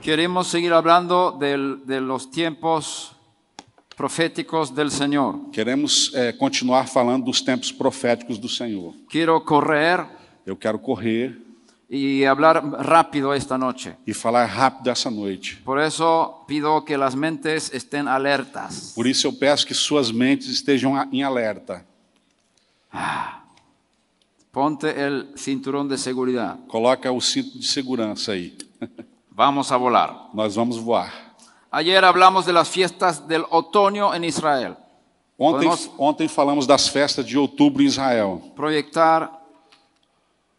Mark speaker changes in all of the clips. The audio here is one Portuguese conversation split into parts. Speaker 1: Queremos seguir hablando del- de los tiempos proféticos del Señor.
Speaker 2: Queremos eh, continuar falando dos tempos proféticos do Senhor.
Speaker 1: Quiero correr
Speaker 2: Eu quero correr
Speaker 1: y hablar rápido esta noche.
Speaker 2: e falar rápido essa noite.
Speaker 1: Por eso pido que las mentes estén alertas.
Speaker 2: Por isso eu peço que suas mentes estejam a- em alerta.
Speaker 1: Ponte el cinturón de seguridad.
Speaker 2: Coloca o cinto de segurança aí.
Speaker 1: Vamos a volar.
Speaker 2: Nós vamos voar.
Speaker 1: Ayer hablamos de las fiestas del otoño en Israel.
Speaker 2: Ontem,
Speaker 1: Podemos-
Speaker 2: ontem falamos das festas de outubro em Israel.
Speaker 1: Proyectar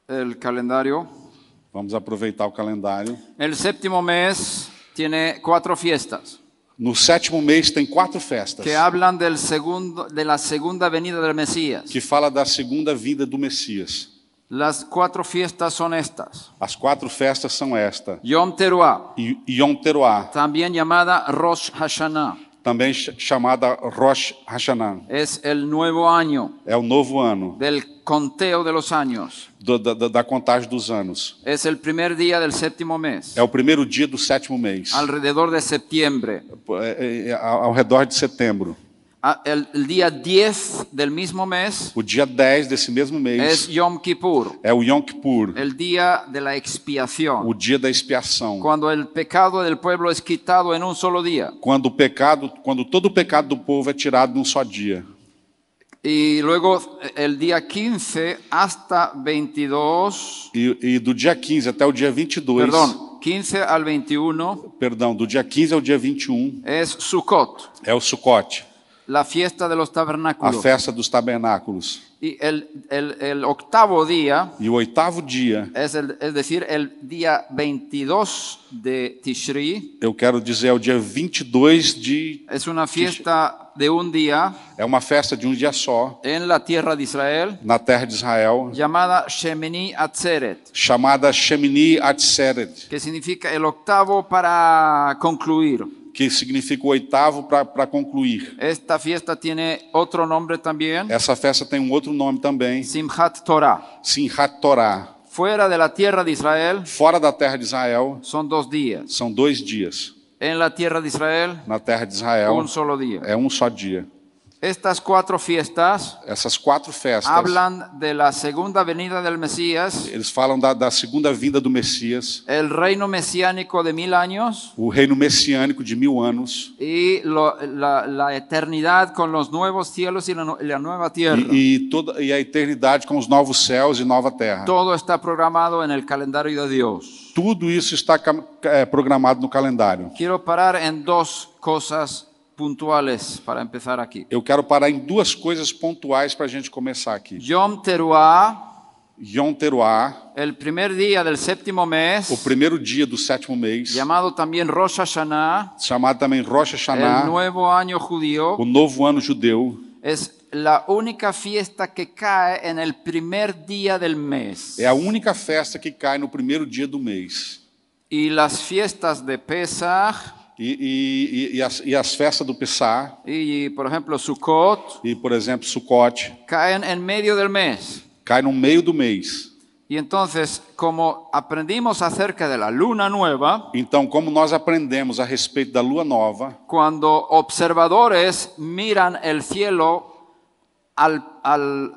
Speaker 1: el calendario.
Speaker 2: Vamos aproveitar o calendário.
Speaker 1: El séptimo mes tiene cuatro fiestas.
Speaker 2: No sétimo mês tem quatro festas
Speaker 1: que é hablan del segundo, de la segunda venida del Mesías.
Speaker 2: que fala da segunda vinda do Messias.
Speaker 1: Las cuatro fiestas son estas.
Speaker 2: As quatro festas são esta.
Speaker 1: Yom Teruah,
Speaker 2: E e Yom Teruah,
Speaker 1: también llamada Rosh Hashanah,
Speaker 2: também ch- chamada Rosh Hashanah.
Speaker 1: es el nuevo año
Speaker 2: É o novo ano,
Speaker 1: del conteo de los años.
Speaker 2: do- da, da- da contagem dos anos.
Speaker 1: Es el primer día del séptimo mes,
Speaker 2: É o primeiro dia do sétimo mês,
Speaker 1: alrededor de septiembre,
Speaker 2: é- é- é ao ao redor de setembro.
Speaker 1: A- el, el día 10 del mismo mes
Speaker 2: O dia 10 desse mesmo
Speaker 1: es
Speaker 2: mês
Speaker 1: Yom Kippur,
Speaker 2: é o Yom Kippur,
Speaker 1: el día de la expiación,
Speaker 2: o dia da expiação.
Speaker 1: cuando el pecado del pueblo es quitado en un solo día.
Speaker 2: Quando o pecado, quando todo o pecado do povo é tirado num só dia.
Speaker 1: Y luego eh, el día 15 hasta 22,
Speaker 2: E, e do dia 15 até o dia 22,
Speaker 1: perdón, 15 al 21
Speaker 2: perdão, do dia 15 ao dia 21
Speaker 1: es Sukkot,
Speaker 2: é o Sucote,
Speaker 1: la fiesta de los
Speaker 2: a
Speaker 1: tabernáculos.
Speaker 2: festa dos tabernáculos.
Speaker 1: Y el, el- el octavo día,
Speaker 2: E o oitavo dia,
Speaker 1: es, el- es decir, el día 22 de Tishri,
Speaker 2: eu quero dizer, é o dia 22 de
Speaker 1: es una fiesta de un día
Speaker 2: é uma festa de um dia só.
Speaker 1: en la tierra de Israel
Speaker 2: na terra de Israel,
Speaker 1: llamada Shemini Atzeret,
Speaker 2: chamada Shemini Atzeret,
Speaker 1: que significa el octavo para concluir.
Speaker 2: que significa o oitavo para concluir.
Speaker 1: Esta fiesta tiene otro nombre también,
Speaker 2: Essa festa tem um outro nome também,
Speaker 1: Simchat Torah.
Speaker 2: Simchat Torah.
Speaker 1: Fuera de la tierra de Israel
Speaker 2: Fora da terra de Israel,
Speaker 1: son dos días.
Speaker 2: são dois dias.
Speaker 1: En la tierra de Israel,
Speaker 2: Na terra de Israel,
Speaker 1: un solo día.
Speaker 2: é um só dia.
Speaker 1: Estas cuatro fiestas
Speaker 2: Essas quatro festas,
Speaker 1: hablan de la segunda venida del Mesías,
Speaker 2: eles falam da, da segunda vinda do Messias,
Speaker 1: el reino mesiánico de mil años
Speaker 2: o reino messiânico de mil anos,
Speaker 1: y lo- la, la eternidad con los nuevos cielos y la, nu- la nueva tierra.
Speaker 2: e, e, toda, e a eternidade com os novos céus e nova terra.
Speaker 1: Todo está programado en el calendario de Dios.
Speaker 2: Tudo isso está cam- eh, programado no calendário.
Speaker 1: Quiero parar en dos cosas puntuales para empezar aquí.
Speaker 2: Eu quero parar em duas coisas pontuais para a gente começar aqui.
Speaker 1: Yom Teruah,
Speaker 2: Yom Teruah,
Speaker 1: el primer día del séptimo mes,
Speaker 2: o primeiro dia do sétimo mês,
Speaker 1: llamado también Rosh Hashanah,
Speaker 2: chamado também Rosh
Speaker 1: el
Speaker 2: Hashanah,
Speaker 1: nuevo año judío,
Speaker 2: o novo ano judeu,
Speaker 1: es la única fiesta que cae en el primer día del mes.
Speaker 2: é a única festa que cai no primeiro dia do mês.
Speaker 1: Y las fiestas de Pesach
Speaker 2: E, e- e- e as, e as festas do Pessah,
Speaker 1: y, por ejemplo, Sukkot,
Speaker 2: e por exemplo Sukkot,
Speaker 1: caen en medio del mes.
Speaker 2: cai no meio do mês.
Speaker 1: Y entonces, como aprendimos acerca de la luna nueva,
Speaker 2: Então, como nós aprendemos a respeito da lua nova,
Speaker 1: cuando observadores miran el cielo al- al-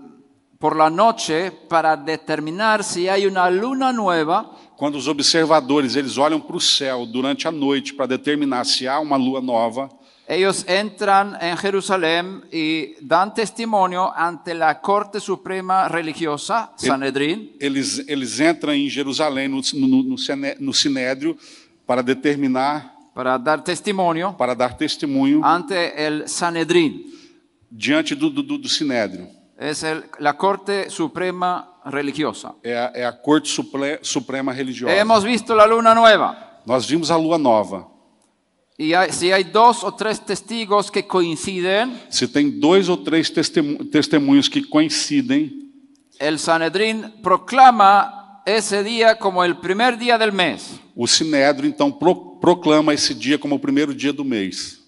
Speaker 1: por la noche para determinar si hay una luna nueva,
Speaker 2: quando os observadores eles olham para o céu durante a noite para determinar se há uma lua nova,
Speaker 1: ellos entran en Jerusalén y dan testimonio ante la Corte Suprema Religiosa, Sanedrín,
Speaker 2: eles, eles entram em Jerusalém, no, no, no, Sene- no Sinédrio, para determinar,
Speaker 1: para dar testimonio
Speaker 2: para dar testemunho
Speaker 1: ante el Sanedrín.
Speaker 2: diante do, do, do do Sinédrio.
Speaker 1: Es el- la Corte Suprema Religiosa.
Speaker 2: É a, é a corte
Speaker 1: É,
Speaker 2: suple, suprema religiosa.
Speaker 1: Hemos visto la luna nueva.
Speaker 2: Nós vimos a lua nova.
Speaker 1: Y hay- si hay dos o tres testigos que coinciden,
Speaker 2: Se tem dois ou três testemu- testemunhos que coincidem,
Speaker 1: el Sanedrín proclama ese día como el primer día del mes.
Speaker 2: o Sinédrio então pro- proclama esse dia como o primeiro dia do mês.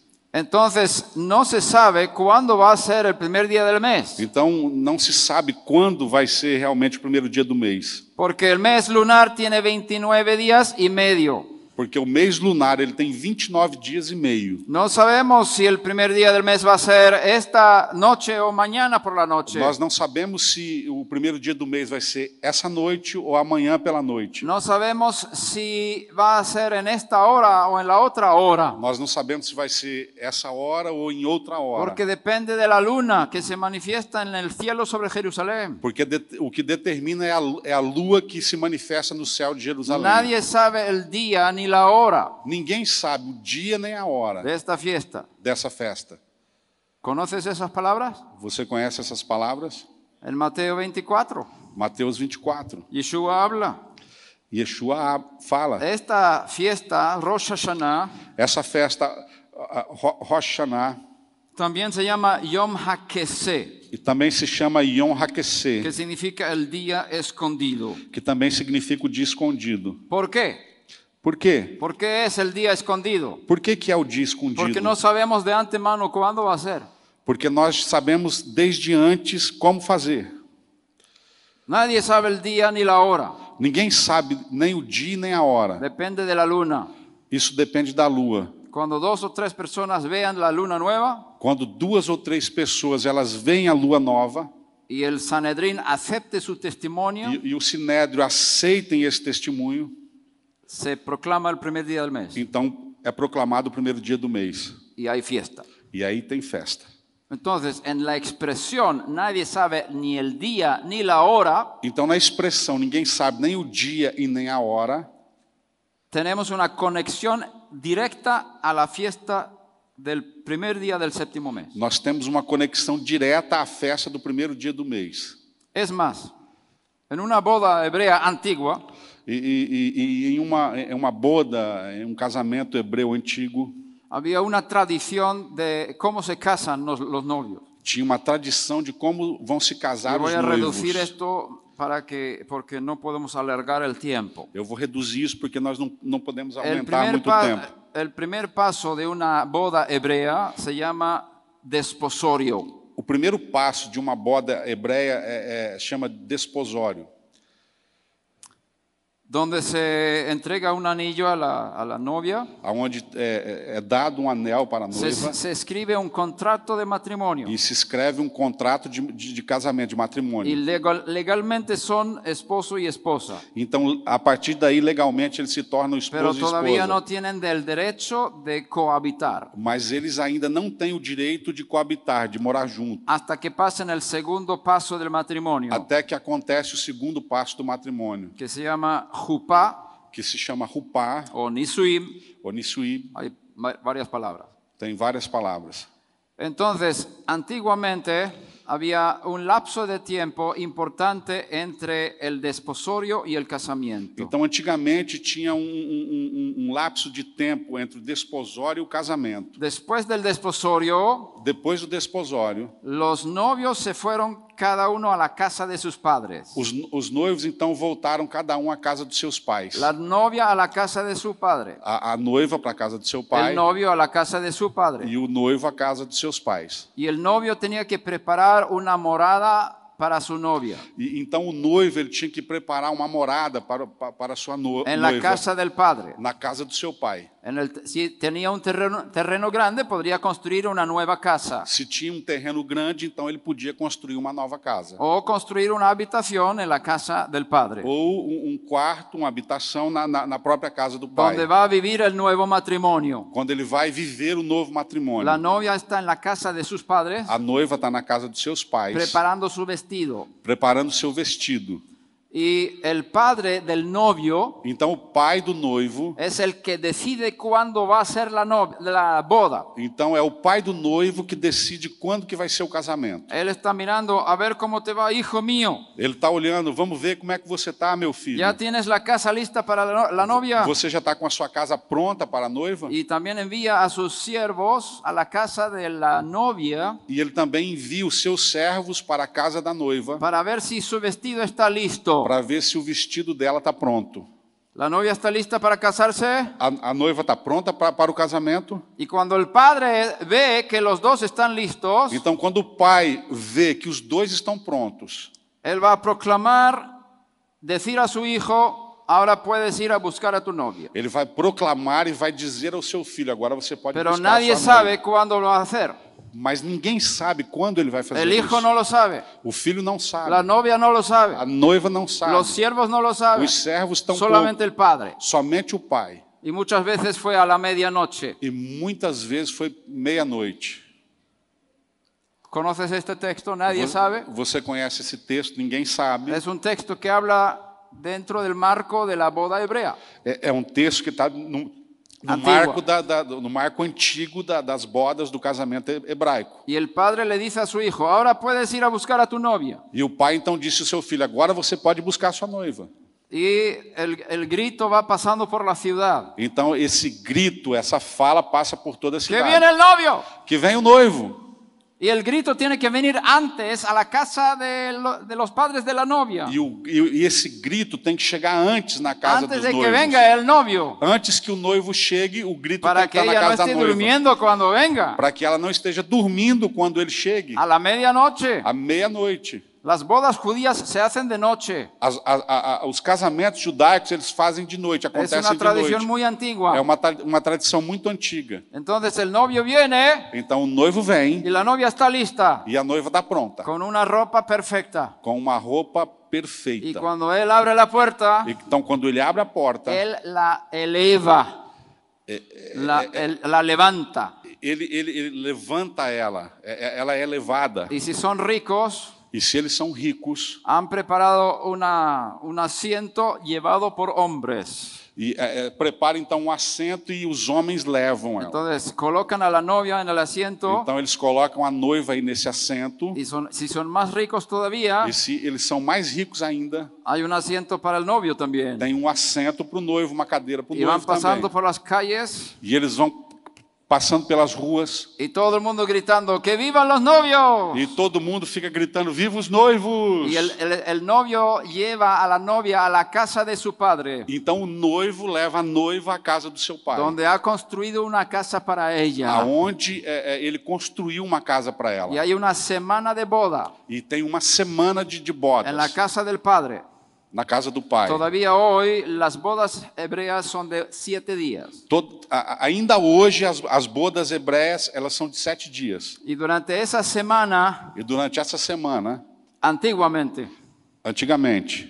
Speaker 1: Entonces no se sabe cuándo va a ser el primer día del mes,
Speaker 2: Então não se sabe quando vai ser realmente o primeiro dia do mês,
Speaker 1: porque el mes lunar tiene 29 días y medio.
Speaker 2: porque o mês lunar ele tem 29 dias e meio.
Speaker 1: No sabemos si el primer día del mes va a ser esta noche o mañana por la noche.
Speaker 2: Nós não sabemos se o primeiro dia do mês vai ser essa noite ou amanhã pela noite.
Speaker 1: No sabemos si va a ser en esta hora o en la otra hora,
Speaker 2: Nós não sabemos se vai ser essa hora ou em outra hora.
Speaker 1: porque depende de la luna que se manifiesta en el cielo sobre Jerusalén.
Speaker 2: Porque det- o que determina é a, lu- é a lua que se manifesta no céu de Jerusalém.
Speaker 1: Nadie sabe el día ni la hora
Speaker 2: Ninguém sabe o dia nem a hora
Speaker 1: de esta fiesta.
Speaker 2: dessa festa.
Speaker 1: ¿Conoces esas palabras?
Speaker 2: Você conhece essas palavras?
Speaker 1: En Mateo 24,
Speaker 2: Mateus 24.
Speaker 1: Yeshua habla.
Speaker 2: Yeshua a-
Speaker 1: É.
Speaker 2: fala.
Speaker 1: Esta fiesta, Rosh Hashanah,
Speaker 2: Essa festa, a- a- Ro- Rosh Hashanah,
Speaker 1: también se llama Yom HaKeseh,
Speaker 2: e também se chama Yom HaKeseh,
Speaker 1: que significa el día escondido.
Speaker 2: que também significa o dia escondido.
Speaker 1: ¿Por qué?
Speaker 2: Por quê?
Speaker 1: ¿Por qué es el día escondido?
Speaker 2: Por que, que é o dia escondido?
Speaker 1: Porque no sabemos de antemano cuándo va a ser.
Speaker 2: Porque nós sabemos desde antes como fazer.
Speaker 1: Nadie sabe el día ni la hora.
Speaker 2: Ninguém sabe nem o dia nem a hora.
Speaker 1: Depende de la luna.
Speaker 2: Isso depende da lua.
Speaker 1: Cuando dos o tres personas vean la luna nueva
Speaker 2: Quando duas ou três pessoas elas veem a lua nova
Speaker 1: y el Sanedrín acepte su testimonio,
Speaker 2: e, e o sinédrio aceitem esse testemunho,
Speaker 1: se proclama el primer día del mes
Speaker 2: então é proclamado o primeiro dia do mês.
Speaker 1: y hay fiesta.
Speaker 2: E aí tem festa.
Speaker 1: Entonces, en la expresión, nadie sabe ni el día ni la hora,
Speaker 2: Então na expressão ninguém sabe nem o dia e nem a hora,
Speaker 1: tenemos una conexión directa a la fiesta del primer día del séptimo mes.
Speaker 2: nós temos uma conexão direta à festa do primeiro dia do mês.
Speaker 1: Es más, en una boda hebrea antigua,
Speaker 2: E, e- e- e em uma em uma boda, em um casamento hebreu antigo,
Speaker 1: Había una tradición de cómo se casan los, los novios.
Speaker 2: tinha uma tradição de como vão se
Speaker 1: Y
Speaker 2: casar os
Speaker 1: voy a reducir
Speaker 2: noivos.
Speaker 1: esto para que, porque no podemos alargar el tiempo.
Speaker 2: Eu vou reduzir isso porque nós não, não podemos
Speaker 1: El
Speaker 2: aumentar
Speaker 1: primer,
Speaker 2: muito
Speaker 1: É, pa-
Speaker 2: tempo.
Speaker 1: el primer paso de una boda hebrea se llama desposorio.
Speaker 2: O primeiro passo de uma boda hebreia é, é- chama desposório,
Speaker 1: donde se entrega un anillo a la, a la novia,
Speaker 2: aonde é, é- é dado um anel para a
Speaker 1: se,
Speaker 2: noiva
Speaker 1: se escribe un contrato de matrimonio
Speaker 2: e se escreve um contrato de, de- de casamento, de
Speaker 1: y
Speaker 2: matrimônio.
Speaker 1: legal- legalmente son esposo y esposa,
Speaker 2: Então, a partir daí, legalmente, eles se tornam
Speaker 1: pero
Speaker 2: esposo e
Speaker 1: todavía
Speaker 2: esposa.
Speaker 1: no tienen del derecho de cohabitar.
Speaker 2: Mas eles ainda não têm o direito de coabitar, de morar junto,
Speaker 1: hasta que pasen el segundo paso del matrimonio,
Speaker 2: até que acontece o segundo passo do matrimônio,
Speaker 1: que se llama jupá
Speaker 2: que se chama rupá,
Speaker 1: o nisuim,
Speaker 2: ou nisui,
Speaker 1: hay va- varias palabras.
Speaker 2: tem várias palavras.
Speaker 1: Entonces, antiguamente había un lapso de tiempo importante entre el desposorio y el casamiento.
Speaker 2: Então, antigamente tinha um, um- um- um lapso de tempo entre o desposório e o casamento.
Speaker 1: Después del desposorio,
Speaker 2: Depois do desposório,
Speaker 1: los novios se fueron cada uno a la casa de sus padres.
Speaker 2: os, os noivos então voltaram cada um à casa dos seus pais.
Speaker 1: La novia a la casa de su padre,
Speaker 2: A, a noiva para a casa do seu pai
Speaker 1: el novio a la casa de su padre.
Speaker 2: e o noivo à casa dos seus pais.
Speaker 1: Y el novio tenía que preparar una morada para su novia
Speaker 2: E, então, o noivo ele tinha que preparar uma morada para, para, para a sua no,
Speaker 1: en la
Speaker 2: noiva
Speaker 1: É, casa del padre.
Speaker 2: na casa do seu pai.
Speaker 1: En el- si tenía un terreno, terreno grande, podría construir una nueva casa
Speaker 2: Se tinha um terreno grande, então ele podia construir uma nova casa.
Speaker 1: o construir una habitación en la casa del padre,
Speaker 2: Ou um, um quarto, uma habitação na, na, na própria casa do pai.
Speaker 1: donde va a vivir el nuevo matrimonio.
Speaker 2: quando ele vai viver o novo matrimônio. tá
Speaker 1: La novia está en la casa de sus padres
Speaker 2: A noiva está na casa dos seus pais,
Speaker 1: preparando su vestido.
Speaker 2: preparando seu vestido.
Speaker 1: Y el padre del novio
Speaker 2: Então o pai do noivo,
Speaker 1: es el que decide cuándo va a ser la, no- la boda.
Speaker 2: então é o pai do noivo que decide quando que vai ser o casamento.
Speaker 1: Él está mirando, a ver cómo te va, hijo mío.
Speaker 2: Ele está olhando, vamos ver como é que você está, meu filho.
Speaker 1: ¿Ya tienes la casa lista para la, no- la novia?
Speaker 2: Você já está com a sua casa pronta para a noiva?
Speaker 1: Y también envía a sus siervos a la casa de la novia
Speaker 2: E ele também envia os seus servos para a casa da noiva
Speaker 1: para ver si su vestido está listo.
Speaker 2: para ver se o vestido dela está pronto.
Speaker 1: La novia está lista para casarse
Speaker 2: A, a noiva está pronta pra- para o casamento.
Speaker 1: y cuando el padre ve que los dos están listos,
Speaker 2: Então, quando o pai vê que os dois estão prontos,
Speaker 1: él va a proclamar, decir a su hijo, ahora puedes ir a buscar a tu novia.
Speaker 2: ele vai proclamar e vai dizer ao seu filho: agora você pode
Speaker 1: Pero
Speaker 2: buscar a
Speaker 1: nadie
Speaker 2: sua noiva.
Speaker 1: sabe cuándo lo va a hacer.
Speaker 2: Mas ninguém sabe quando ele vai fazer
Speaker 1: El
Speaker 2: isso.
Speaker 1: hijo no lo sabe,
Speaker 2: O filho não sabe.
Speaker 1: la novia no lo
Speaker 2: A
Speaker 1: sabe,
Speaker 2: noiva não sabe.
Speaker 1: los siervos no lo saben,
Speaker 2: Os servos estão
Speaker 1: solamente
Speaker 2: pouco.
Speaker 1: el padre.
Speaker 2: Somente o pai.
Speaker 1: Y muchas veces fue a la medianoche.
Speaker 2: E muitas vezes foi meia-noite.
Speaker 1: ¿Conoces este texto? Nadie sabe. É.
Speaker 2: Você conhece esse texto, ninguém sabe.
Speaker 1: Es un texto que habla dentro del marco de la boda hebrea.
Speaker 2: É, é um texto que está no, no
Speaker 1: Antigo.
Speaker 2: marco da- da- no marco antigo da- das bodas do casamento he- hebraico.
Speaker 1: Y el padre le dice a su hijo, ahora puedes ir a buscar a tu novia.
Speaker 2: E o pai então disse ao seu filho: agora você pode buscar a sua noiva.
Speaker 1: Y el, el grito va pasando por la ciudad.
Speaker 2: Então esse grito, essa fala passa por toda a
Speaker 1: ¡Que né?
Speaker 2: cidade.
Speaker 1: viene el novio!
Speaker 2: Que vem o noivo.
Speaker 1: Y el grito tiene que venir antes a la casa de, lo- de los padres de la novia.
Speaker 2: E, o- e- e esse grito tem que chegar antes na casa
Speaker 1: Antes
Speaker 2: dos
Speaker 1: de que
Speaker 2: noivos.
Speaker 1: venga el novio.
Speaker 2: Antes que o noivo chegue, o grito
Speaker 1: Para
Speaker 2: tem que
Speaker 1: que
Speaker 2: estar na
Speaker 1: ella no
Speaker 2: casa
Speaker 1: esté
Speaker 2: da noiva.
Speaker 1: durmiendo cuando venga.
Speaker 2: Para que ela não esteja dormindo quando ele chegue,
Speaker 1: A la medianoche.
Speaker 2: à meia-noite.
Speaker 1: Las bodas judías se hacen de noche.
Speaker 2: As- a- a- a- os casamentos judaicos eles fazem de noite,
Speaker 1: Es
Speaker 2: acontecem
Speaker 1: una
Speaker 2: de noite.
Speaker 1: tradición muy antigua.
Speaker 2: É uma, tra- uma tradição muito antiga.
Speaker 1: Entonces el novio viene
Speaker 2: Então o noivo vem
Speaker 1: y la novia está lista
Speaker 2: e a noiva está pronta,
Speaker 1: con una ropa perfecta.
Speaker 2: com uma roupa
Speaker 1: Y
Speaker 2: perfeita.
Speaker 1: cuando él abre la puerta,
Speaker 2: Então quando ele abre a porta,
Speaker 1: él la eleva,
Speaker 2: Eh,
Speaker 1: la, el- la levanta.
Speaker 2: ele, ele, ele levanta ela, É- é- ela é elevada.
Speaker 1: Y si son ricos,
Speaker 2: E se eles são ricos,
Speaker 1: han preparado una- un asiento llevado por hombres.
Speaker 2: e, é, é, prepara então um assento e os homens levam ela.
Speaker 1: Entonces colocan a la novia en el asiento
Speaker 2: Então eles colocam a noiva aí nesse assento.
Speaker 1: y son- si son más ricos todavía,
Speaker 2: E se eles são mais ricos ainda,
Speaker 1: hay un asiento para el novio también.
Speaker 2: tem um assento para o noivo, uma cadeira para o
Speaker 1: Y van
Speaker 2: noivo
Speaker 1: pasando
Speaker 2: também.
Speaker 1: por las calles
Speaker 2: E eles vão passando pelas ruas
Speaker 1: y todo el mundo gritando, ¡que vivan los novios!
Speaker 2: e todo mundo fica gritando: Viva os noivos!
Speaker 1: Y el, el- el novio lleva a la novia a la casa de su padre,
Speaker 2: Então o noivo leva a noiva à casa do seu pai,
Speaker 1: donde ha construido una casa para ella.
Speaker 2: aonde é, é, ele construiu uma casa para ela.
Speaker 1: Y hay una semana de boda
Speaker 2: E tem uma semana de, de bodas
Speaker 1: en la casa del padre.
Speaker 2: na casa do pai.
Speaker 1: Todavía hoy las bodas hebreas son de siete días.
Speaker 2: Todo- a- a- ainda hoje as, as bodas hebreias elas são de sete dias.
Speaker 1: Y durante esa semana,
Speaker 2: E durante essa semana,
Speaker 1: antiguamente,
Speaker 2: antigamente,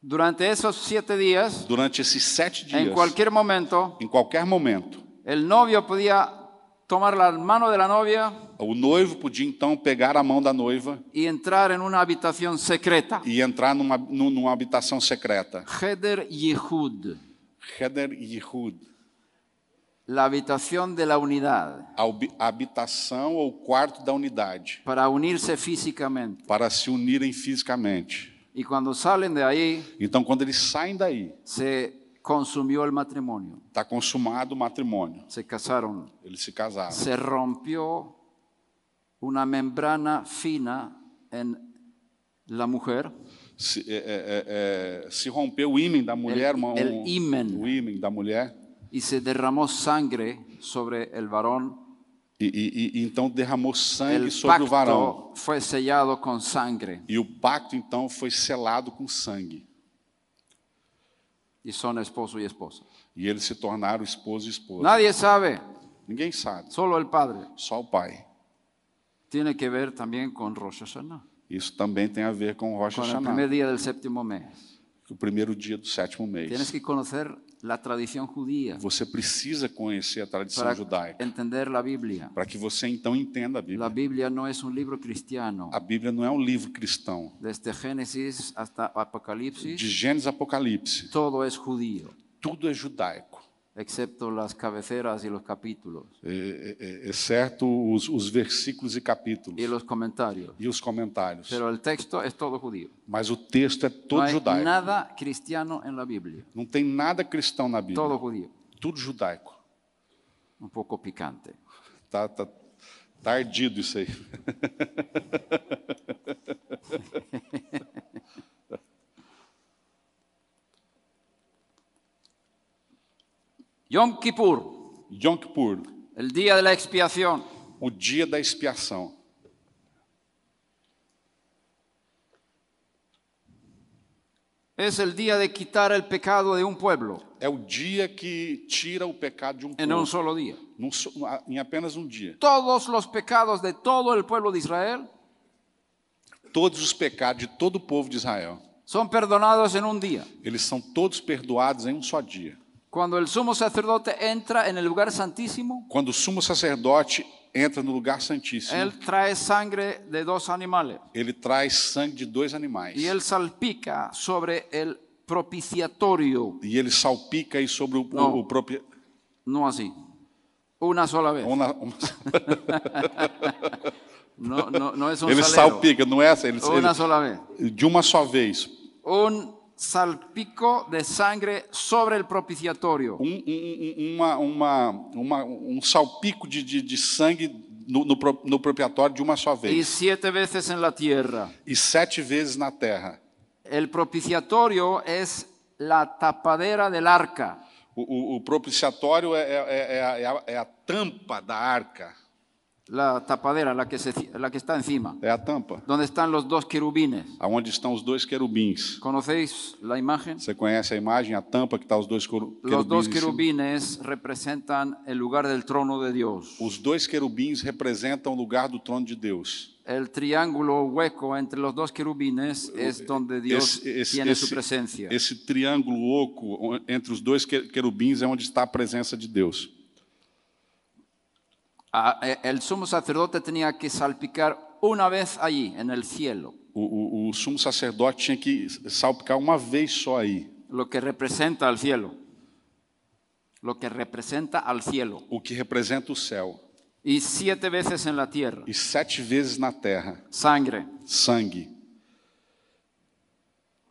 Speaker 1: durante esos siete días,
Speaker 2: durante esses sete dias,
Speaker 1: en cualquier momento,
Speaker 2: em qualquer momento,
Speaker 1: el novio podía tomar la mano de la novia
Speaker 2: o noivo podia então pegar a mão da noiva
Speaker 1: y entrar en una habitación secreta.
Speaker 2: e entrar numa, nu- numa habitação secreta.
Speaker 1: Heder Yehud.
Speaker 2: Heder Yehud,
Speaker 1: la habitación de la unidad
Speaker 2: a ubi- a habitação ou quarto da unidade,
Speaker 1: para unirse físicamente.
Speaker 2: para se unirem fisicamente.
Speaker 1: Y cuando salen de ahí,
Speaker 2: Então, quando eles saem daí,
Speaker 1: se consumió el matrimonio,
Speaker 2: está consumado o matrimônio.
Speaker 1: se casaron,
Speaker 2: Eles se casaram.
Speaker 1: se rompió una membrana fina en la mujer,
Speaker 2: Se, é, é, é, é, se rompeu o ímen da mulher,
Speaker 1: El-
Speaker 2: uma- um-
Speaker 1: el ímen.
Speaker 2: o ímen da mulher,
Speaker 1: y se derramó sangre sobre el varón.
Speaker 2: e, e- e- então derramou sangue
Speaker 1: El
Speaker 2: sobre o varão.
Speaker 1: pacto fue sellado con sangre
Speaker 2: E o pacto, então, foi selado com sangue.
Speaker 1: y son esposo y esposa.
Speaker 2: E eles se tornaram esposo e esposa.
Speaker 1: Nadie sabe,
Speaker 2: Ninguém sabe,
Speaker 1: solo el padre.
Speaker 2: só o pai.
Speaker 1: Tiene que ver también con Rosh Hashanah.
Speaker 2: Isso também tem a ver com o Rosh
Speaker 1: con el
Speaker 2: Hashanah,
Speaker 1: primer día del séptimo mes.
Speaker 2: o primeiro dia do sétimo mês.
Speaker 1: assim. Tienes que conocer la tradición judía
Speaker 2: Você precisa conhecer a tradição
Speaker 1: para
Speaker 2: judaica
Speaker 1: entender la Biblia.
Speaker 2: para que você então entenda a
Speaker 1: La
Speaker 2: Bíblia.
Speaker 1: Biblia no es un libro cristiano.
Speaker 2: A Bíblia não é um livro cristão.
Speaker 1: Desde Génesis hasta
Speaker 2: De
Speaker 1: Apocalipsis,
Speaker 2: Gênesis a Apocalipse,
Speaker 1: todo es judío,
Speaker 2: tudo é judaico,
Speaker 1: excepto las cabeceras y los capítulos
Speaker 2: é- é- é- exceto os, os versículos e capítulos
Speaker 1: y los comentarios.
Speaker 2: e os comentários.
Speaker 1: Pero el texto es todo judío.
Speaker 2: Mas o texto é
Speaker 1: No
Speaker 2: todo
Speaker 1: hay
Speaker 2: judaico.
Speaker 1: nada cristiano en la Biblia,
Speaker 2: Não tem nada cristão na Bíblia.
Speaker 1: todo judío.
Speaker 2: Tudo judaico.
Speaker 1: Un poco picante.
Speaker 2: Tá, tá, tá ardido isso aí.
Speaker 1: Yom Kippur,
Speaker 2: Yom Kippur,
Speaker 1: el día de la expiación.
Speaker 2: o dia da expiação.
Speaker 1: Es el día de quitar el pecado de un pueblo
Speaker 2: É o dia que tira o pecado de um
Speaker 1: en un
Speaker 2: povo.
Speaker 1: solo día.
Speaker 2: Num so- a- em apenas um dia.
Speaker 1: Todos los pecados de todo el pueblo de Israel
Speaker 2: Todos os pecados de todo o povo de Israel,
Speaker 1: son perdonados en un día.
Speaker 2: eles são todos perdoados em um só dia.
Speaker 1: Cuando el sumo sacerdote entra en el lugar santísimo,
Speaker 2: Quando o sumo sacerdote entra no lugar santíssimo,
Speaker 1: él trae sangre de dos animales
Speaker 2: ele traz sangue de dois animais.
Speaker 1: y él salpica sobre el propiciatorio,
Speaker 2: E ele salpica aí sobre o,
Speaker 1: Não.
Speaker 2: o, o próprio.
Speaker 1: no así, uma sola vez.
Speaker 2: Uma- uma-
Speaker 1: No, no, no es un
Speaker 2: Ele
Speaker 1: salero.
Speaker 2: salpica, não é essa? Ele,
Speaker 1: Una sola vez.
Speaker 2: ele, de uma só vez.
Speaker 1: Un salpico de sangre sobre el propiciatorio.
Speaker 2: Um, um- um- uma, uma, uma, um salpico de, de, de sangue no, no, pro- no propriatório de uma só
Speaker 1: y
Speaker 2: vez.
Speaker 1: siete veces en la tierra.
Speaker 2: E sete vezes na terra.
Speaker 1: El propiciatorio es la tapadera del arca.
Speaker 2: O, o, o propiciatório é, é, é- é a- é, a, é a tampa da arca.
Speaker 1: La tapadera, la que, se- la que está encima,
Speaker 2: É a tampa.
Speaker 1: donde están los dos querubines.
Speaker 2: Aonde estão os dois querubins.
Speaker 1: ¿Conocéis la imagen?
Speaker 2: Você conhece a imagem, a tampa que está os dois coru- querubins?
Speaker 1: Los dos
Speaker 2: em cima?
Speaker 1: querubines representan el lugar del trono de Dios.
Speaker 2: Os dois querubins representam o lugar do trono de Deus.
Speaker 1: El triángulo hueco entre los dos querubines Eh, es donde Dios
Speaker 2: Esse- esse-
Speaker 1: tiene su
Speaker 2: esse-
Speaker 1: presencia.
Speaker 2: esse triângulo oco o- entre os dois que- querubins é onde está a presença de Deus.
Speaker 1: Ah, eh, el sumo sacerdote tenía que salpicar una vez allí, en el cielo,
Speaker 2: O, o- o sumo sacerdote tinha que salpicar uma vez só aí.
Speaker 1: lo que representa al cielo. Lo que representa al cielo.
Speaker 2: O que representa o céu.
Speaker 1: Y siete veces en la tierra.
Speaker 2: E sete vezes na terra.
Speaker 1: Sangre.
Speaker 2: Sangue.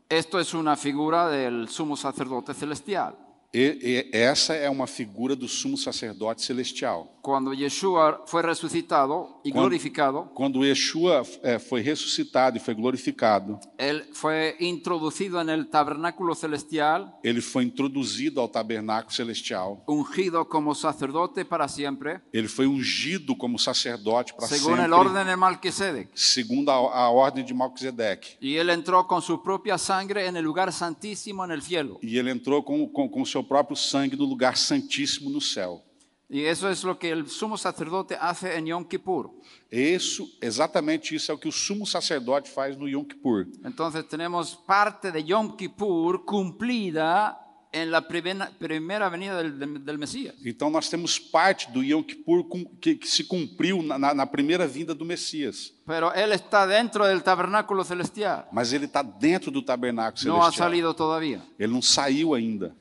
Speaker 1: Esto es una figura del sumo sacerdote celestial.
Speaker 2: E, e essa é uma figura do sumo sacerdote celestial.
Speaker 1: Cuando Yeshua fue resucitado y
Speaker 2: Cuando-
Speaker 1: glorificado,
Speaker 2: Quando Yeshua eh, foi ressuscitado e foi glorificado,
Speaker 1: él fue introducido en el tabernáculo celestial,
Speaker 2: ele foi introduzido ao tabernáculo celestial.
Speaker 1: ungido como sacerdote para siempre,
Speaker 2: Ele foi ungido como sacerdote para
Speaker 1: según
Speaker 2: sempre,
Speaker 1: el orden de Malquisedec.
Speaker 2: segundo a, a ordem de Malquisedeque.
Speaker 1: Y él entró con su propia sangre en el lugar santísimo en el cielo.
Speaker 2: E ele entrou com o com, com o seu próprio sangue no lugar santíssimo no céu.
Speaker 1: Y eso es lo que el sumo sacerdote hace en Yom Kippur.
Speaker 2: Isso, exatamente isso é o que o sumo sacerdote faz no Yom Kippur.
Speaker 1: Entonces tenemos parte de Yom Kippur cumplida en la primera, primera venida del, del- del Mesías.
Speaker 2: Então nós temos parte do Yom Kippur cum- que, que se cumpriu na- na- na primeira vinda do Messias.
Speaker 1: Pero él está dentro del tabernáculo celestial.
Speaker 2: Mas ele está dentro do tabernáculo
Speaker 1: No ha
Speaker 2: celestial.
Speaker 1: salido todavía.
Speaker 2: Ele não saiu ainda.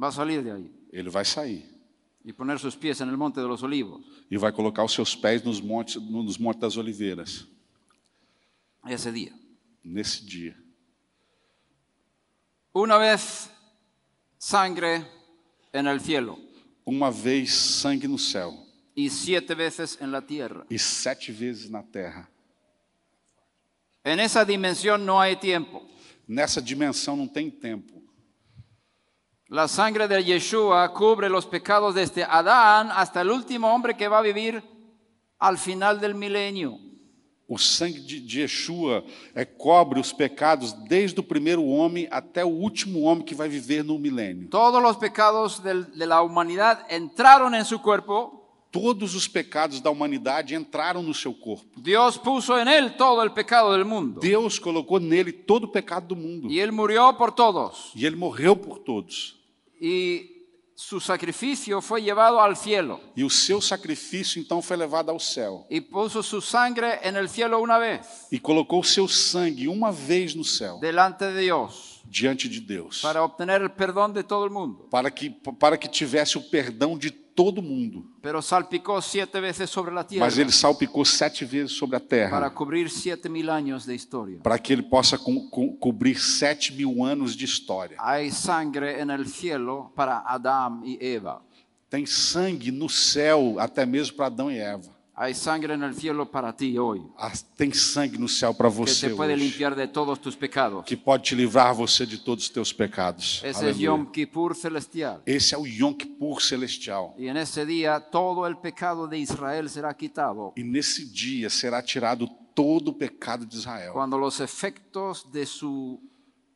Speaker 1: Va a salir de ahí
Speaker 2: Ele vai sair
Speaker 1: y poner sus pies en el monte de los olivos.
Speaker 2: e vai colocar os seus pés nos montes, nos montes das oliveiras
Speaker 1: Ese día.
Speaker 2: nesse dia.
Speaker 1: Una vez sangre en el cielo
Speaker 2: Uma vez sangue no céu
Speaker 1: y siete veces en la tierra.
Speaker 2: e sete vezes na terra.
Speaker 1: En esa dimensión no hay tiempo.
Speaker 2: Nessa dimensão não tem tempo.
Speaker 1: La sangre de Yeshua cubre los pecados desde Adán hasta el último hombre que va a vivir al final del milenio.
Speaker 2: O sangue de, de Yeshua é, cobre os pecados desde o primeiro homem até o último homem que vai viver no milênio.
Speaker 1: Todos los pecados del- de la humanidad entraron en su cuerpo.
Speaker 2: Todos os pecados da humanidade entraram no seu corpo.
Speaker 1: Dios puso en él todo el pecado del mundo.
Speaker 2: Deus colocou nele todo o pecado do mundo.
Speaker 1: Y él murió por todos.
Speaker 2: E ele morreu por todos.
Speaker 1: y su sacrificio fue llevado al cielo
Speaker 2: E o seu sacrifício então foi levado ao céu.
Speaker 1: y puso su sangre en el cielo una vez
Speaker 2: E colocou o seu sangue uma vez no céu,
Speaker 1: delante de Dios
Speaker 2: diante de Deus,
Speaker 1: para obtener el perdón de todo el mundo.
Speaker 2: para que, para que tivesse o perdão de todo mundo.
Speaker 1: Pero salpicó siete veces sobre la tierra
Speaker 2: Mas ele salpicou sete vezes sobre a
Speaker 1: para
Speaker 2: terra,
Speaker 1: cubrir siete mil años de historia.
Speaker 2: para que ele possa co- co- cobrir sete mil anos de história.
Speaker 1: Hay sangre en el cielo para Adán y Eva.
Speaker 2: Tem sangue no céu, até mesmo para Adão e Eva.
Speaker 1: Hay sangre en el cielo para ti hoy,
Speaker 2: Ah, Tem sangue no céu para
Speaker 1: que
Speaker 2: você
Speaker 1: te puede
Speaker 2: hoje,
Speaker 1: limpiar de todos tus pecados.
Speaker 2: que pode te livrar você de todos os teus pecados.
Speaker 1: Ese es
Speaker 2: Aleluia.
Speaker 1: é Yom Kippur celestial.
Speaker 2: Esse é o Yom Kippur celestial.
Speaker 1: Y en ese día todo el pecado de Israel será quitado
Speaker 2: E nesse dia será tirado todo o pecado de Israel.
Speaker 1: cuando los efectos de su,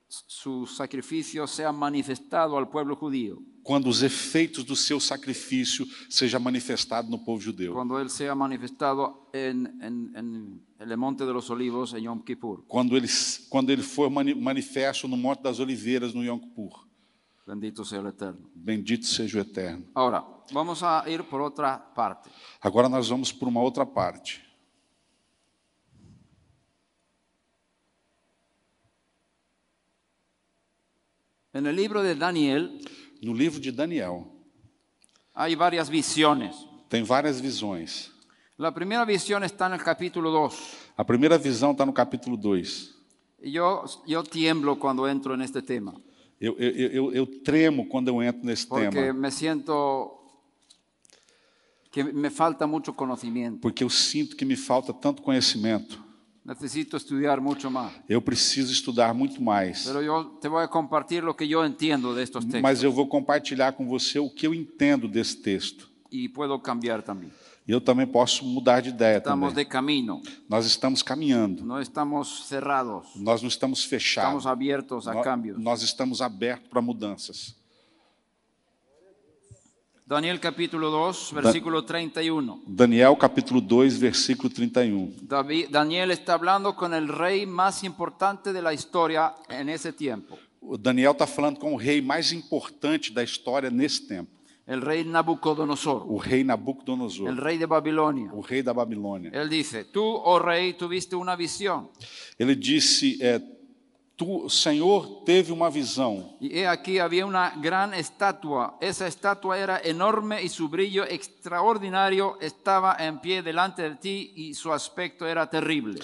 Speaker 1: su sacrificio sean manifestados al pueblo judío,
Speaker 2: Quando os efeitos do seu sacrifício seja manifestado no povo judeu.
Speaker 1: cuando él sea manifestado en, en- en el Monte de los Olivos en Yom Kippur.
Speaker 2: Quando ele, quando ele for mani- manifesto no Monte das Oliveiras, no Yom Kippur.
Speaker 1: Bendito sea el Eterno.
Speaker 2: Bendito seja o Eterno.
Speaker 1: Ahora, vamos a ir por otra parte.
Speaker 2: Agora nós vamos para uma outra parte.
Speaker 1: En el libro de Daniel
Speaker 2: No livro de Daniel,
Speaker 1: hay varias visiones.
Speaker 2: tem várias visões.
Speaker 1: La primera visión está en el capítulo 2.
Speaker 2: A primeira visão está no capítulo 2.
Speaker 1: Yo, yo tiemblo cuando entro en este tema,
Speaker 2: Eu, eu, eu- eu, eu tremo quando eu entro nesse
Speaker 1: porque
Speaker 2: tema,
Speaker 1: me siento que me falta mucho conocimiento.
Speaker 2: porque eu sinto que me falta tanto conhecimento.
Speaker 1: Necesito estudiar mucho más.
Speaker 2: Eu preciso estudar muito mais.
Speaker 1: Pero yo te voy a compartir lo que yo entiendo de estos textos
Speaker 2: Mas eu vou compartilhar com você o que eu entendo desse texto.
Speaker 1: y puedo cambiar también.
Speaker 2: E eu também posso mudar de ideia
Speaker 1: Estamos
Speaker 2: também.
Speaker 1: de camino,
Speaker 2: Nós estamos caminhando.
Speaker 1: no estamos cerrados,
Speaker 2: Nós não estamos fechados.
Speaker 1: estamos abiertos a
Speaker 2: Nó-
Speaker 1: cambios.
Speaker 2: Nós estamos abertos para mudanças.
Speaker 1: Daniel capítulo 2, versículo 31.
Speaker 2: Daniel capítulo 2, versículo 31.
Speaker 1: Davi- Daniel está hablando con el rey más importante de la historia en ese tiempo,
Speaker 2: O Daniel está falando com o rei mais importante da história nesse tempo,
Speaker 1: el rey Nabucodonosor,
Speaker 2: o rei
Speaker 1: el
Speaker 2: Nabucodonosor,
Speaker 1: rey de Babilonia.
Speaker 2: o rei da Babilônia.
Speaker 1: Él dice, tú, oh rey, tuviste una visión,
Speaker 2: Ele disse: é, tu, o Senhor teve uma visão
Speaker 1: y he aquí había una gran estatua. Esa estatua era enorme y su brillo extraordinario estaba en pie delante de ti y su aspecto era terrible.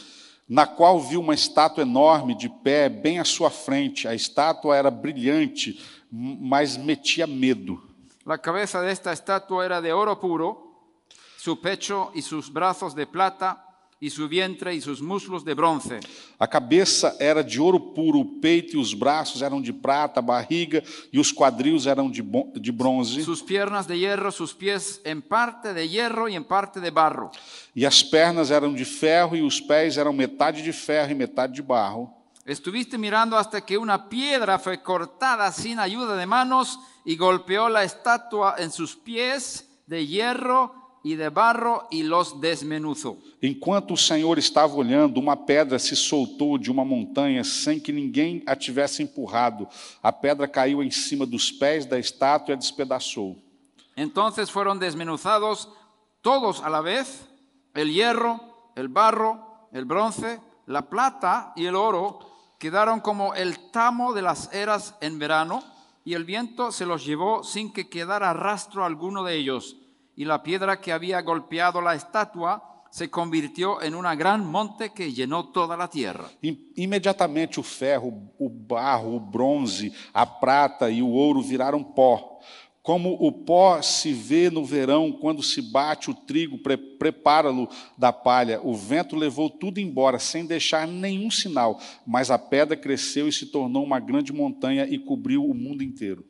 Speaker 2: na qual viu uma estátua enorme de pé bem à sua frente. A estátua era brilhante, m- mas metia medo.
Speaker 1: La cabeza de esta estatua era de oro puro, su pecho y sus brazos de plata, y su vientre y sus muslos de bronce.
Speaker 2: A cabeça era de ouro puro, o peito e os braços eram de prata, a barriga e os quadris eram de, bon- de bronze,
Speaker 1: Sus piernas de hierro, sus pies en parte de hierro y en parte de barro.
Speaker 2: e as pernas eram de ferro, e os pés eram metade de ferro e metade de barro.
Speaker 1: Estuviste mirando hasta que una piedra fue cortada sin ayuda de manos y golpeó la estatua en sus pies de hierro y de barro y los desmenuzó.
Speaker 2: Enquanto o Senhor estava olhando, uma pedra se soltou de uma montanha sem que ninguém a tivesse empurrado. A pedra caiu em cima dos pés da estátua e a despedaçou.
Speaker 1: Entonces fueron desmenuzados todos a la vez, el hierro, el barro, el bronce, la plata y el oro, quedaron como el tamo de las eras en verano, y el viento se los llevó sin que quedara rastro alguno de ellos, y la piedra que había golpeado la estatua se convirtió en una gran monte que llenó toda la tierra.
Speaker 2: I- Imediatamente o ferro, o barro, o bronze, a prata e o ouro viraram pó. Como o pó se vê no verão, quando se bate o trigo, pre- prepara-lo da palha. O vento levou tudo embora, sem deixar nenhum sinal. Mas a pedra cresceu e se tornou uma grande montanha e cobriu o mundo inteiro.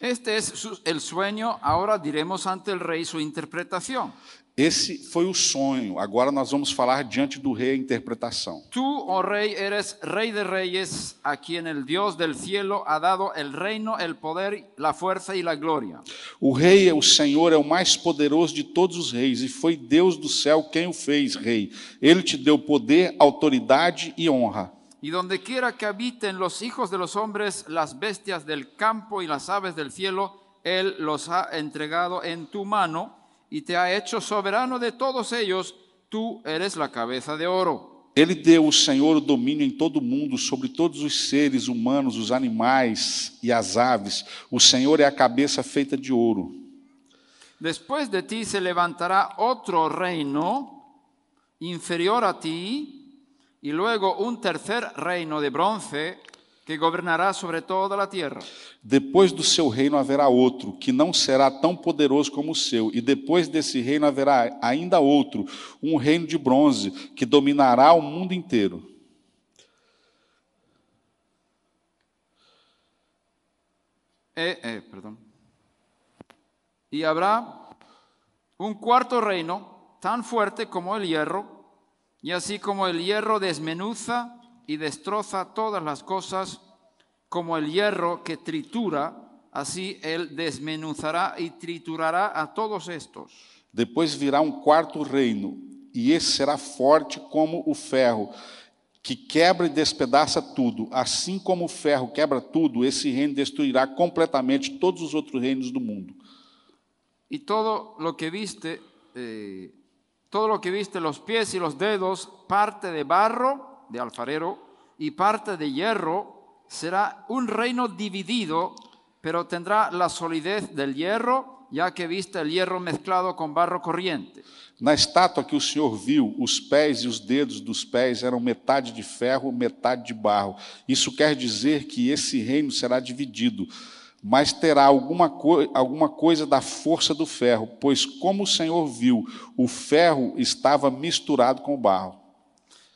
Speaker 1: Este es su- el sueño, ahora diremos ante el rey su interpretación.
Speaker 2: Esse foi o sonho. Agora nós vamos falar diante do rei a interpretação.
Speaker 1: Tú, oh rey, eres rey de reyes, a quien el Dios del cielo ha dado el reino, el poder, la fuerza y la gloria.
Speaker 2: O rei, é o Senhor, é o mais poderoso de todos os reis, e foi Deus do céu quem o fez rei. Ele te deu poder, autoridade e honra.
Speaker 1: Y donde quiera que habiten los hijos de los hombres, las bestias del campo y las aves del cielo, Él los ha entregado en tu mano y te ha hecho soberano de todos ellos. Tú eres la cabeza de oro.
Speaker 2: Ele deu o Senhor o domínio em todo o mundo, sobre todos os seres humanos, os animais e as aves. O Senhor é a cabeça feita de ouro.
Speaker 1: Después de ti se levantará otro reino inferior a ti y luego un tercer reino de bronce que gobernará sobre toda la tierra.
Speaker 2: Depois do seu reino haverá outro, que não será tão poderoso como o seu, e depois desse reino haverá ainda outro, um reino de bronze, que dominará o mundo inteiro.
Speaker 1: Eh, eh, perdón. Y habrá un cuarto reino tan fuerte como el hierro, y así como el hierro desmenuza y destroza todas las cosas, como el hierro que tritura, así él desmenuzará y triturará a todos estos.
Speaker 2: Depois virá um quarto reino, e esse será forte como o ferro, que quebra e despedaça tudo. Assim como o ferro quebra tudo, esse reino destruirá completamente todos os outros reinos do mundo.
Speaker 1: Y todo lo que viste, eh, todo lo que viste, los pies y los dedos, parte de barro, de alfarero, y parte de hierro, será un reino dividido, pero tendrá la solidez del hierro, ya que viste el hierro mezclado con barro corriente.
Speaker 2: Na estátua que o Senhor viu, os pés e os dedos dos pés eram metade de ferro, metade de barro. Isso quer dizer que esse reino será dividido, mas terá alguma, co alguma coisa da força do ferro, pois, como o Senhor viu, o ferro estava misturado com o barro.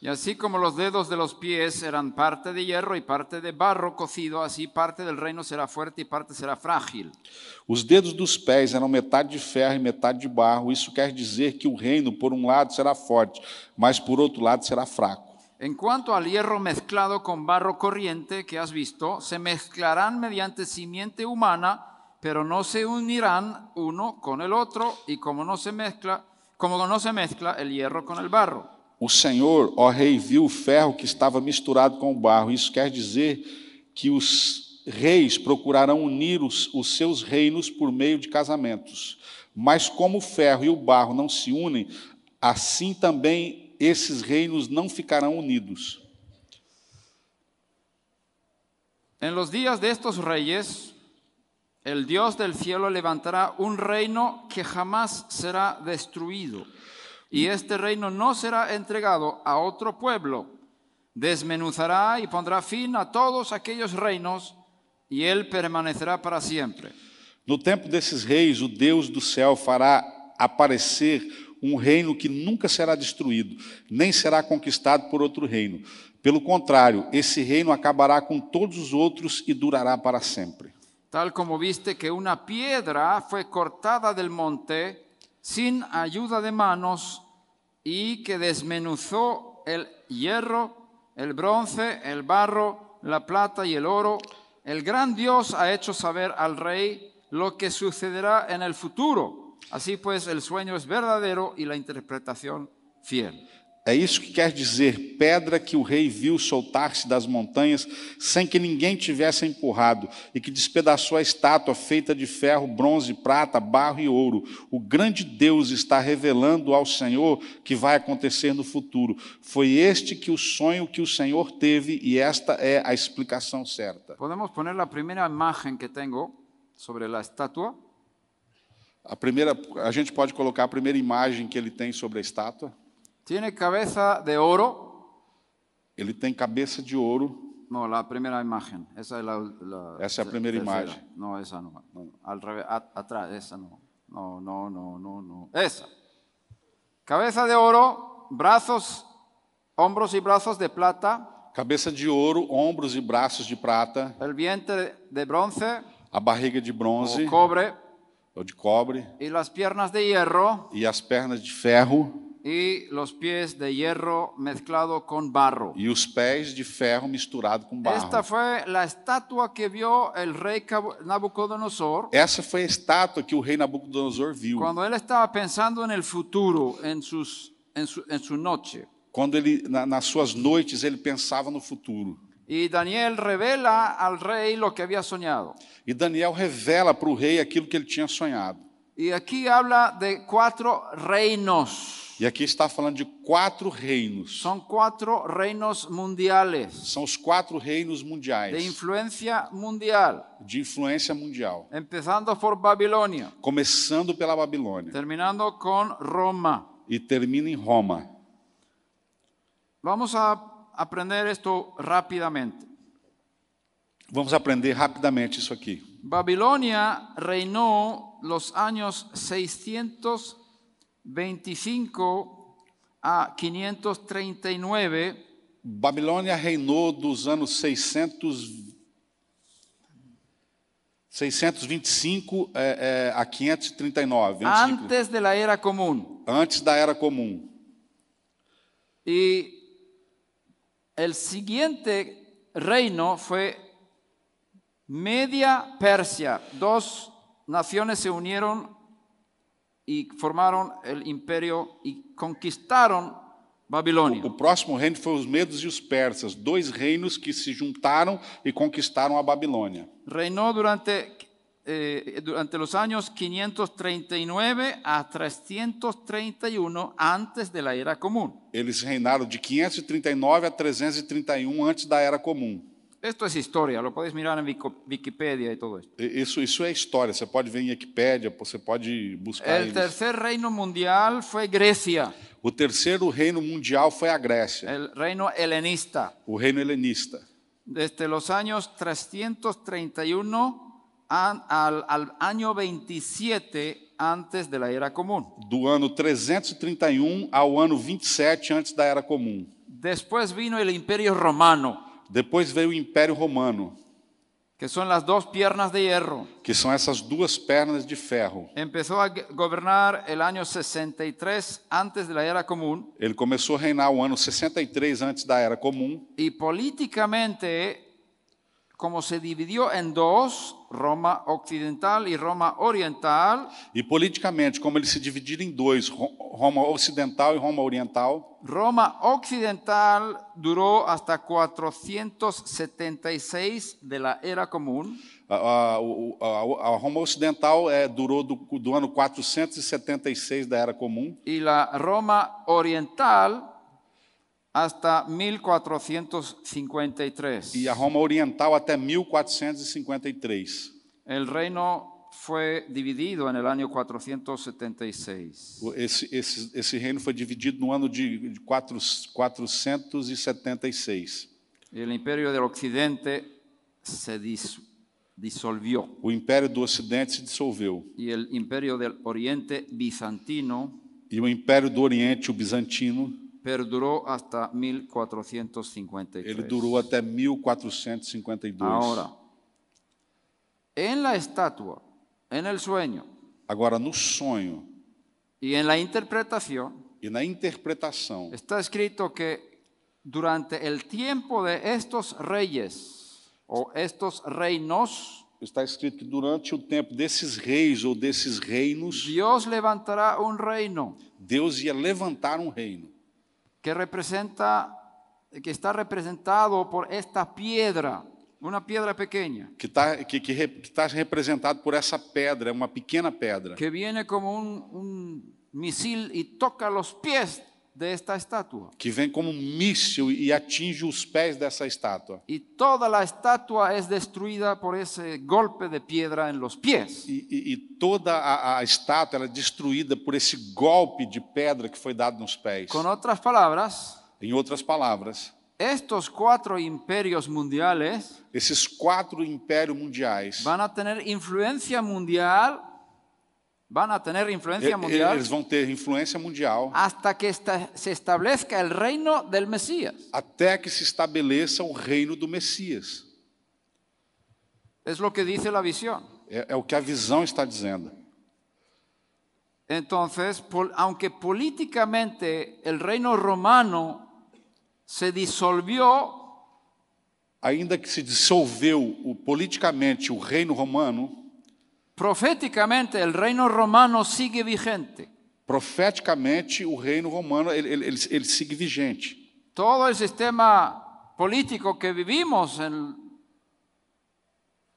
Speaker 1: Y así como los dedos de los pies eran parte de hierro y parte de barro cocido, así parte del reino será fuerte y parte será frágil.
Speaker 2: Os dedos dos pés eram metade de ferro e metade de barro. Isso quer dizer que o reino, por um lado, será forte, mas por outro lado, será fraco.
Speaker 1: En cuanto al hierro mezclado con barro corriente que has visto, se mezclarán mediante simiente humana, pero no se unirán uno con el otro, y como no se mezcla, como no se mezcla el hierro con el barro.
Speaker 2: O Senhor, ó rei, viu o ferro que estava misturado com o barro. Isso quer dizer que os reis procurarão unir os, os seus reinos por meio de casamentos. Mas como o ferro e o barro não se unem, assim também esses reinos não ficarão unidos.
Speaker 1: En los días de estos reyes, el Dios del cielo levantará un reino que jamás será destruido. Y este reino no será entregado a otro pueblo. Desmenuzará y pondrá fin a todos aquellos reinos y él permanecerá para siempre.
Speaker 2: No tempo desses reis, o Deus do céu fará aparecer um reino que nunca será destruído, nem será conquistado por outro reino. Pelo contrário, esse reino acabará com todos os outros e durará para sempre.
Speaker 1: Tal como viste que una piedra fue cortada del monte sin ayuda de manos y que desmenuzó el hierro, el bronce, el barro, la plata y el oro, el gran Dios ha hecho saber al rey lo que sucederá en el futuro. Así pues, el sueño es verdadero y la interpretación fiel.
Speaker 2: É isso que quer dizer pedra que o rei viu soltar-se das montanhas sem que ninguém tivesse empurrado e que despedaçou a estátua feita de ferro, bronze, prata, barro e ouro. O grande Deus está revelando ao Senhor que vai acontecer no futuro. Foi este que o sonho que o Senhor teve e esta é a explicação certa.
Speaker 1: Podemos poner la primera imagen que tengo sobre la estatua.
Speaker 2: A primeira, a gente pode colocar a primeira imagem que ele tem sobre a estátua.
Speaker 1: Tiene cabeza de oro.
Speaker 2: Ele tem cabeça de ouro.
Speaker 1: No, la primera imagen. Esa es la. la-
Speaker 2: Essa é a
Speaker 1: te-
Speaker 2: primeira
Speaker 1: tercera.
Speaker 2: imagem.
Speaker 1: No, esa no. no, Al revés, a- atrás, esa no. No, no, no, no, no. Esa. Cabeza de oro, brazos, hombros y brazos de plata,
Speaker 2: Cabeça de ouro, ombros e braços de prata,
Speaker 1: el vientre de bronce
Speaker 2: a barriga de bronze
Speaker 1: o cobre
Speaker 2: ou de cobre
Speaker 1: y las piernas de hierro
Speaker 2: e as pernas de ferro
Speaker 1: y los pies de hierro mezclado con barro.
Speaker 2: e os pés de ferro misturado com
Speaker 1: Esta
Speaker 2: barro.
Speaker 1: fue la estatua que vio el rey Cabo- Nabucodonosor
Speaker 2: Essa foi a estátua que o rei Nabucodonosor viu.
Speaker 1: Cuando él estaba pensando en el futuro, en, sus, en, su, en su noche,
Speaker 2: quando ele, na- nas suas noites, ele pensava no futuro.
Speaker 1: Y Daniel revela al rey lo que había soñado.
Speaker 2: E Daniel revela para o rei aquilo que ele tinha sonhado.
Speaker 1: Y aquí habla de cuatro reinos.
Speaker 2: E aqui está falando de quatro reinos.
Speaker 1: Son cuatro reinos mundiales,
Speaker 2: São os quatro reinos
Speaker 1: de
Speaker 2: mundiais,
Speaker 1: influencia mundial,
Speaker 2: de influência mundial.
Speaker 1: empezando por Babilonia,
Speaker 2: Começando pela Babilônia
Speaker 1: terminando con Roma.
Speaker 2: e termina em Roma.
Speaker 1: Vamos a aprender esto rápidamente.
Speaker 2: Vamos aprender rapidamente isso aqui.
Speaker 1: Babilonia reinó los años 625 a 539
Speaker 2: Babilônia reinou dos anos 600, 625 é, é, a 539, antes, de-
Speaker 1: antes de la era común.
Speaker 2: antes da Era Comum.
Speaker 1: Y el siguiente reino fue Media Persia. Dos naciones se unieron y formaron el imperio y conquistaron Babilonia.
Speaker 2: O próximo reino foi os Medos e os Persas, dois reinos que se juntaram e conquistaram a Babilônia.
Speaker 1: Reinó durante, eh, durante los años 539 a 331 antes de la era común.
Speaker 2: Eles reinaram de 539 a 331 antes da Era Comum.
Speaker 1: Esto es historia, lo podéis mirar en Wico- Wikipedia y todo esto.
Speaker 2: E- Isso, isso é história. Você pode ver em Wikipédia, você pode buscar.
Speaker 1: El
Speaker 2: isso.
Speaker 1: tercer reino mundial fue Grecia,
Speaker 2: O terceiro reino mundial foi a Grécia,
Speaker 1: el reino helenista,
Speaker 2: o reino helenista.
Speaker 1: desde los años 331 a- al, al año 27 antes de la era común.
Speaker 2: Do ano 331 ao ano 27 antes da Era Comum.
Speaker 1: Después vino el imperio romano,
Speaker 2: Depois veio o Império Romano,
Speaker 1: que son las dos piernas de hierro.
Speaker 2: que são essas duas pernas de ferro.
Speaker 1: Empezó a g- gobernar el año 63 antes de la era común
Speaker 2: Ele começou a reinar o ano 63 antes da Era Comum.
Speaker 1: y políticamente, como se dividió en dos, Roma occidental y Roma oriental,
Speaker 2: E politicamente, como ele se dividir em dois, Ro- Roma Ocidental e Roma Oriental,
Speaker 1: Roma occidental duró hasta 476 de la era común
Speaker 2: A, a- o- a- a Roma Ocidental eh, durou do, do ano 476 da Era Comum
Speaker 1: y la Roma oriental hasta 1453.
Speaker 2: e a Roma Oriental até 1453.
Speaker 1: El reino fue dividido en el año 476.
Speaker 2: O- Esse, esse, esse reino foi dividido no ano de de quatro- 476.
Speaker 1: Y el imperio del occidente se dis- disolvió.
Speaker 2: O Império do Ocidente se dissolveu
Speaker 1: Y el imperio del oriente bizantino
Speaker 2: e o Império do Oriente, o Bizantino,
Speaker 1: perduró hasta
Speaker 2: ele
Speaker 1: 1453.
Speaker 2: durou até 1452.
Speaker 1: Ahora, en la estatua, en el sueño
Speaker 2: Agora, no sonho
Speaker 1: y en la interpretación
Speaker 2: e na interpretação,
Speaker 1: está escrito que durante el tiempo de estos reyes o estos reinos,
Speaker 2: está escrito que durante o tempo desses reis ou desses reinos,
Speaker 1: Dios levantará un reino
Speaker 2: Deus ia levantar um reino
Speaker 1: que representa, que está representado por esta piedra, una piedra pequeña,
Speaker 2: que está que, que re- que tá representado por essa pedra, é uma pequena pedra
Speaker 1: que viene como un, un misil y toca los pies de esta estatua.
Speaker 2: que vem como um míssil e atinge os pés dessa estátua.
Speaker 1: Y toda la estatua es destruida por ese golpe de piedra en los pies.
Speaker 2: E, e- e toda a, a estátua ela é destruída por esse golpe de pedra que foi dado nos pés.
Speaker 1: Con otras palabras,
Speaker 2: Em outras palavras,
Speaker 1: estos cuatro imperios mundiales
Speaker 2: esses quatro impérios mundiais,
Speaker 1: van a tener influencia mundial, van a tener
Speaker 2: e-
Speaker 1: influencia
Speaker 2: e-
Speaker 1: mundial
Speaker 2: eles vão ter influência mundial
Speaker 1: hasta que esta- se establezca el reino del Mesías.
Speaker 2: até que se estabeleça o reino do Messias.
Speaker 1: Es lo que dice la visión.
Speaker 2: É, é o que a visão está dizendo.
Speaker 1: Entonces, pol- aunque políticamente el reino romano se disolvió,
Speaker 2: Ainda que se dissolveu o- politicamente o reino romano,
Speaker 1: proféticamente el reino romano sigue vigente.
Speaker 2: Profeticamente, o reino romano ele, ele, ele, ele sigue vigente.
Speaker 1: Todo el sistema político que vivimos en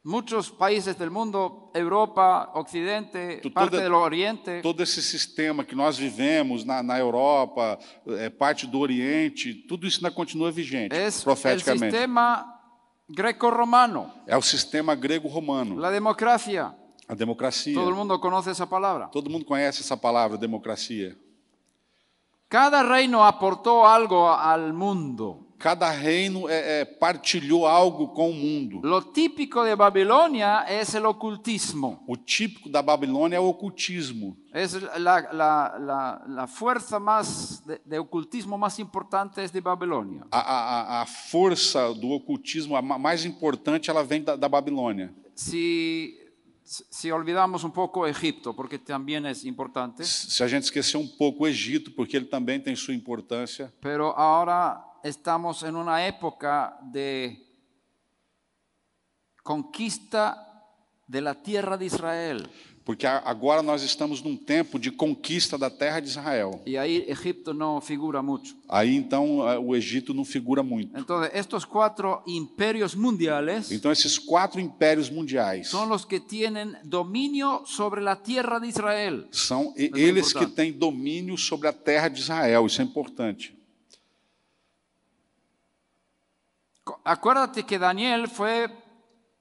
Speaker 1: muchos países del mundo, Europa, Occidente,
Speaker 2: Tu-
Speaker 1: parte
Speaker 2: toda-
Speaker 1: del Oriente,
Speaker 2: Todo esse sistema que nós vivemos na, na Europa, eh, parte do Oriente, tudo isso ainda continua vigente
Speaker 1: es el
Speaker 2: profeticamente.
Speaker 1: é sistema greco-romano,
Speaker 2: É o sistema grego-romano,
Speaker 1: la democracia.
Speaker 2: a democracia.
Speaker 1: Todo el mundo conoce esa palabra.
Speaker 2: Todo mundo conhece essa palavra, democracia.
Speaker 1: Cada reino aportó algo al mundo.
Speaker 2: Cada reino é, é, partilhou algo com o mundo.
Speaker 1: Lo típico de Babilonia es el ocultismo,
Speaker 2: O típico da Babilônia é o ocultismo.
Speaker 1: es la, la- la- la fuerza más de, de ocultismo más importante es de Babilonia.
Speaker 2: A, a- a- a força do ocultismo, a ma- mais importante, ela vem da, da Babilônia.
Speaker 1: Si, si olvidamos un poco Egipto, porque también es importante,
Speaker 2: S- Se a gente esquecer um pouco o Egito, porque ele também tem sua importância,
Speaker 1: pero ahora estamos en una época de conquista de la tierra de Israel.
Speaker 2: porque a- agora nós estamos num tempo de conquista da terra de Israel.
Speaker 1: Y ahí Egipto no figura mucho.
Speaker 2: Aí então a- o Egito não figura muito.
Speaker 1: Entonces, estos cuatro imperios mundiales
Speaker 2: Então esses quatro impérios mundiais
Speaker 1: son los que tienen dominio sobre la tierra de Israel.
Speaker 2: são e-
Speaker 1: Mas é
Speaker 2: eles que
Speaker 1: importante.
Speaker 2: têm domínio sobre a terra de Israel. Isso é importante.
Speaker 1: Co- Acuérdate que Daniel fue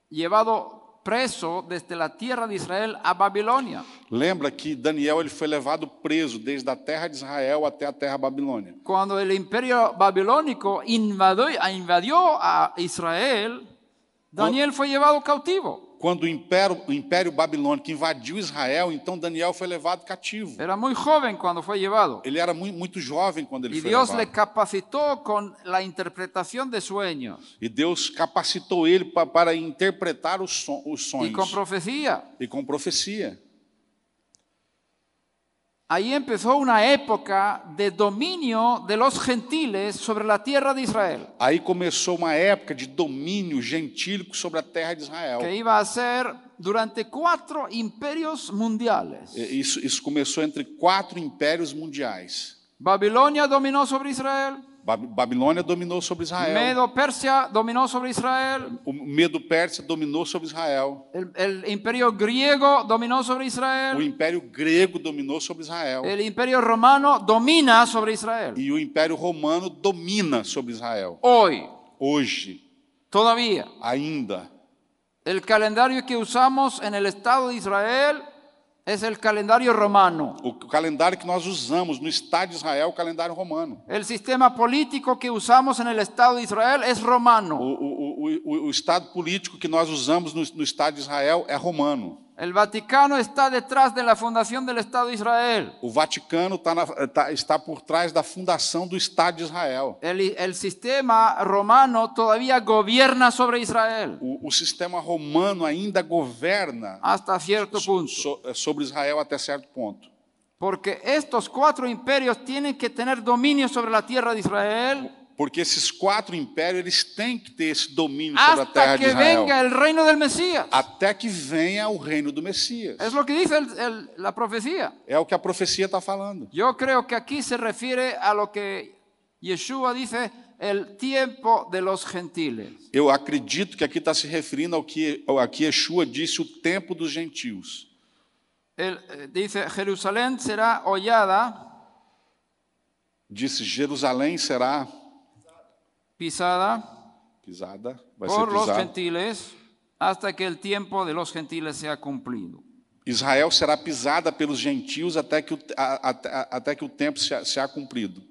Speaker 1: llevado preso desde la tierra de Israel a Babilonia.
Speaker 2: Lembra que Daniel ele foi levado preso desde a terra de Israel até a terra babilônia.
Speaker 1: Cuando el imperio babilónico invadió, invadió a Israel, Daniel fue llevado cautivo.
Speaker 2: Quando o império, o império babilônico invadiu Israel, então Daniel foi levado cativo.
Speaker 1: Era muy joven cuando fue llevado.
Speaker 2: Ele era muito, muito jovem quando ele
Speaker 1: Y
Speaker 2: foi
Speaker 1: Dios le
Speaker 2: levado.
Speaker 1: capacitó con la interpretación de sueños.
Speaker 2: E Deus capacitou ele pa- para interpretar os, son- os
Speaker 1: y
Speaker 2: sonhos
Speaker 1: con profecía.
Speaker 2: e com profecia.
Speaker 1: Ahí empezó una época de dominio de los gentiles sobre la tierra de Israel,
Speaker 2: Aí começou uma época de domínio gentílico sobre a terra de Israel.
Speaker 1: que iba a ser durante cuatro imperios mundiales.
Speaker 2: E- Isso, isso começou entre quatro impérios mundiais.
Speaker 1: Babilonia dominó sobre Israel,
Speaker 2: Ba- Babilônia dominou sobre Israel.
Speaker 1: Medo-Persia dominó sobre Israel,
Speaker 2: O medo persa dominou sobre Israel.
Speaker 1: el, el imperio griego dominó sobre
Speaker 2: O
Speaker 1: Israel,
Speaker 2: Império Grego dominou sobre Israel.
Speaker 1: el imperio romano domina sobre Israel.
Speaker 2: E o Império Romano domina sobre Israel.
Speaker 1: Hoy,
Speaker 2: Hoje,
Speaker 1: todavía,
Speaker 2: ainda.
Speaker 1: el calendario que usamos en el Estado de Israel es el calendario romano.
Speaker 2: O calendário que nós usamos no Estado de Israel é o calendário romano.
Speaker 1: El sistema político que usamos en el Estado de Israel es
Speaker 2: O,
Speaker 1: romano.
Speaker 2: o, o, o, o Estado político que nós usamos no, no Estado de Israel é romano.
Speaker 1: El Vaticano está detrás de la fundación del Estado de Israel.
Speaker 2: O Vaticano tá na- tá- está por trás da fundação do Estado de Israel.
Speaker 1: El, el sistema romano todavía gobierna sobre Israel
Speaker 2: O, o sistema romano ainda governa
Speaker 1: hasta cierto punto.
Speaker 2: so, eh, sobre Israel até certo ponto.
Speaker 1: Porque estos cuatro imperios tienen que tener dominio sobre la tierra de Israel
Speaker 2: Porque esses quatro impérios eles têm que ter esse domínio sobre a terra
Speaker 1: hasta
Speaker 2: de
Speaker 1: que
Speaker 2: Israel. Ah.
Speaker 1: venga el reino del Mesías.
Speaker 2: Até que venha o reino do Messias.
Speaker 1: Es lo que dice el- el- la profecía.
Speaker 2: É o que a profecia está falando.
Speaker 1: Yo creo que aquí se refiere a lo que Yeshua dice, el tiempo de los gentiles.
Speaker 2: Eu acredito que aqui está se referindo ao que, ao, a que Yeshua disse, o tempo dos gentios.
Speaker 1: Él, eh, dice, Jerusalén será hollada,
Speaker 2: Disse, Jerusalém será
Speaker 1: pisada
Speaker 2: pisada, vai ser
Speaker 1: por los
Speaker 2: pisada.
Speaker 1: gentiles hasta que el tiempo de los gentiles sea cumplido.
Speaker 2: Israel será pisada pelos gentios até que o, a- a- a- até que o tempo se, se há cumprido.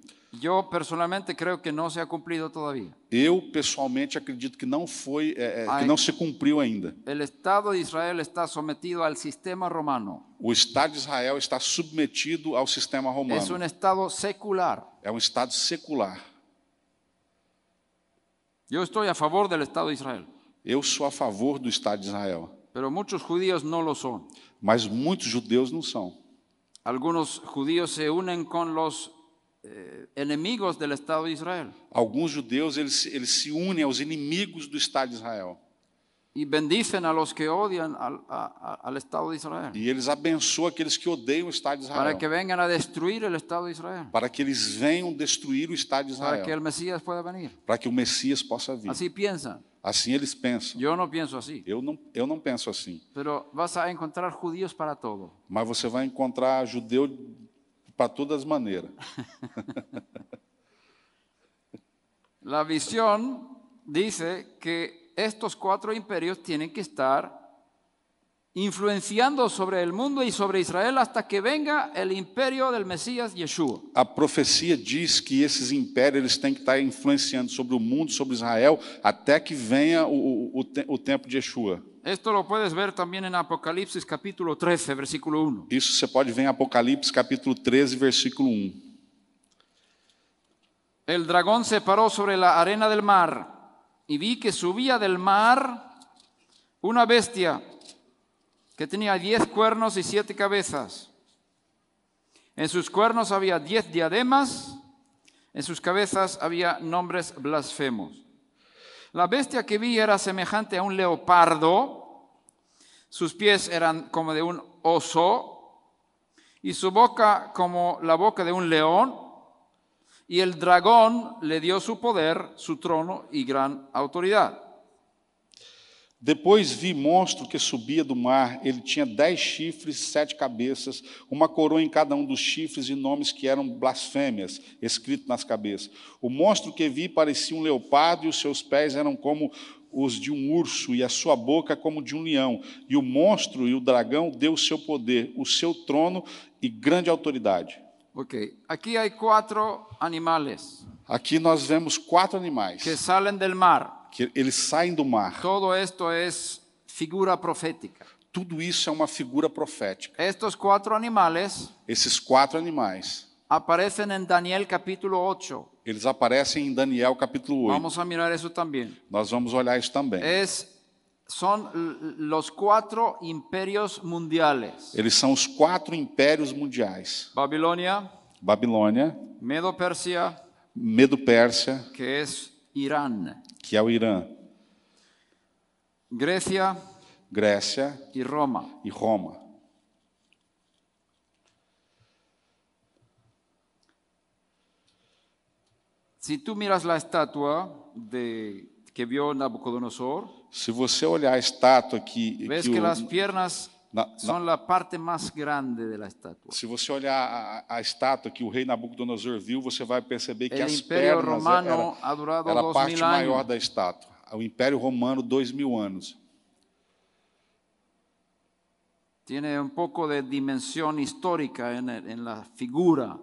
Speaker 1: Yo personalmente creo que no se ha cumplido todavía.
Speaker 2: Eu, pessoalmente, acredito que não foi, é, é, que
Speaker 1: Ai.
Speaker 2: não se cumpriu ainda.
Speaker 1: El Estado de Israel está sometido al sistema romano.
Speaker 2: O Estado de Israel está submetido ao sistema
Speaker 1: Es un
Speaker 2: romano.
Speaker 1: Estado secular.
Speaker 2: É um Estado secular.
Speaker 1: Yo estoy a favor del Estado de Israel,
Speaker 2: Eu sou a favor do Estado de Israel,
Speaker 1: pero muchos judíos no lo son.
Speaker 2: mas muitos judeus não são.
Speaker 1: Algunos judíos se unen con los eh, enemigos del Estado de Israel.
Speaker 2: Alguns judeus eles, eles se unem aos inimigos do Estado de Israel.
Speaker 1: y bendicen a los que odian al, a- a- al Estado de Israel,
Speaker 2: E eles abençoam aqueles que odeiam o Estado de
Speaker 1: para
Speaker 2: Israel,
Speaker 1: que vengan a destruir el Estado de Israel,
Speaker 2: para que eles venham destruir o Estado de
Speaker 1: para que
Speaker 2: Israel,
Speaker 1: el Mesías pueda venir.
Speaker 2: para que o Messias possa vir.
Speaker 1: Así piensan.
Speaker 2: Assim eles pensam.
Speaker 1: Yo no pienso así,
Speaker 2: Eu não, eu não penso assim.
Speaker 1: pero vas a encontrar judíos para todo.
Speaker 2: Mas você vai encontrar judeu para todas as maneiras.
Speaker 1: La visión dice que estos cuatro imperios tienen que estar influenciando sobre el mundo y sobre Israel hasta que venga el imperio del Mesías Yeshua.
Speaker 2: A profecia diz que esses impérios eles têm que estar influenciando sobre o mundo, sobre Israel, até que venha o, o, o, te- o tempo de Yeshua.
Speaker 1: Esto lo puedes ver también en Apocalipsis capítulo 13, versículo 1.
Speaker 2: Isso você pode ver em Apocalipse capítulo 13, versículo 1.
Speaker 1: El dragón se paró sobre la arena del mar y vi que subía del mar una bestia que tenía diez cuernos y siete cabezas. En sus cuernos había diez diademas, en sus cabezas había nombres blasfemos. La bestia que vi era semejante a un leopardo, sus pies eran como de un oso y su boca como la boca de un león. Y el dragón le dio su poder, su trono y gran autoridad.
Speaker 2: Depois vi monstro que subia do mar. Ele tinha dez chifres, sete cabeças, uma coroa em cada um dos chifres e nomes que eram blasfêmias, escrito nas cabeças. O monstro que vi parecia um leopardo e os seus pés eram como os de um urso e a sua boca como de um leão. E o monstro e o dragão deu o seu poder, o seu trono e grande autoridade.
Speaker 1: Ok, aquí hay cuatro animales
Speaker 2: Aqui nós vemos quatro animais
Speaker 1: que salen del mar.
Speaker 2: que eles saem do mar.
Speaker 1: Todo esto es figura profética.
Speaker 2: Tudo isso é uma figura profética.
Speaker 1: Estos cuatro animales
Speaker 2: Esses quatro animais
Speaker 1: aparecen en Daniel capítulo 8.
Speaker 2: Eles aparecem em Daniel capítulo 8.
Speaker 1: Vamos É. a mirar eso también.
Speaker 2: Nós vamos olhar isso também.
Speaker 1: Es, son l- los cuatro imperios mundiales.
Speaker 2: Eles são os quatro impérios mundiais:
Speaker 1: Babilonia,
Speaker 2: Babilônia,
Speaker 1: Medo-Persia,
Speaker 2: Medo-Pérsia,
Speaker 1: que es Irán,
Speaker 2: que é o Irã,
Speaker 1: Grecia
Speaker 2: Grécia
Speaker 1: y Roma.
Speaker 2: e Roma.
Speaker 1: Si tú miras la estatua de, que vio Nabucodonosor,
Speaker 2: Se você olhar a estátua aqui,
Speaker 1: ves
Speaker 2: que
Speaker 1: que
Speaker 2: o-
Speaker 1: las piernas
Speaker 2: na- na-
Speaker 1: son la parte más grande de la estatua.
Speaker 2: se você olhar a, a- a estátua que o rei Nabucodonosor viu, você vai perceber que
Speaker 1: El
Speaker 2: as
Speaker 1: é Império
Speaker 2: pernas
Speaker 1: Romano
Speaker 2: era,
Speaker 1: ha durado
Speaker 2: era a
Speaker 1: dois
Speaker 2: parte
Speaker 1: mil
Speaker 2: maior
Speaker 1: anos.
Speaker 2: da estátua. O Império Romano, dois mil anos.
Speaker 1: Tiene un poco de dimensión histórica en, el- en la figura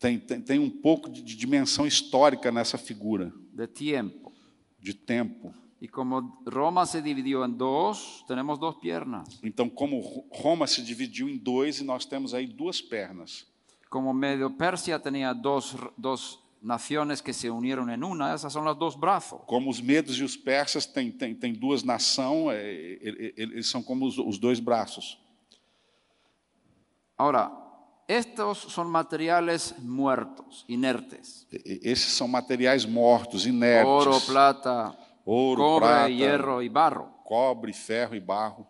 Speaker 2: Tem, tem, tem um pouco de de dimensão histórica nessa figura,
Speaker 1: de tiempo.
Speaker 2: de tempo.
Speaker 1: Y como Roma se dividió en dos, tenemos dos piernas.
Speaker 2: Então, como Ro- Roma se dividiu em dois e nós temos aí duas pernas.
Speaker 1: Como Medio Persia tenía dos, dos naciones que se unieron en una, esas son los dos brazos.
Speaker 2: Como os medos e os persas têm, têm, têm duas é, nações, eles são como os, os dois braços.
Speaker 1: Ahora, estos son materiales muertos, inertes.
Speaker 2: E- e- Esses são materiais mortos, inertes.
Speaker 1: Oro, plata,
Speaker 2: Ouro,
Speaker 1: cobre,
Speaker 2: prata,
Speaker 1: hierro y barro.
Speaker 2: cobre, ferro e barro.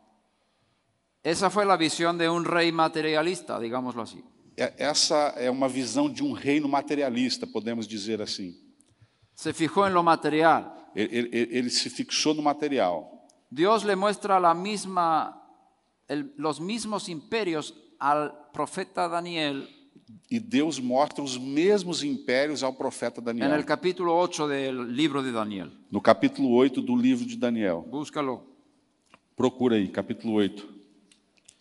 Speaker 1: Esa fue la visión de un rey materialista, digámoslo así.
Speaker 2: É- Essa é uma visão de um reino materialista, podemos dizer assim.
Speaker 1: Se fijó en lo material.
Speaker 2: Ele, ele- ele se fixou no material.
Speaker 1: Dios le muestra la misma, el- los mismos imperios al profeta Daniel
Speaker 2: E Deus mostra os mesmos impérios ao profeta
Speaker 1: en
Speaker 2: Daniel.
Speaker 1: el capítulo 8 del libro de Daniel.
Speaker 2: No capítulo 8 do livro de Daniel.
Speaker 1: Búscalo.
Speaker 2: Procura aí, capítulo 8.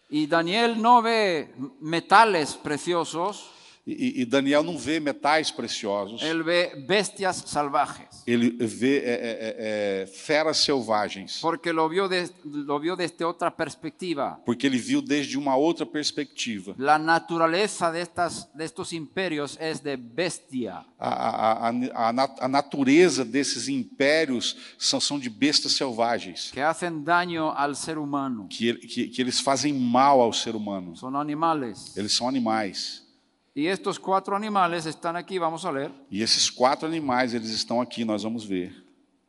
Speaker 1: Y Daniel no ve metales preciosos,
Speaker 2: E, e Daniel não vê metais preciosos,
Speaker 1: él ve bestias salvajes.
Speaker 2: ele vê é, é, é, é, feras selvagens,
Speaker 1: porque lo vio, des- lo vio desde otra perspectiva.
Speaker 2: porque ele viu desde uma outra perspectiva.
Speaker 1: La naturaleza de, estas, de estos imperios es de bestia.
Speaker 2: A, a- a- a- a na- a natureza desses impérios são, são de bestas selvagens,
Speaker 1: que hacen daño al ser humano.
Speaker 2: que, ele- que- que eles fazem mal ao ser humano.
Speaker 1: Son animales.
Speaker 2: Eles são animais.
Speaker 1: Y estos cuatro animales están aquí, vamos a leer.
Speaker 2: E esses quatro animais, eles estão aqui, nós vamos ver.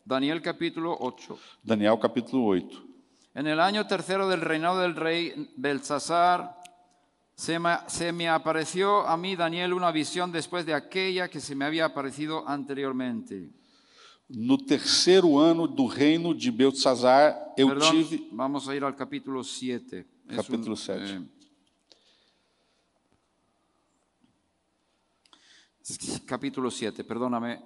Speaker 1: Daniel capítulo 8.
Speaker 2: Daniel capítulo 8.
Speaker 1: En el año tercero del reinado del rey Belsasar, se me, se me apareció a mí, Daniel, una visión después de aquella que se me había aparecido anteriormente.
Speaker 2: No terceiro ano do reino de Beltzazar, eu
Speaker 1: Perdón,
Speaker 2: tive.
Speaker 1: vamos a ir al capítulo 7. Es
Speaker 2: Capítulo
Speaker 1: un,
Speaker 2: 7.
Speaker 1: eh, capítulo 7, perdóname.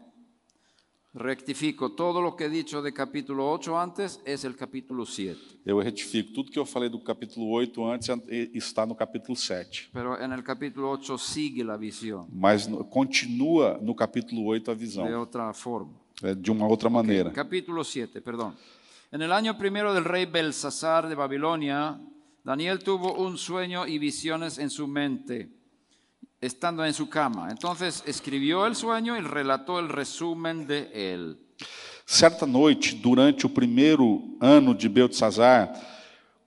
Speaker 1: Rectifico, todo lo que he dicho de capítulo 8 antes es el capítulo 7.
Speaker 2: Eu retifico, tudo que eu falei do capítulo 8 antes eh, está no capítulo 7.
Speaker 1: Pero en el capítulo 8 sigue la visión
Speaker 2: Mas no- continua no capítulo 8 a
Speaker 1: de
Speaker 2: visão,
Speaker 1: otra forma.
Speaker 2: é, de uma outra maneira.
Speaker 1: Capítulo 7, perdón. En el año primero del rey Belsasar de Babilonia, Daniel tuvo un sueño y visiones en su mente, estando en su cama. Entonces escribió el sueño y relató el resumen de él.
Speaker 2: Certa noite, durante o primeiro ano de Beltzazar,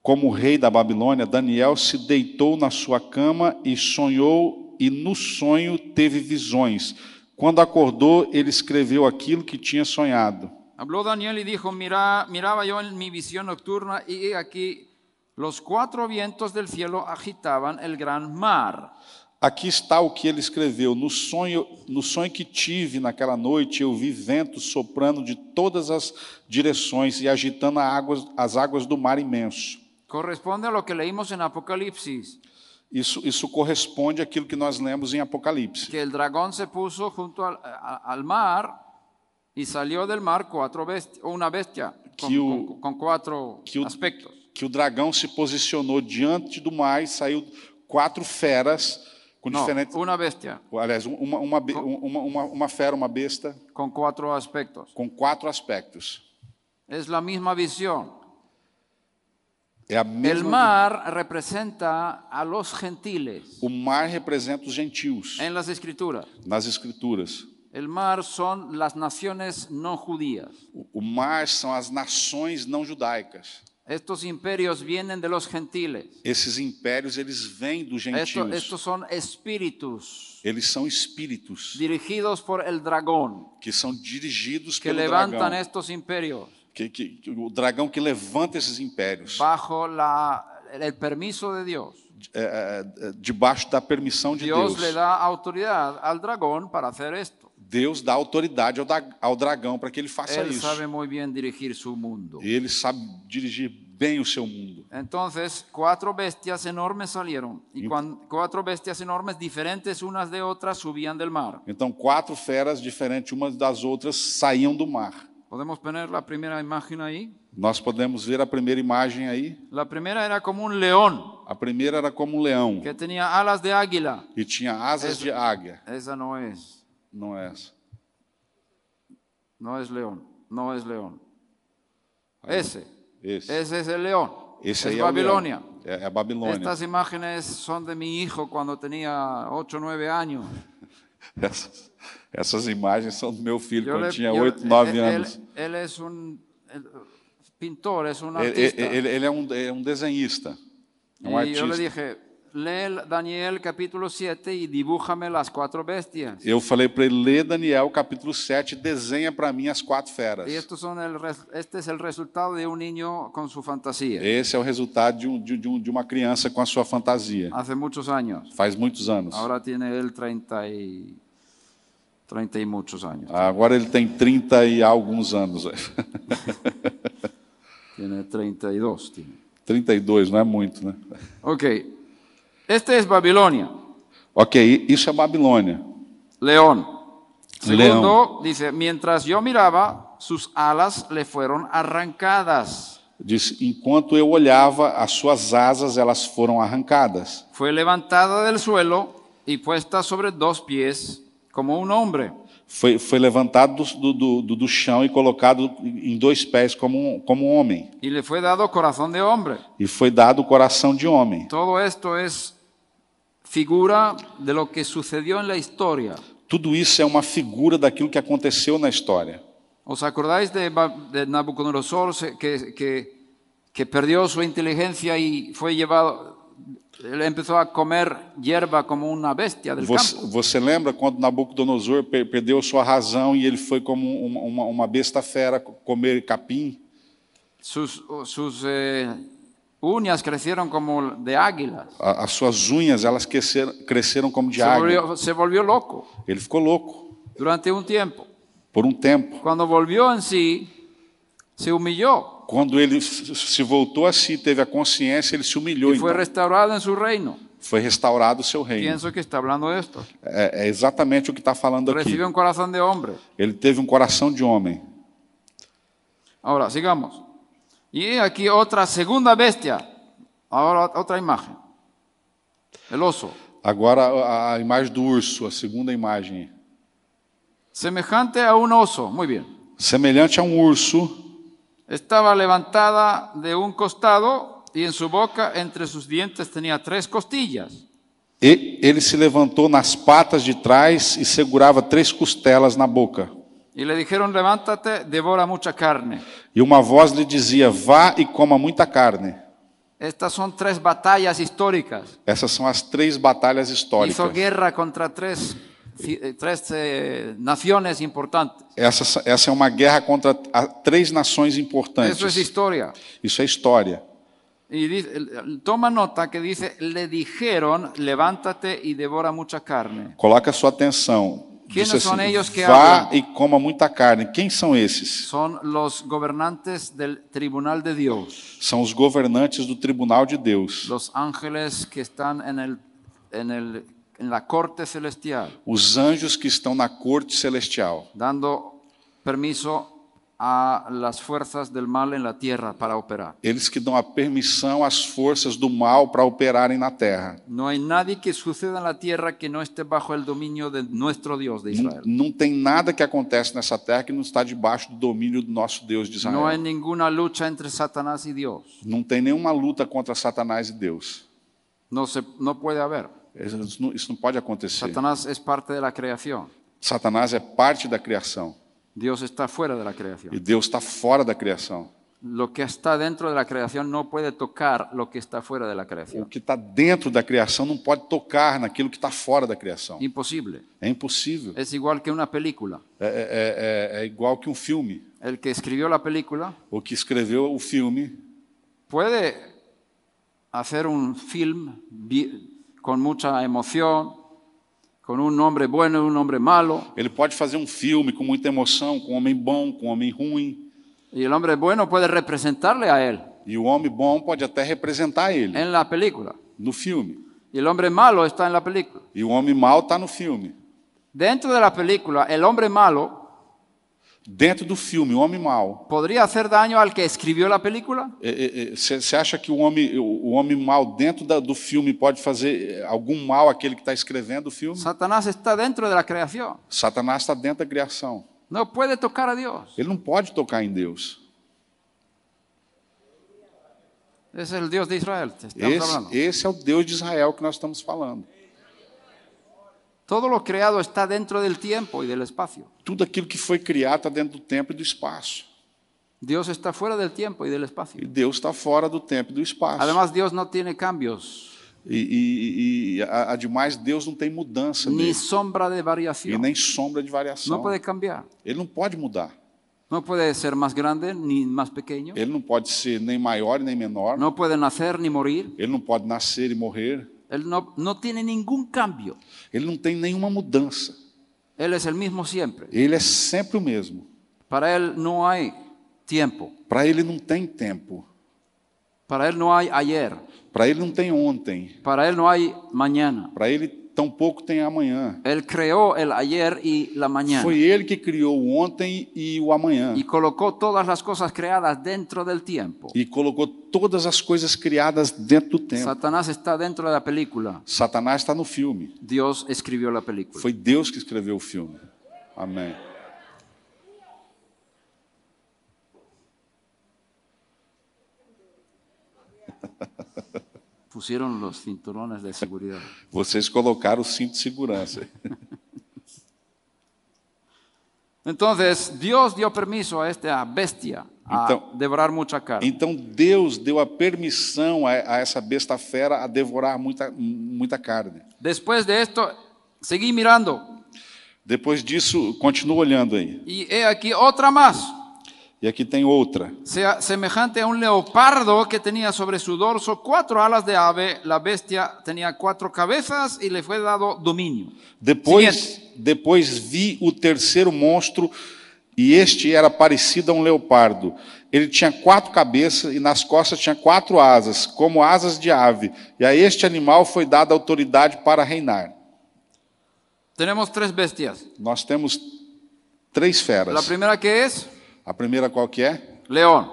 Speaker 2: como rei da Babilônia, Daniel se deitou na sua cama e sonhou, e no sonho teve visões. Quando acordou, ele escreveu aquilo que tinha sonhado.
Speaker 1: Habló Daniel y dijo, Mira, miraba yo en mi visión nocturna y he aquí los cuatro vientos del cielo agitaban el gran mar.
Speaker 2: Aqui está o que ele escreveu. No sonho, no sonho que tive naquela noite, eu vi ventos soprando de todas as direções e agitando a águas- as águas do mar imenso.
Speaker 1: Corresponde a lo que leímos en Apocalipsis,
Speaker 2: Isso, isso corresponde àquilo que nós lemos em Apocalipse.
Speaker 1: que el dragón se puso junto al, a- al mar y salió del mar cuatro besti- o una bestia con,
Speaker 2: Que o-
Speaker 1: con- con cuatro
Speaker 2: que o-
Speaker 1: aspectos.
Speaker 2: Que o dragão se posicionou diante do mar e saiu quatro feras com
Speaker 1: No,
Speaker 2: diferentes.
Speaker 1: una bestia
Speaker 2: Aliás, uma, uma, be- um, uma, uma, uma fera, uma besta,
Speaker 1: con cuatro aspectos.
Speaker 2: com quatro aspectos.
Speaker 1: Es la misma visión.
Speaker 2: É a
Speaker 1: El
Speaker 2: mesma.
Speaker 1: mar representa a los gentiles
Speaker 2: O mar representa os gentios
Speaker 1: en las escrituras.
Speaker 2: nas escrituras.
Speaker 1: El mar son las naciones no judías.
Speaker 2: O- O mar são as nações não judaicas.
Speaker 1: Estos imperios vienen de los gentiles.
Speaker 2: Esses impérios, eles vêm dos
Speaker 1: Esto-
Speaker 2: gentios.
Speaker 1: estos son espíritus
Speaker 2: Eles são espíritus
Speaker 1: dirigidos por el dragón
Speaker 2: que são dirigidos
Speaker 1: que
Speaker 2: pelo
Speaker 1: levantan
Speaker 2: dragão.
Speaker 1: estos imperios
Speaker 2: Que, que, que o dragão que levanta esses impérios
Speaker 1: bajo la- el permiso de Dios.
Speaker 2: é, é, é, debaixo da permissão de
Speaker 1: Dios
Speaker 2: Deus.
Speaker 1: le da autoridad al dragón para hacer esto.
Speaker 2: Deus dá autoridade ao, da- ao dragão para que ele faça
Speaker 1: Él
Speaker 2: isso.
Speaker 1: sabe muy bien dirigir su mundo.
Speaker 2: E ele sabe dirigir bem o seu mundo.
Speaker 1: Entonces, cuatro bestias enormes salieron y cuan- cuatro bestias enormes diferentes unas de otras subían del mar.
Speaker 2: Então, quatro feras diferentes umas das outras saíam do mar.
Speaker 1: Podemos poner la primera imagen ahí.
Speaker 2: Nós podemos ver a primeira imagem aí.
Speaker 1: La primera era como un león
Speaker 2: A primeira era como um leão
Speaker 1: que tenía alas de águila.
Speaker 2: e tinha asas de águia.
Speaker 1: Esa no es,
Speaker 2: Não é essa.
Speaker 1: no es león, no es león. Ese,
Speaker 2: Esse,
Speaker 1: ese es el león.
Speaker 2: esse
Speaker 1: es
Speaker 2: aí é o
Speaker 1: Babilonia.
Speaker 2: leão. É, é a Babilônia.
Speaker 1: Estas imágenes son de mi hijo cuando tenía 8 o 9 anos.
Speaker 2: Essas, essas imagens são do meu filho
Speaker 1: Yo
Speaker 2: quando
Speaker 1: le- é,
Speaker 2: tinha
Speaker 1: yo-
Speaker 2: 8, 9
Speaker 1: él-
Speaker 2: anos.
Speaker 1: Él, él es un él- pintor, es un
Speaker 2: Ele,
Speaker 1: artista.
Speaker 2: ele- ele é, um, é um desenhista, é um
Speaker 1: y yo le
Speaker 2: artista.
Speaker 1: dije, lee el Daniel capítulo 7 y dibújame las cuatro bestias.
Speaker 2: Eu falei para ele ler Daniel capítulo 7, desenha para mim as quatro
Speaker 1: Y
Speaker 2: feras.
Speaker 1: estos son el res- este es el resultado de un niño con su fantasía.
Speaker 2: Esse é o resultado de, um, de, de um- de uma criança com a sua fantasia.
Speaker 1: Hace muchos años.
Speaker 2: Faz muitos anos.
Speaker 1: Ahora tiene él 30 y, 30 y muchos años.
Speaker 2: Ah, Agora ele tem 30 e alguns anos.
Speaker 1: Tiene 32. Tiene.
Speaker 2: 32, não é muito, né?
Speaker 1: Ok. Este es Babilonia.
Speaker 2: Ok, isso é Babilônia.
Speaker 1: León.
Speaker 2: León.
Speaker 1: Segundo, dice, mientras yo miraba, sus alas le fueron arrancadas.
Speaker 2: Diz, enquanto eu olhava, as suas asas elas foram arrancadas.
Speaker 1: Fue levantada del suelo y puesta sobre dos pies como un hombre.
Speaker 2: foi, foi levantado do, do, do, do chão e colocado em dois pés como um, como um homem.
Speaker 1: Y le fue dado corazón de hombre.
Speaker 2: E foi dado o coração de homem.
Speaker 1: Todo esto es figura de lo que sucedió en la historia.
Speaker 2: Tudo isso é uma figura daquilo que aconteceu na história.
Speaker 1: ¿Os acordáis de, Ba- de Nabucodonosor se- que, que- que perdió su inteligencia y fue llevado, él empezó a comer hierba como una bestia del
Speaker 2: Você,
Speaker 1: campo.
Speaker 2: você lembra quando Nabucodonosor per- perdeu sua razão e ele foi como uma, uma- uma besta fera co- comer capim?
Speaker 1: Sus, sus, eh, uñas crecieron como de águilas.
Speaker 2: A- as suas unhas elas cresceram, cresceram como de
Speaker 1: Se
Speaker 2: águia.
Speaker 1: volvió, se volvió loco
Speaker 2: Ele ficou louco
Speaker 1: durante un tiempo.
Speaker 2: por um tempo.
Speaker 1: Cuando volvió en sí, se humilló
Speaker 2: Quando ele s- se voltou a si, teve a consciência, ele se humilhou.
Speaker 1: y fue
Speaker 2: então.
Speaker 1: restaurado en su reino.
Speaker 2: Foi restaurado o seu reino.
Speaker 1: Pienso que está hablando de esto.
Speaker 2: É, é exatamente o que está falando aqui.
Speaker 1: Recibió un corazón de hombre.
Speaker 2: Ele teve um coração de homem.
Speaker 1: Ahora, sigamos. Y aquí otra segunda bestia. Ahora otra imagen. El oso.
Speaker 2: Agora a, a imagem do urso, a segunda imagem.
Speaker 1: Semejante a un oso. Muy bien.
Speaker 2: Semelhante a um urso,
Speaker 1: Estaba levantada de un costado y en su boca, entre sus dientes, tenía tres costillas.
Speaker 2: e- ele se levantou nas patas de trás e segurava três costelas na boca.
Speaker 1: Y le dijeron, levántate, devora mucha carne.
Speaker 2: E uma voz lhe dizia: Vá e coma muita carne.
Speaker 1: Estas son tres batallas históricas.
Speaker 2: Essas são as três batalhas
Speaker 1: Hizo
Speaker 2: históricas.
Speaker 1: guerra contra tres, ci- eh, tres eh, naciones importantes.
Speaker 2: Essa, essa é uma guerra contra a- três nações
Speaker 1: Eso es
Speaker 2: importantes.
Speaker 1: historia.
Speaker 2: Isso é história.
Speaker 1: Y dice- el- el- toma nota que dice, le dijeron, levántate y devora mucha carne.
Speaker 2: Coloca sua atenção.
Speaker 1: Quem
Speaker 2: Disse
Speaker 1: são eles
Speaker 2: assim,
Speaker 1: que
Speaker 2: Vá
Speaker 1: hablam?
Speaker 2: e coma muita carne. Quem são esses?
Speaker 1: Son los gobernantes del tribunal de Dios,
Speaker 2: São os governantes do tribunal de Deus.
Speaker 1: los ángeles que están en, el, en, el, en la corte celestial,
Speaker 2: Os anjos que estão na corte celestial,
Speaker 1: dando permiso a las fuerzas del mal en la tierra para operar.
Speaker 2: eles que dão a permissão às forças do mal para operarem na terra.
Speaker 1: No hay nadie que suceda en la tierra que no esté bajo el dominio de nuestro Dios de
Speaker 2: Não,
Speaker 1: Israel.
Speaker 2: não tem nada que acontece nessa terra que não está debaixo do domínio do nosso Deus de
Speaker 1: No hay
Speaker 2: Israel.
Speaker 1: ninguna lucha entre Satanás y Dios.
Speaker 2: Não tem nenhuma luta contra Satanás e Deus.
Speaker 1: No, se, no puede haber.
Speaker 2: Isso não, isso não pode acontecer.
Speaker 1: Satanás es parte de la creación.
Speaker 2: Satanás é parte da criação
Speaker 1: Dios está fuera de la
Speaker 2: e
Speaker 1: creación.
Speaker 2: Deus está fora da criação.
Speaker 1: Lo que está dentro de la creación no puede tocar lo que está fuera de la
Speaker 2: O
Speaker 1: creación.
Speaker 2: que está dentro da criação não pode tocar naquilo que está fora da criação.
Speaker 1: Imposible.
Speaker 2: É impossível.
Speaker 1: Es igual que una película.
Speaker 2: É, é- é- é igual que um filme.
Speaker 1: El que escribió la película
Speaker 2: O que escreveu o filme
Speaker 1: puede hacer un film bi- con mucha emoción, con un hombre bueno y un hombre malo.
Speaker 2: Ele pode fazer um filme com muita emoção, com um homem bom, com homem ruim,
Speaker 1: Y el hombre bueno puede representarle a él
Speaker 2: e o homem bom pode até representar ele
Speaker 1: en la película.
Speaker 2: no filme.
Speaker 1: Y el hombre malo está en la película.
Speaker 2: E o homem mau está no filme.
Speaker 1: Dentro de la película, el hombre malo
Speaker 2: Dentro do filme, o homem mau. É,
Speaker 1: ¿Podría hacer daño al que escribió la película?
Speaker 2: Mm. Você acha que o homem, o o homem mau dentro da- do filme pode fazer eh, algum mal àquele que está escrevendo o filme?
Speaker 1: Satanás está dentro de la creación.
Speaker 2: Satanás está dentro da criação.
Speaker 1: No puede tocar a Dios.
Speaker 2: Ele não pode tocar em Deus.
Speaker 1: Ese es el Dios de Israel. te estamos hablando.
Speaker 2: Esse, esse é o Deus de Israel que nós estamos falando.
Speaker 1: Todo lo creado está dentro del tiempo y del espacio.
Speaker 2: Tudo aquilo que foi criado está dentro do tempo e do espaço.
Speaker 1: Dios está fuera del tiempo y del
Speaker 2: E
Speaker 1: espacio.
Speaker 2: Deus está fora do tempo e do espaço.
Speaker 1: Además, Dios no tiene cambios
Speaker 2: E, e, e, e a- ademais, Deus não tem mudança
Speaker 1: ni
Speaker 2: nele,
Speaker 1: sombra de
Speaker 2: e
Speaker 1: variación.
Speaker 2: nem sombra de variação.
Speaker 1: No puede cambiar.
Speaker 2: Ele não pode mudar.
Speaker 1: No puede ser más grande ni más pequeño.
Speaker 2: Ele não pode ser nem maior e nem menor.
Speaker 1: No puede nacer ni morir.
Speaker 2: Ele não pode nascer e morrer.
Speaker 1: Él no, no tiene ningún cambio.
Speaker 2: Ele não tem nenhuma mudança.
Speaker 1: Él es el mismo siempre.
Speaker 2: Ele é sempre o mesmo.
Speaker 1: Para Él no hay tiempo.
Speaker 2: Para ele não tem tempo.
Speaker 1: Para Él no hay ayer,
Speaker 2: Para ele não tem ontem.
Speaker 1: para Él no hay mañana.
Speaker 2: Para ele tampouco tem amanhã.
Speaker 1: Él creó el ayer y la mañana
Speaker 2: Foi ele que criou o ontem e o amanhã.
Speaker 1: y colocó todas las cosas creadas dentro del tiempo.
Speaker 2: E colocou todas as coisas criadas dentro do tempo.
Speaker 1: Satanás está dentro de la película.
Speaker 2: Satanás está no filme.
Speaker 1: Dios escribió la película.
Speaker 2: Foi Deus que escreveu o filme. Amém.
Speaker 1: Pusieron los cinturones de seguridad.
Speaker 2: Vocês colocaram o cinto de segurança.
Speaker 1: Entonces, Dios dio permiso a esta bestia a
Speaker 2: Então-
Speaker 1: devorar mucha carne.
Speaker 2: Então Deus deu a permissão a, a essa besta fera a devorar muita, muita carne.
Speaker 1: Después de esto, seguí mirando.
Speaker 2: Depois disso, continua olhando aí.
Speaker 1: Y he aquí otra más,
Speaker 2: E aqui tem outra.
Speaker 1: sea- semejante a un leopardo que tenía sobre su dorso cuatro alas de ave. La bestia tenía cuatro cabezas y le fue dado dominio.
Speaker 2: Depois, depois vi o terceiro monstro, e este era parecido a um leopardo. Ele tinha quatro cabeças e nas costas tinha quatro asas, como asas de ave. E a este animal foi dada autoridade para reinar.
Speaker 1: Tenemos tres bestias.
Speaker 2: Nós temos três
Speaker 1: La
Speaker 2: feras.
Speaker 1: primera que es
Speaker 2: A primeira qual que é?
Speaker 1: león,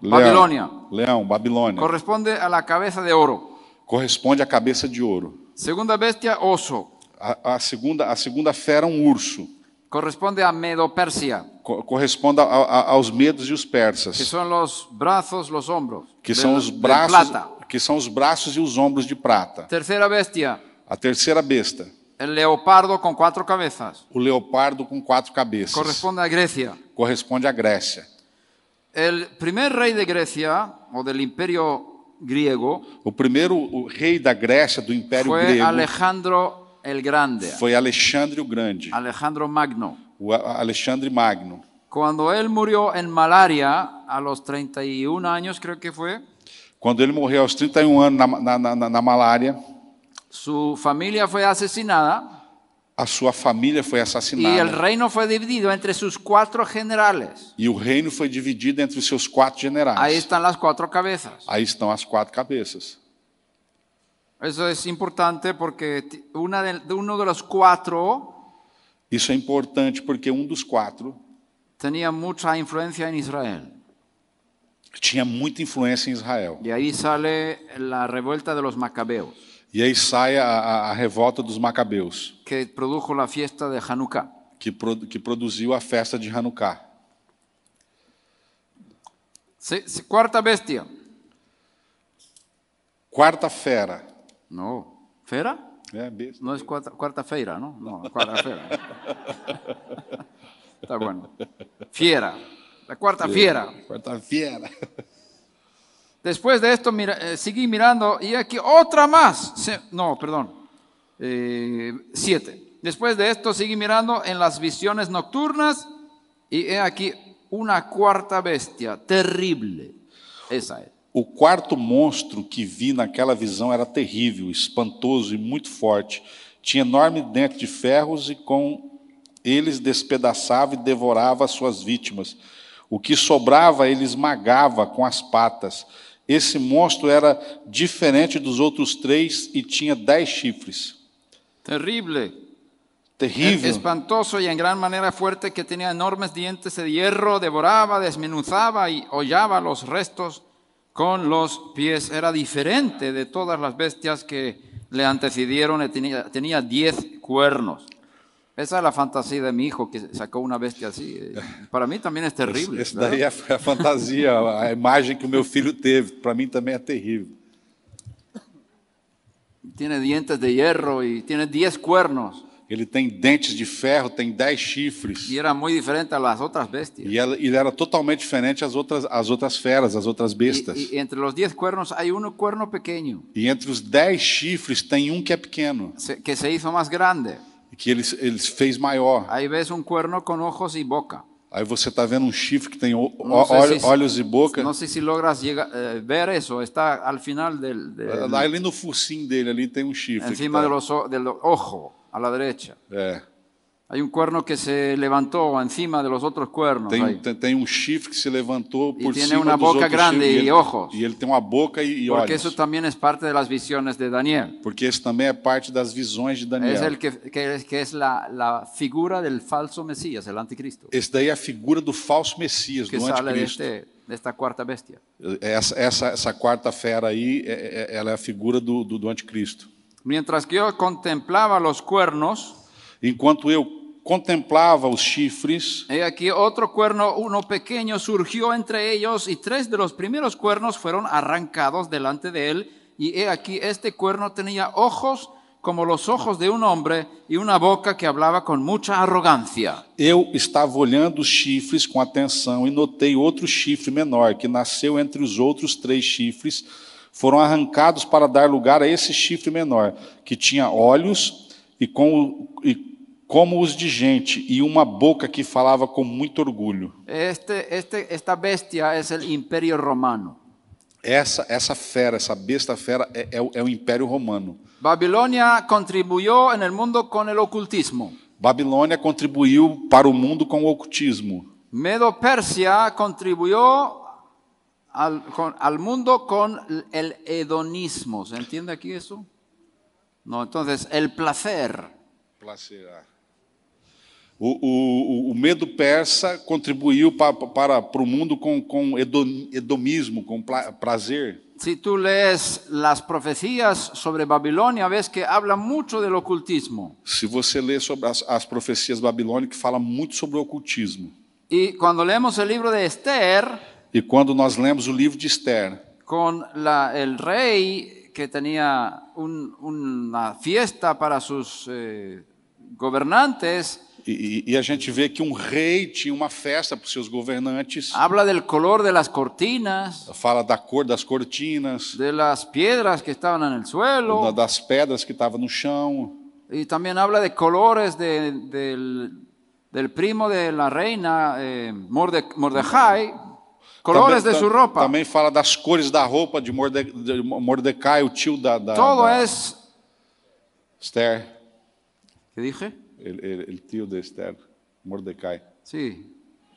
Speaker 2: Leão.
Speaker 1: Babilonia.
Speaker 2: Leão, Babilônia.
Speaker 1: Corresponde a la cabeza de oro.
Speaker 2: Corresponde à cabeça de ouro.
Speaker 1: Segunda bestia, oso.
Speaker 2: A, a segunda, a segunda fera, um urso.
Speaker 1: Corresponde a Medo Persia,
Speaker 2: Co- corresponde a- a- aos medos e os
Speaker 1: que
Speaker 2: persas,
Speaker 1: son los brazos, los hombros.
Speaker 2: que
Speaker 1: de-
Speaker 2: são os
Speaker 1: de
Speaker 2: braços,
Speaker 1: é plata.
Speaker 2: que são os braços e os ombros de prata.
Speaker 1: Tercera bestia,
Speaker 2: A terceira besta,
Speaker 1: el leopardo con cuatro cabezas.
Speaker 2: o leopardo com quatro cabeças,
Speaker 1: Corresponde a Grecia.
Speaker 2: corresponde à Grécia.
Speaker 1: El primer rey de Grecia, o del imperio griego,
Speaker 2: O primeiro o rei da Grécia do Império
Speaker 1: fue
Speaker 2: Grego
Speaker 1: Alejandro el Grande,
Speaker 2: foi Alexandre o Grande,
Speaker 1: Alejandro Magno.
Speaker 2: o A- Alexandre Magno.
Speaker 1: Cuando él murió en malaria, a los 31 años creo que fue,
Speaker 2: Quando ele morreu aos 31 anos na, na- na- na- na malária,
Speaker 1: su familia fue asesinada
Speaker 2: a sua família foi
Speaker 1: Y el
Speaker 2: assassinada.
Speaker 1: reino fue dividido entre sus cuatro generales.
Speaker 2: E o reino foi dividido entre os seus quatro
Speaker 1: Ahí
Speaker 2: generais.
Speaker 1: están las cuatro cabezas.
Speaker 2: Aí estão as quatro cabeças.
Speaker 1: Eso es importante porque ti- una de, de uno de los cuatro
Speaker 2: Isso é importante porque um dos quatro
Speaker 1: tenía mucha influencia en Israel.
Speaker 2: tinha muita influência em Israel.
Speaker 1: Y ahí sale la revuelta de los macabeos,
Speaker 2: E aí sai a, a- a revolta dos Macabeus,
Speaker 1: que produjo la fiesta de Hanukkah.
Speaker 2: que, produ- que produziu a festa de Hanukkah.
Speaker 1: Se- se- cuarta bestia.
Speaker 2: Quarta-feira.
Speaker 1: No. ¿Fera?
Speaker 2: É, besta.
Speaker 1: No es cuarta, cuarta feira, ¿no? No, cuarta feira. Está bueno. Fiera. La cuarta fiera.
Speaker 2: Quarta-feira.
Speaker 1: Después de esto mira- eh, seguí mirando y aquí otra más. Se- no, perdón. Eh, siete. Después de esto seguí mirando en las visiones nocturnas y he aquí una cuarta bestia terrible. Esa es.
Speaker 2: O quarto monstro que vi naquela visão era terrível, espantoso e muito forte. Tinha enorme dente de ferros e com eles despedaçava e devorava as suas vítimas. O que sobrava ele esmagava com as patas. Esse monstro era diferente dos outros três e tinha dez chifres.
Speaker 1: Terrible.
Speaker 2: Terrível,
Speaker 1: Espantoso y en gran manera fuerte que tenía enormes dientes de hierro, devoraba, desmenuzaba y hollaba los restos con los pies. Era diferente de todas las bestias que le antecedieron. y Tenía, tenía diez cuernos. Esa es la fantasía de mi hijo que sacó una bestia así. Eh, Para mí también es terrible.
Speaker 2: Essa
Speaker 1: ¿verdad?
Speaker 2: daí é a fantasia, a imagem que o meu filho teve. Para mim também é terrível.
Speaker 1: Tiene dientes de hierro y tiene diez cuernos.
Speaker 2: Ele tem dentes de ferro, tem dez chifres.
Speaker 1: Y era muy diferente a las otras bestias.
Speaker 2: E ela, ele era totalmente diferente às outras, às outras feras, às outras bestas.
Speaker 1: Y,
Speaker 2: E,
Speaker 1: y entre los diez cuernos hay uno cuerno pequeño
Speaker 2: entre os dez chifres tem um que é pequeno,
Speaker 1: se- que se hizo más grande.
Speaker 2: que eles eles fez maior.
Speaker 1: Ahí ves un cuerno con ojos y boca.
Speaker 2: Aí você está vendo um chifre que tem o- o-
Speaker 1: Não sei
Speaker 2: olho-
Speaker 1: se-
Speaker 2: olhos e boca.
Speaker 1: No sé si logras llega- eh, ver eso. Está al final del, del-
Speaker 2: Lá É, ali no focinho dele ali tem um chifre. que
Speaker 1: encima
Speaker 2: tá-
Speaker 1: de los o- del ojo a la derecha.
Speaker 2: é.
Speaker 1: Hay un cuerno que se levantó encima de los otros cuernos.
Speaker 2: tem,
Speaker 1: ahí,
Speaker 2: tem, tem um chifre que se levantou
Speaker 1: E
Speaker 2: por
Speaker 1: tem
Speaker 2: cima
Speaker 1: uma
Speaker 2: dos
Speaker 1: boca
Speaker 2: outros
Speaker 1: grande
Speaker 2: chifres,
Speaker 1: e
Speaker 2: ele-
Speaker 1: ojos.
Speaker 2: E ele tem uma boca e, e
Speaker 1: porque
Speaker 2: olhos.
Speaker 1: eso también es parte de las visiones de Daniel.
Speaker 2: Porque esse também é parte das visões de
Speaker 1: Es
Speaker 2: Daniel.
Speaker 1: el que, que es, que es la, la figura del falso Mesías, el anticristo,
Speaker 2: Esse daí é a figura do falso Messias,
Speaker 1: que
Speaker 2: do
Speaker 1: sale de,
Speaker 2: anticristo. É,
Speaker 1: este, de esta cuarta bestia.
Speaker 2: Essa, essa, essa quarta fera aí, é, é- ela é a figura do, do, do anticristo.
Speaker 1: Mientras que yo contemplaba los cuernos,
Speaker 2: Enquanto eu contemplava os chifres,
Speaker 1: He aquí otro cuerno, uno pequeño, surgió entre ellos y tres de los primeros cuernos fueron arrancados delante de él. Y he aquí este cuerno tenía ojos como los ojos de un hombre y una boca que hablaba con mucha arrogancia.
Speaker 2: Eu estava olhando os chifres com atenção e notei outro chifre menor, que nasceu entre os outros três chifres, foram arrancados para dar lugar a esse chifre menor, que tinha olhos e, com, e como os de gente, e uma boca que falava com muito orgulho.
Speaker 1: Este, este, esta bestia es el imperio romano.
Speaker 2: Essa, essa fera, essa besta fera, é, é o- é o Império Romano.
Speaker 1: Babilonia contribuyó en el mundo con el ocultismo.
Speaker 2: Babilônia contribuiu para o mundo com o ocultismo.
Speaker 1: Medo Persia contribuyó al, con- al mundo con el hedonismo. ¿Se entiende aquí eso? No, entonces, el placer.
Speaker 2: O, o- o- o medo persa contribuiu pa- pa- para, para o mundo com, com hedon- hedonismo, com pla- prazer.
Speaker 1: Si tú lees las profecías sobre Babilonia, ves que habla mucho del ocultismo.
Speaker 2: Se você lê sobre as, as profecias babilônicas, fala muito sobre o ocultismo.
Speaker 1: Y cuando leemos el libro de Esther,
Speaker 2: E quando nós lemos o livro de Esther,
Speaker 1: con la- el rey que tenía un- una fiesta para sus eh, gobernantes,
Speaker 2: e, e- e a gente vê que um rei tinha uma festa para os seus governantes,
Speaker 1: habla del color de las cortinas,
Speaker 2: fala da cor das cortinas,
Speaker 1: de las piedras que estaban en el
Speaker 2: da-
Speaker 1: suelo,
Speaker 2: das pedras que estavam no chão.
Speaker 1: y también habla de colores de- del, del primo de la reina, eh, Morde- Mordejai, colores de
Speaker 2: Também-
Speaker 1: su
Speaker 2: tam-
Speaker 1: ropa.
Speaker 2: Também fala das cores da roupa de, Morde, de Mordecai, o tio da, da,
Speaker 1: Todo
Speaker 2: da
Speaker 1: es,
Speaker 2: Esther.
Speaker 1: ¿qué dije?
Speaker 2: Ele, ele, ele tio de Esther, Mordecai.
Speaker 1: Sí,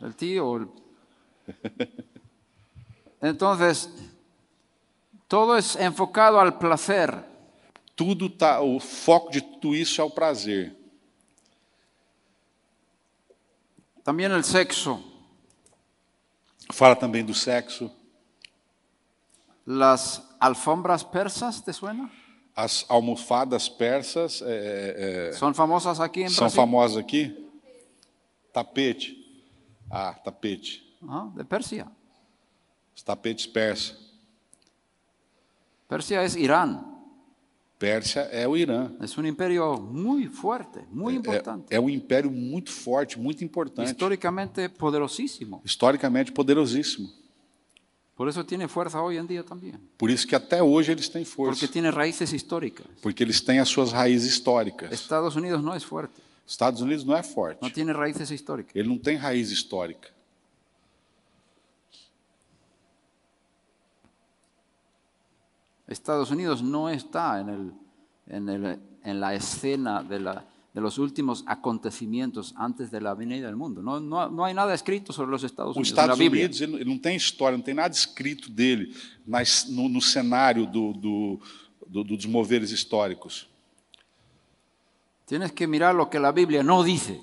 Speaker 1: el tío. el- Entonces, todo es enfocado al placer.
Speaker 2: Tudo tá, o foco de tudo isso é o prazer.
Speaker 1: También el sexo,
Speaker 2: Fala também do sexo,
Speaker 1: las alfombras persas, ¿te suena?
Speaker 2: as almofadas persas, é, é,
Speaker 1: Son famosas aquí
Speaker 2: é,
Speaker 1: en
Speaker 2: são
Speaker 1: Brasil.
Speaker 2: famosas aqui. Tapete. Ah, tapete.
Speaker 1: Ajá, de Persia.
Speaker 2: Os tapetes persa.
Speaker 1: Persia es Irán.
Speaker 2: Pérsia é o Irã.
Speaker 1: Es un imperio muy fuerte, muy importante.
Speaker 2: É, é um império muito forte, muito importante.
Speaker 1: históricamente poderosíssimo.
Speaker 2: Historicamente poderosíssimo.
Speaker 1: Por eso tiene fuerza hoy en día también.
Speaker 2: Por isso que até hoje eles têm força.
Speaker 1: Porque tiene raíces históricas.
Speaker 2: Porque eles têm as suas raízes históricas.
Speaker 1: Estados Unidos no es fuerte.
Speaker 2: Os Estados Unidos não é
Speaker 1: No
Speaker 2: forte.
Speaker 1: tiene raíces históricas.
Speaker 2: Ele não tem raiz histórica.
Speaker 1: Estados Unidos no está en, el- en el- en la escena de, la- de los últimos acontecimientos antes de la venida del mundo. No, no- no hay nada escrito sobre los Estados
Speaker 2: Os
Speaker 1: Unidos en la
Speaker 2: Pues Estados
Speaker 1: Biblia.
Speaker 2: Unidos ele ele não tem história, não tem nada escrito dele nas, no, no cenário do, do, do- do- dos moveres históricos.
Speaker 1: Tienes que mirar lo que la Biblia no dice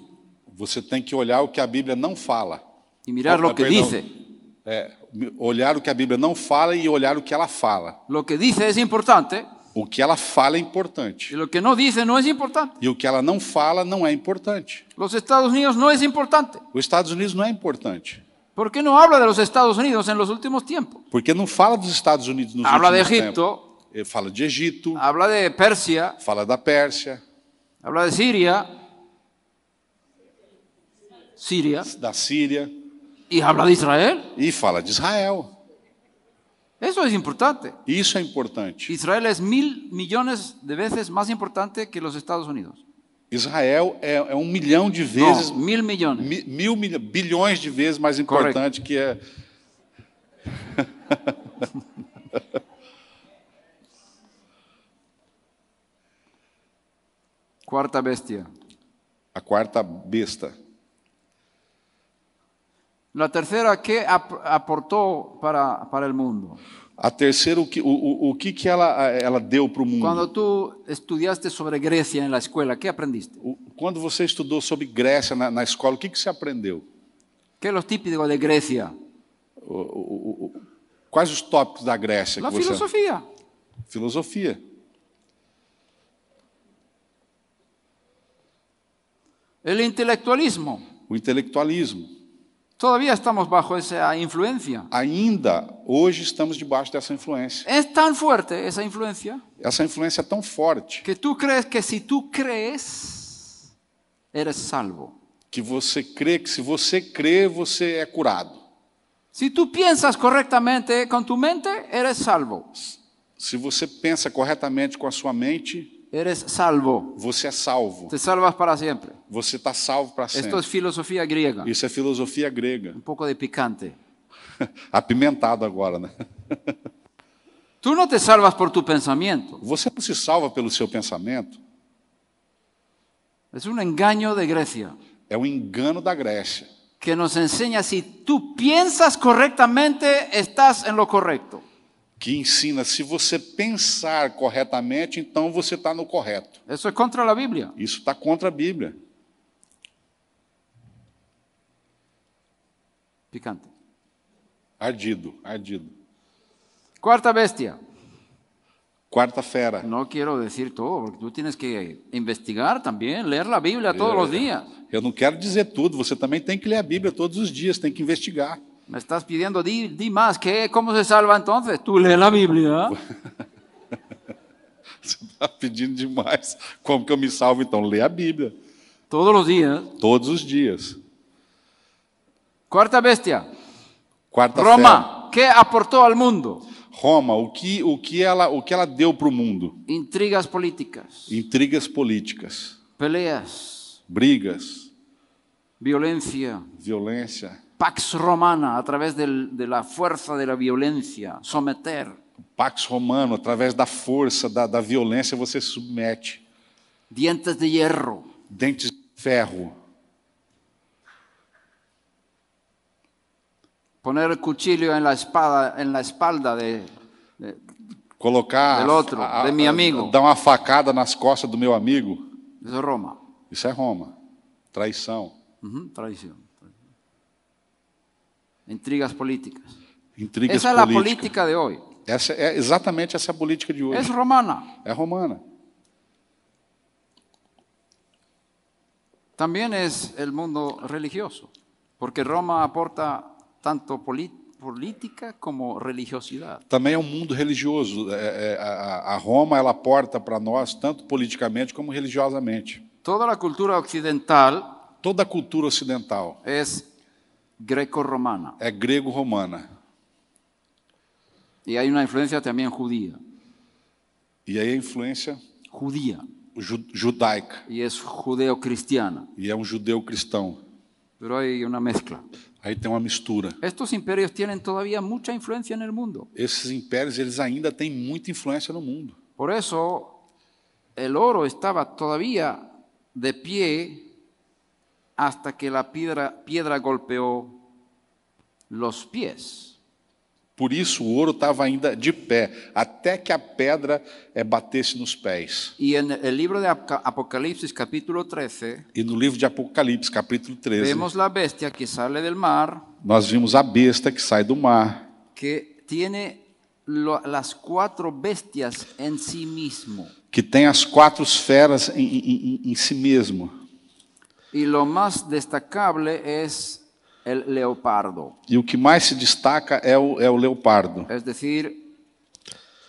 Speaker 2: Você tem que olhar o que a Bíblia não fala.
Speaker 1: y mirar
Speaker 2: Ah,
Speaker 1: lo que
Speaker 2: perdão.
Speaker 1: dice.
Speaker 2: É, olhar o que a Bíblia não fala e olhar o que ela fala.
Speaker 1: Lo que dice es importante
Speaker 2: O que ela fala é
Speaker 1: y
Speaker 2: importante.
Speaker 1: lo que no dice no es importante.
Speaker 2: E o que ela não fala não é importante.
Speaker 1: Los Estados Unidos no es importante.
Speaker 2: Os Estados Unidos não é importante.
Speaker 1: ¿Por qué no habla de los Estados Unidos en los últimos tiempos?
Speaker 2: Porque não fala dos Estados Unidos nos
Speaker 1: Habla de
Speaker 2: últimos
Speaker 1: Egipto,
Speaker 2: tempos. Ele fala de Egito,
Speaker 1: habla de Persia,
Speaker 2: fala da Pérsia,
Speaker 1: habla de Siria, Siria,
Speaker 2: da Síria
Speaker 1: y habla de Israel.
Speaker 2: e fala de Israel.
Speaker 1: Eso es importante.
Speaker 2: Isso é importante.
Speaker 1: Israel es mil millones de veces más importante que los Estados Unidos.
Speaker 2: Israel é, é um milhão de
Speaker 1: No,
Speaker 2: vezes,
Speaker 1: mil millones.
Speaker 2: mi- mil, milha- bilhões de vezes mais
Speaker 1: Correto.
Speaker 2: importante que é.
Speaker 1: Cuarta bestia.
Speaker 2: A quarta besta.
Speaker 1: La tercera, ¿qué ap- aportó para, para el mundo?
Speaker 2: A terceira, o que, o, o, o que, que ela, ela deu para o mundo?
Speaker 1: Cuando tú estudiaste sobre Grecia en la escuela, ¿qué aprendiste?
Speaker 2: O- Quando você estudou sobre Grécia na, na escola, o que, que você aprendeu?
Speaker 1: ¿Qué es lo típico de Grecia?
Speaker 2: O- o- o- o- quais os tópicos da Grécia?
Speaker 1: La
Speaker 2: que você-
Speaker 1: filosofía.
Speaker 2: Filosofia.
Speaker 1: El intelectualismo.
Speaker 2: O intelectualismo.
Speaker 1: Todavía estamos bajo esa influencia.
Speaker 2: Ainda hoje estamos debaixo dessa influência.
Speaker 1: Es tan fuerte esa influencia
Speaker 2: Essa influência é tão forte
Speaker 1: que tú crees que si tú crees, eres salvo.
Speaker 2: que você crê que se você crê, você é curado.
Speaker 1: Si tú piensas correctamente con tu mente, eres salvo.
Speaker 2: Se você pensa corretamente com a sua mente,
Speaker 1: Eres salvo.
Speaker 2: você é salvo.
Speaker 1: Te salvas para siempre.
Speaker 2: Você está salvo para
Speaker 1: Esto es
Speaker 2: sempre.
Speaker 1: filosofía griega.
Speaker 2: Isso é filosofia grega.
Speaker 1: Un poco de picante.
Speaker 2: Apimentado agora, né?
Speaker 1: Tú no te salvas por tu pensamiento.
Speaker 2: Você não se salva pelo seu pensamento.
Speaker 1: Es un engaño de Grecia
Speaker 2: É o engano da Grécia.
Speaker 1: que nos enseña si tú piensas correctamente, estás en lo correcto.
Speaker 2: que ensina se você pensar corretamente, então você está no correto.
Speaker 1: Eso es contra la Biblia.
Speaker 2: Isso está contra a Bíblia.
Speaker 1: Picante.
Speaker 2: Ardido, ardido.
Speaker 1: Cuarta bestia.
Speaker 2: Quarta-feira.
Speaker 1: No quiero decir todo, porque tú tienes que investigar también, leer la Biblia todos los días.
Speaker 2: Eu não quero dizer tudo, você também tem que ler a Bíblia todos os dias, tem que investigar.
Speaker 1: Me estás pidiendo, di, di más, ¿qué? ¿Cómo se salva entonces? Tú lees la Biblia.
Speaker 2: Você está pedindo demais. Como que eu me salvo então? Lê a Bíblia
Speaker 1: Todos los días.
Speaker 2: todos os dias.
Speaker 1: Cuarta bestia.
Speaker 2: Quarta-feira.
Speaker 1: Roma. ¿Qué aportó al mundo?
Speaker 2: Roma, o que, o que ela, o que ela deu para o mundo?
Speaker 1: Intrigas políticas,
Speaker 2: Intrigas políticas,
Speaker 1: peleas,
Speaker 2: brigas,
Speaker 1: violencia.
Speaker 2: violência,
Speaker 1: Pax romana a través del- de la fuerza de la violencia. Someter.
Speaker 2: Pax Romano, através da força, da, da violência, você se submete.
Speaker 1: Dientes de hierro.
Speaker 2: Dentes de ferro,
Speaker 1: Poner el cuchillo en la, espada, en la espalda de... de-
Speaker 2: colocar.
Speaker 1: Del outro, de mi amigo.
Speaker 2: Dar uma facada nas costas do meu amigo.
Speaker 1: de Roma.
Speaker 2: Isso é Roma. Traição.
Speaker 1: Ujú, traición. Intrigas políticas.
Speaker 2: Intrigas
Speaker 1: Esa es la é
Speaker 2: políticas.
Speaker 1: política de hoy.
Speaker 2: Essa é exatamente essa é a política de
Speaker 1: Es
Speaker 2: hoje.
Speaker 1: romana.
Speaker 2: É romana.
Speaker 1: También es el mundo religioso, porque Roma aporta tanto poli- política como religiosidad.
Speaker 2: Também é um mundo religioso. É- é- a, a Roma ela aporta para nós, tanto politicamente como religiosamente.
Speaker 1: Toda la cultura occidental
Speaker 2: Toda a cultura ocidental
Speaker 1: es greco-romana
Speaker 2: é grego-romana.
Speaker 1: y hay una influencia también judía,
Speaker 2: E aí a influência
Speaker 1: judía
Speaker 2: ju- judaica.
Speaker 1: y es judeo-cristiana,
Speaker 2: e é um judeu cristão.
Speaker 1: pero hay una mezcla.
Speaker 2: Aí tem uma mistura.
Speaker 1: Estos imperios tienen todavía mucha influencia en el mundo.
Speaker 2: Esses impérios eles ainda têm muita influência no mundo.
Speaker 1: Por eso el oro estaba todavía de pie hasta que la piedra, piedra golpeó los pies.
Speaker 2: Por isso o ouro estava ainda de pé, até que a pedra eh, batesse nos pés.
Speaker 1: Y en el libro de Apoca- Apocalipsis capítulo 13
Speaker 2: E no livro de Apocalipse, capítulo 13,
Speaker 1: vemos la bestia que sale del mar
Speaker 2: nós vimos a besta que sai do mar,
Speaker 1: que tiene lo- las cuatro bestias en sí mismo.
Speaker 2: que tem as quatro esferas em, em- em- em si mesmo.
Speaker 1: Y lo más destacable es el leopardo,
Speaker 2: E o que mais se destaca é o, é o leopardo,
Speaker 1: es decir,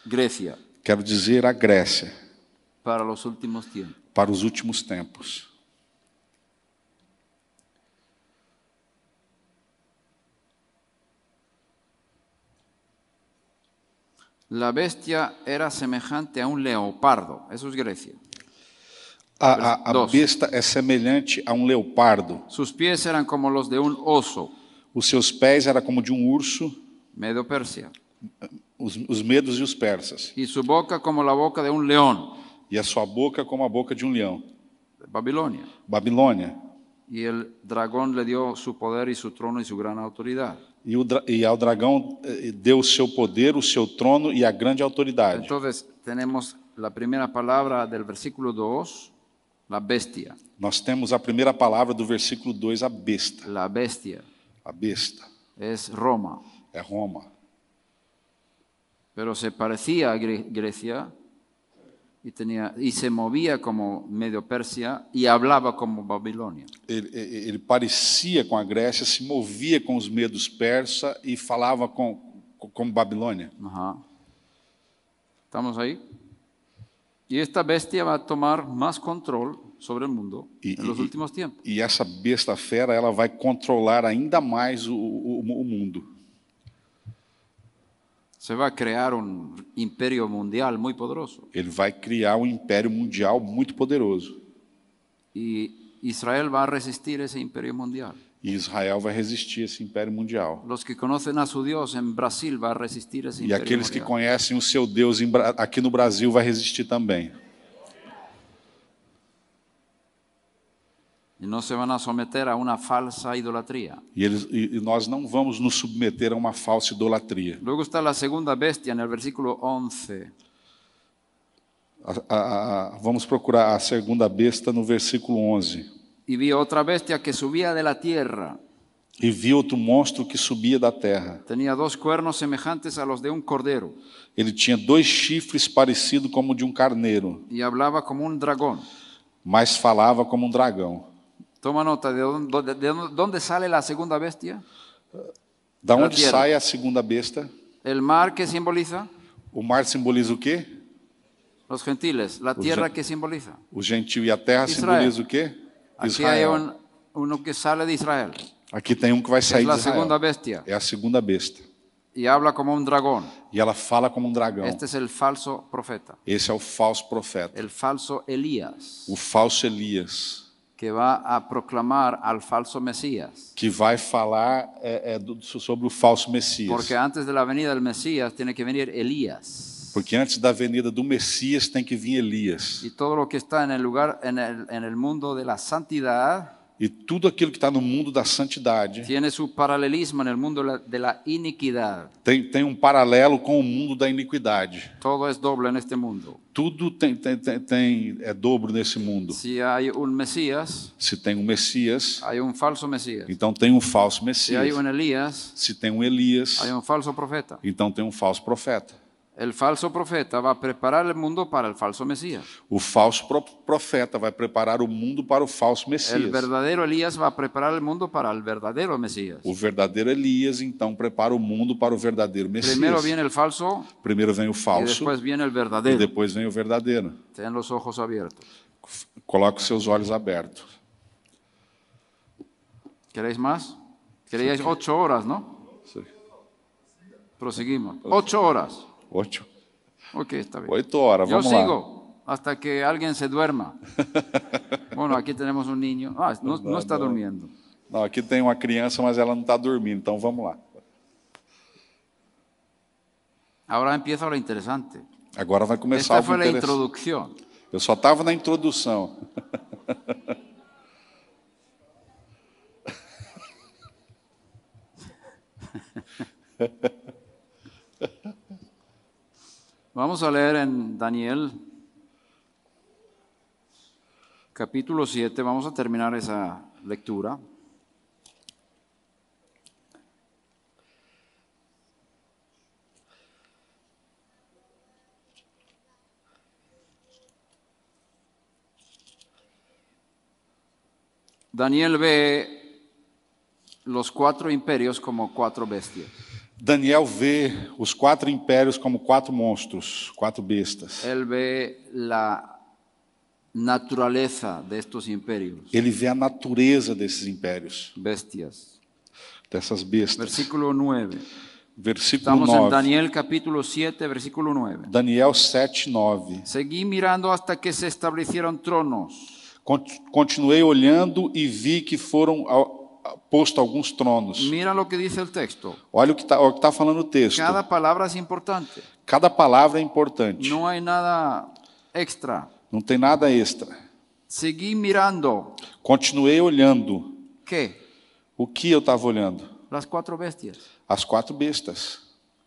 Speaker 1: Grecia
Speaker 2: quero dizer, a Grécia,
Speaker 1: para los últimos tiempos.
Speaker 2: para os últimos tempos.
Speaker 1: La bestia era semejante a un leopardo, eso es Grecia.
Speaker 2: A- a- a
Speaker 1: Doce.
Speaker 2: besta é semelhante a um leopardo,
Speaker 1: Sus pies eran como los de un oso,
Speaker 2: Os seus pés era como de um urso,
Speaker 1: medio persia,
Speaker 2: os, os medos e os persas,
Speaker 1: y su boca como la boca de un león,
Speaker 2: e a sua boca como a boca de um leão.
Speaker 1: de Babilonia.
Speaker 2: Babilônia.
Speaker 1: Y el dragón le dio su poder y su trono y su gran autoridad.
Speaker 2: E, o, dra- e ao dragão eh, deu o seu poder, o seu trono e a grande autoridade.
Speaker 1: Entonces tenemos la primera palabra del versículo 2, la bestia,
Speaker 2: Nós temos a primeira palavra do versículo 2, a besta.
Speaker 1: la bestia,
Speaker 2: A besta
Speaker 1: es Roma,
Speaker 2: é Roma.
Speaker 1: pero se parecía a Gre- Grecia y, tenía, y se movía como medio Persia y hablaba como Babilonia.
Speaker 2: Ele, ele- ele parecia com a Grécia, se movia com os medos persa e falava com, com- como Babilônia.
Speaker 1: Ajá. ¿Estamos ahí? Y esta bestia va a tomar más control sobre el mundo
Speaker 2: Y-
Speaker 1: en los
Speaker 2: y-
Speaker 1: últimos tiempos.
Speaker 2: E essa besta fera ela vai controlar ainda mais o, o- o mundo.
Speaker 1: Se va a crear un imperio mundial muy poderoso.
Speaker 2: Ele vai criar um império mundial muito poderoso.
Speaker 1: Y Israel va a resistir ese imperio mundial.
Speaker 2: E Israel vai resistir a esse império mundial.
Speaker 1: Los que conocen a su Dios en Brasil va a resistir ese
Speaker 2: E
Speaker 1: imperio
Speaker 2: aqueles que
Speaker 1: mundial.
Speaker 2: conhecem o seu Deus em Bra- aqui no Brasil vai resistir também.
Speaker 1: Y no se van a someter a una falsa idolatría.
Speaker 2: E, eles, e, e nós não vamos nos submeter a uma falsa idolatria.
Speaker 1: Luego está la segunda bestia en el versículo 11.
Speaker 2: A- a- a- vamos procurar a segunda besta no versículo 11.
Speaker 1: Y vi otra bestia que subía de la tierra.
Speaker 2: E vi outro monstro que subia da terra.
Speaker 1: Tenía dos cuernos semejantes a los de un cordero
Speaker 2: Ele tinha dois chifres parecidos como o de um carneiro,
Speaker 1: y hablaba como un dragón.
Speaker 2: mas falava como um dragão.
Speaker 1: Toma nota de dónde, de dónde- dónde sale la segunda bestia.
Speaker 2: Da onde
Speaker 1: Tierra.
Speaker 2: sai a segunda besta?
Speaker 1: El mar que simboliza
Speaker 2: O mar simboliza o quê?
Speaker 1: los gentiles, la tierra que simboliza.
Speaker 2: O gentil e a terra
Speaker 1: Israel. é
Speaker 2: simboliza o quê?
Speaker 1: Aquí hay un- uno que sale de Israel,
Speaker 2: Aqui tem um que vai sair
Speaker 1: la
Speaker 2: de Israel.
Speaker 1: é segunda bestia.
Speaker 2: É a segunda besta.
Speaker 1: y habla como un dragón.
Speaker 2: E ela fala como um dragão.
Speaker 1: Este es el falso profeta,
Speaker 2: Esse é o falso profeta,
Speaker 1: el falso Elías,
Speaker 2: o falso Elias,
Speaker 1: que va a proclamar al falso Mesías.
Speaker 2: que vai falar é, é, do- sobre o falso Messias.
Speaker 1: Porque antes de la venida del Mesías tiene que venir Elías.
Speaker 2: Porque antes da venida do Messias tem que vir Elias.
Speaker 1: Y todo lo que está en el lugar, en el, en el mundo de la santidad,
Speaker 2: E tudo aquilo que está no mundo da santidade
Speaker 1: tiene su paralelismo en el mundo la- de la iniquidad.
Speaker 2: tem, tem um paralelo com o mundo da iniquidade.
Speaker 1: Todo es doble en este mundo.
Speaker 2: Tudo tem, tem, tem, tem- é dobro nesse mundo.
Speaker 1: Si hay un Mesías,
Speaker 2: Se tem um Messias,
Speaker 1: hay un falso Mesías.
Speaker 2: então tem um falso
Speaker 1: Si hay un
Speaker 2: Messias.
Speaker 1: Elías,
Speaker 2: Se tem um Elias,
Speaker 1: hay un falso profeta.
Speaker 2: então tem um falso profeta.
Speaker 1: El falso profeta va a preparar el mundo para el falso Mesías.
Speaker 2: O falso pro- profeta vai preparar o mundo para o falso
Speaker 1: El
Speaker 2: Messias.
Speaker 1: verdadero Elías va a preparar el mundo para el verdadero Mesías.
Speaker 2: O verdadeiro Elias, então, prepara o mundo para o verdadeiro Messias.
Speaker 1: Primero viene el falso
Speaker 2: Primeiro vem o
Speaker 1: y
Speaker 2: falso
Speaker 1: después viene el
Speaker 2: e
Speaker 1: verdadero.
Speaker 2: depois vem o verdadeiro.
Speaker 1: Ten los ojos abiertos.
Speaker 2: Coloque os seus olhos abertos.
Speaker 1: ¿Queréis más? Queríais ocho horas, ¿no?
Speaker 2: Isso.
Speaker 1: Proseguimos. Ocho horas.
Speaker 2: Oito,
Speaker 1: Ok, está bien.
Speaker 2: oito horas,
Speaker 1: Yo
Speaker 2: vamos lá.
Speaker 1: sigo hasta que alguien se duerma. Bueno, aquí tenemos un niño. Ah, no, no está durmiendo.
Speaker 2: Não, aqui tem uma criança, mas ela não está dormindo, então vamos lá.
Speaker 1: Ahora empieza lo interesante.
Speaker 2: Agora vai começar
Speaker 1: Esta
Speaker 2: algo
Speaker 1: fue la
Speaker 2: interessante.
Speaker 1: introducción.
Speaker 2: Eu só estava na introdução.
Speaker 1: Vamos a leer en Daniel capítulo 7, vamos a terminar esa lectura. Daniel ve los cuatro imperios como cuatro bestias.
Speaker 2: Daniel vê os quatro impérios como quatro monstros, quatro bestas.
Speaker 1: Él ve la naturaleza de estos imperios,
Speaker 2: Ele vê a natureza desses impérios,
Speaker 1: bestias.
Speaker 2: dessas bestas.
Speaker 1: Versículo 9.
Speaker 2: Versículo
Speaker 1: Estamos en
Speaker 2: 9.
Speaker 1: Daniel capítulo 7, versículo 9.
Speaker 2: Daniel 7, 9.
Speaker 1: Seguí mirando hasta que se establecieron tronos.
Speaker 2: Con- Continuei olhando e vi que foram ao- a- posto alguns tronos.
Speaker 1: Mira lo que dice el texto.
Speaker 2: Olha o que está tá falando o texto. Cada,
Speaker 1: Cada palabra es importante.
Speaker 2: palavra é importante. Não,
Speaker 1: No hay nada extra.
Speaker 2: tem nada extra.
Speaker 1: Seguí mirando.
Speaker 2: Continuei olhando.
Speaker 1: ¿Qué?
Speaker 2: O que eu estava olhando?
Speaker 1: Las cuatro bestias.
Speaker 2: As quatro bestas.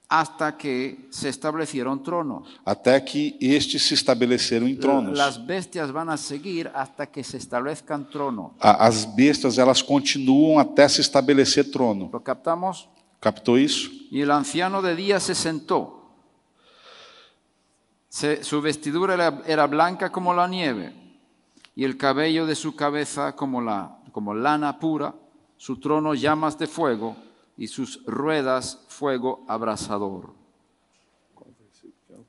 Speaker 1: Hasta que se establecieron tronos.
Speaker 2: Até que estes se estabeleceram em tronos.
Speaker 1: Las bestias van a seguir hasta que se establezcan tronos.
Speaker 2: A- As bestas elas continuam até se estabelecer trono.
Speaker 1: ¿Lo captamos?
Speaker 2: Captou isso?
Speaker 1: Y el anciano de día se sentó. Se- su vestidura era, era blanca como la nieve y el cabello de su cabeza como, la, como lana pura, su trono llamas de fuego y sus ruedas fuego abrasador.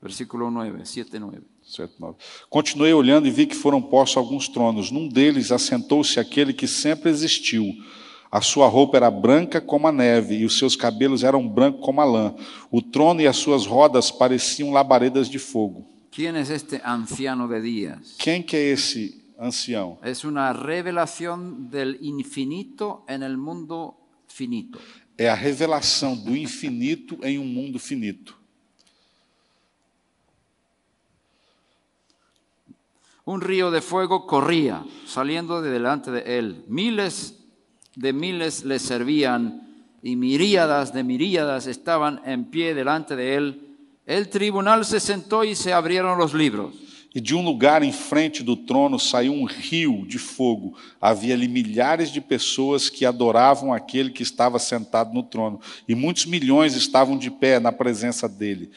Speaker 1: Versículo 9, 7, 9.
Speaker 2: 7:9. Continuei olhando e vi que foram postos alguns tronos. Num deles assentou-se aquele que sempre existiu. A sua roupa era branca como a neve, e os seus cabelos eram brancos como a lã. O trono e as suas rodas pareciam labaredas de fogo.
Speaker 1: ¿Quién es este anciano de días?
Speaker 2: Quem que é esse ancião?
Speaker 1: Es una revelación del infinito en el mundo finito.
Speaker 2: É a revelação do infinito em um mundo finito.
Speaker 1: Un río de fuego corría saliendo de delante de él. Miles de miles le servían y miríadas de miríadas estaban en pie delante de él. El tribunal se sentó y se abrieron los libros.
Speaker 2: E de um lugar em frente do trono saiu um rio de fogo. Havia ali milhares de pessoas que adoravam aquele que estava sentado no trono, e muitos milhões estavam de pé na presença dele.